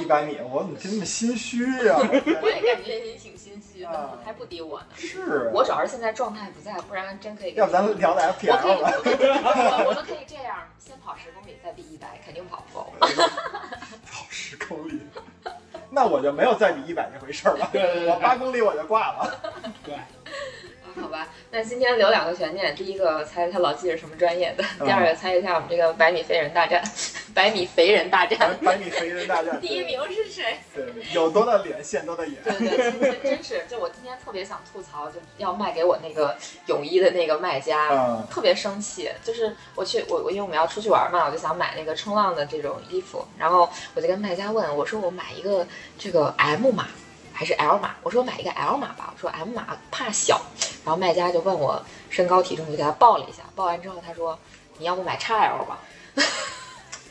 [SPEAKER 2] 一百米，我怎么这么心虚 呀、
[SPEAKER 1] 我也感觉你挺心虚的
[SPEAKER 2] 啊，
[SPEAKER 1] 还不敌我呢。
[SPEAKER 2] 是，啊
[SPEAKER 1] 我主要是现在状态不在，不然真可以。
[SPEAKER 2] 要不咱聊点
[SPEAKER 1] 我可
[SPEAKER 2] FPL
[SPEAKER 1] 以，
[SPEAKER 2] 吧？
[SPEAKER 1] 我可 以我们可以这样，先跑十公里，再比一百，肯定跑不 够。
[SPEAKER 2] 跑十公里，那我就没有再比一百这回事儿了。
[SPEAKER 3] 对对对
[SPEAKER 2] 我八公里我就挂了。
[SPEAKER 3] 对，
[SPEAKER 1] 啊好吧，那今天留两个悬念，第一个猜他老纪是什么专业的，
[SPEAKER 2] 啊
[SPEAKER 1] 第二个猜一下我们这个百米飞人大战， 百米肥人大
[SPEAKER 2] 百
[SPEAKER 1] 战，
[SPEAKER 2] 百米黑人大 战
[SPEAKER 1] 第一，名是谁？
[SPEAKER 2] 对，对有多大脸现多大眼。
[SPEAKER 1] 对对，其实真是，就我今天特别想吐槽，就要卖给我那个泳衣的那个卖家，
[SPEAKER 2] 啊，
[SPEAKER 1] 特别生气，就是我去我我因为我们要出去玩嘛，我就想买那个冲浪的这种衣服，然后我就跟卖家问我说我买一个这个 M 码还是 L 码？我说买一个 L 码吧，我说 M 码怕小，然后卖家就问我身高体重，我就给他报了一下，报完之后他说你要不买 XL 吧，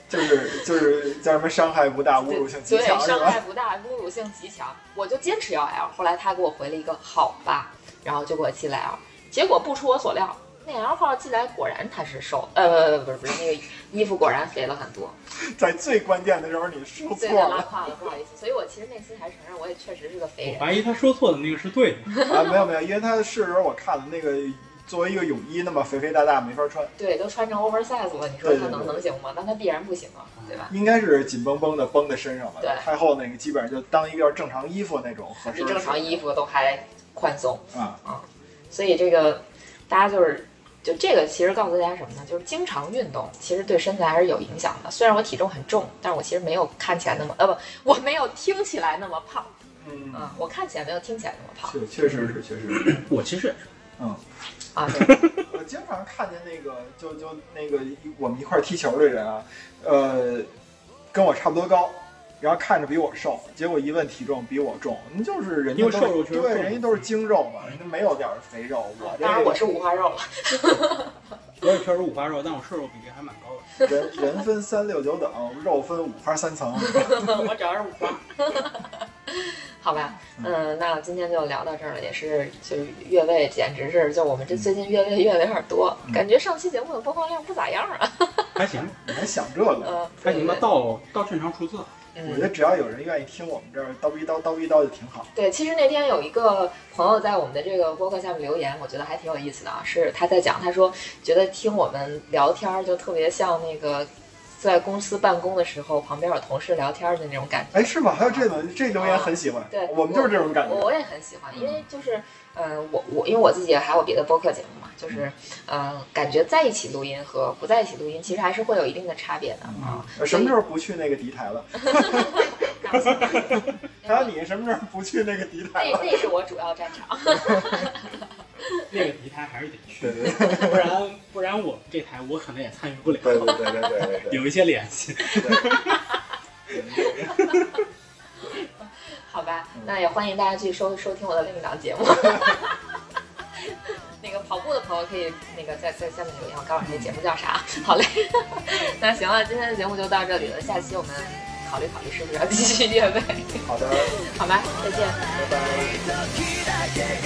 [SPEAKER 2] 就是就是叫什么伤害不大，侮
[SPEAKER 1] 对
[SPEAKER 2] 辱性极
[SPEAKER 1] 对
[SPEAKER 2] 强是
[SPEAKER 1] 伤
[SPEAKER 2] 吧？
[SPEAKER 1] 害不大，侮辱性极强，我就坚持要 L，后来他给我回了一个好吧，然后就给我寄了 L，结果不出我所料。那 L 号寄来果然他是瘦，呃，不是不是那个衣服果然肥了很多，
[SPEAKER 2] 在最关键的时候你说
[SPEAKER 1] 对，
[SPEAKER 2] 错
[SPEAKER 1] 他拉
[SPEAKER 2] 了
[SPEAKER 1] 胯了，不好意思。所以我其实内心还是承认，我也确实是个肥
[SPEAKER 3] 我
[SPEAKER 1] 人。
[SPEAKER 3] 怀疑他说错的那个是对 的。
[SPEAKER 2] 啊！没有没有，因为他是时候我看了那个作为一个泳衣那么肥肥大大没法穿，
[SPEAKER 1] 对，都穿成 oversize 了，你说
[SPEAKER 2] 对
[SPEAKER 1] 他
[SPEAKER 2] 对
[SPEAKER 1] 能
[SPEAKER 2] 对
[SPEAKER 1] 能行吗？那他必然不行啊，对吧？
[SPEAKER 2] 应该是紧绷绷的绷在身上了
[SPEAKER 1] 对。
[SPEAKER 2] 太后那个基本上就当一件正常衣服那种合适
[SPEAKER 1] 比
[SPEAKER 2] 的
[SPEAKER 1] 正常衣服都还宽松，
[SPEAKER 2] 啊，
[SPEAKER 1] 所以这个大家就是。就这个其实告诉大家什么呢？就是经常运动其实对身材还是有影响的。虽然我体重很重，但是我其实没有看起来那么呃不，我没有听起来那么胖
[SPEAKER 2] 嗯，
[SPEAKER 1] 啊、我看起来没有听起来那么胖
[SPEAKER 2] 是确实是确实是。
[SPEAKER 3] 我其实也是，
[SPEAKER 1] 啊。 对
[SPEAKER 2] 嗯我经常看见那个，就就那个一我们一块儿踢球的人啊，呃，跟我差不多高，然后看着比我瘦，结果一问体重比我重，那就是人家
[SPEAKER 3] 因为
[SPEAKER 2] 都
[SPEAKER 3] 瘦肉
[SPEAKER 2] 是
[SPEAKER 3] 嗯确实
[SPEAKER 2] 对，
[SPEAKER 3] 重
[SPEAKER 2] 人家都是精肉嘛，人家没有点儿肥肉，我这
[SPEAKER 1] 当然我
[SPEAKER 2] 个
[SPEAKER 1] 是五花 肉了，
[SPEAKER 3] 我也确实五花肉，但我瘦肉比例还蛮高的。
[SPEAKER 2] 人人分三六九等，肉分五花 三层，
[SPEAKER 1] 我主要是五花。 好吧，嗯，那今天就聊到这儿了，也是就是越位，简直是就我们这最近越位越的有点多，
[SPEAKER 2] 嗯
[SPEAKER 1] 感觉上期节目的播放量不咋样啊。
[SPEAKER 3] 还行，
[SPEAKER 2] 哎你还想这个？
[SPEAKER 1] 嗯，
[SPEAKER 3] 还行吧，
[SPEAKER 1] 对
[SPEAKER 3] 到到正常数字了。
[SPEAKER 1] 嗯
[SPEAKER 2] 我觉得只要有人愿意听我们这儿叨逼叨叨逼叨就挺好。
[SPEAKER 1] 对，其实那天有一个朋友在我们的这个播客下面留言，我觉得还挺有意思的啊。是他在讲，他说觉得听我们聊天儿就特别像那个在公司办公的时候，旁边有同事聊天儿的那种感觉。
[SPEAKER 2] 哎，是吗？还有这种这留言很喜欢，
[SPEAKER 1] 对
[SPEAKER 2] 我们就是这种感
[SPEAKER 1] 我
[SPEAKER 2] 觉。
[SPEAKER 1] 我也很喜欢，因为就是，嗯、我我因为我自己还有别的播客节目嘛，就是，嗯、感觉在一起录音和不在一起录音，其实还是会有一定的差别的啊。
[SPEAKER 2] 嗯呃什么时候不去那个敌台了？
[SPEAKER 1] 那我
[SPEAKER 2] 还有你什么时候不去那个敌台
[SPEAKER 1] 那
[SPEAKER 2] 了？
[SPEAKER 1] 那是我主要战场。
[SPEAKER 3] 那个敌台还是得去
[SPEAKER 2] 对，对对
[SPEAKER 3] 不然不然我们这台我可能也参与不了，
[SPEAKER 2] 对对对对对对对
[SPEAKER 3] 有一些联系。
[SPEAKER 2] 对。
[SPEAKER 1] 好吧
[SPEAKER 2] 嗯，
[SPEAKER 1] 那也欢迎大家去收收听我的另一档节目。 那个跑步的朋友可以那个在在下面留言，我告诉你那节目叫啥。 好嘞，那行了，今天的节目就到这里了，下期我们考虑考 虑是不是要继续列位，
[SPEAKER 2] 好的，
[SPEAKER 1] 好吧，再见。
[SPEAKER 2] 拜拜。
[SPEAKER 4] 時だけ輝く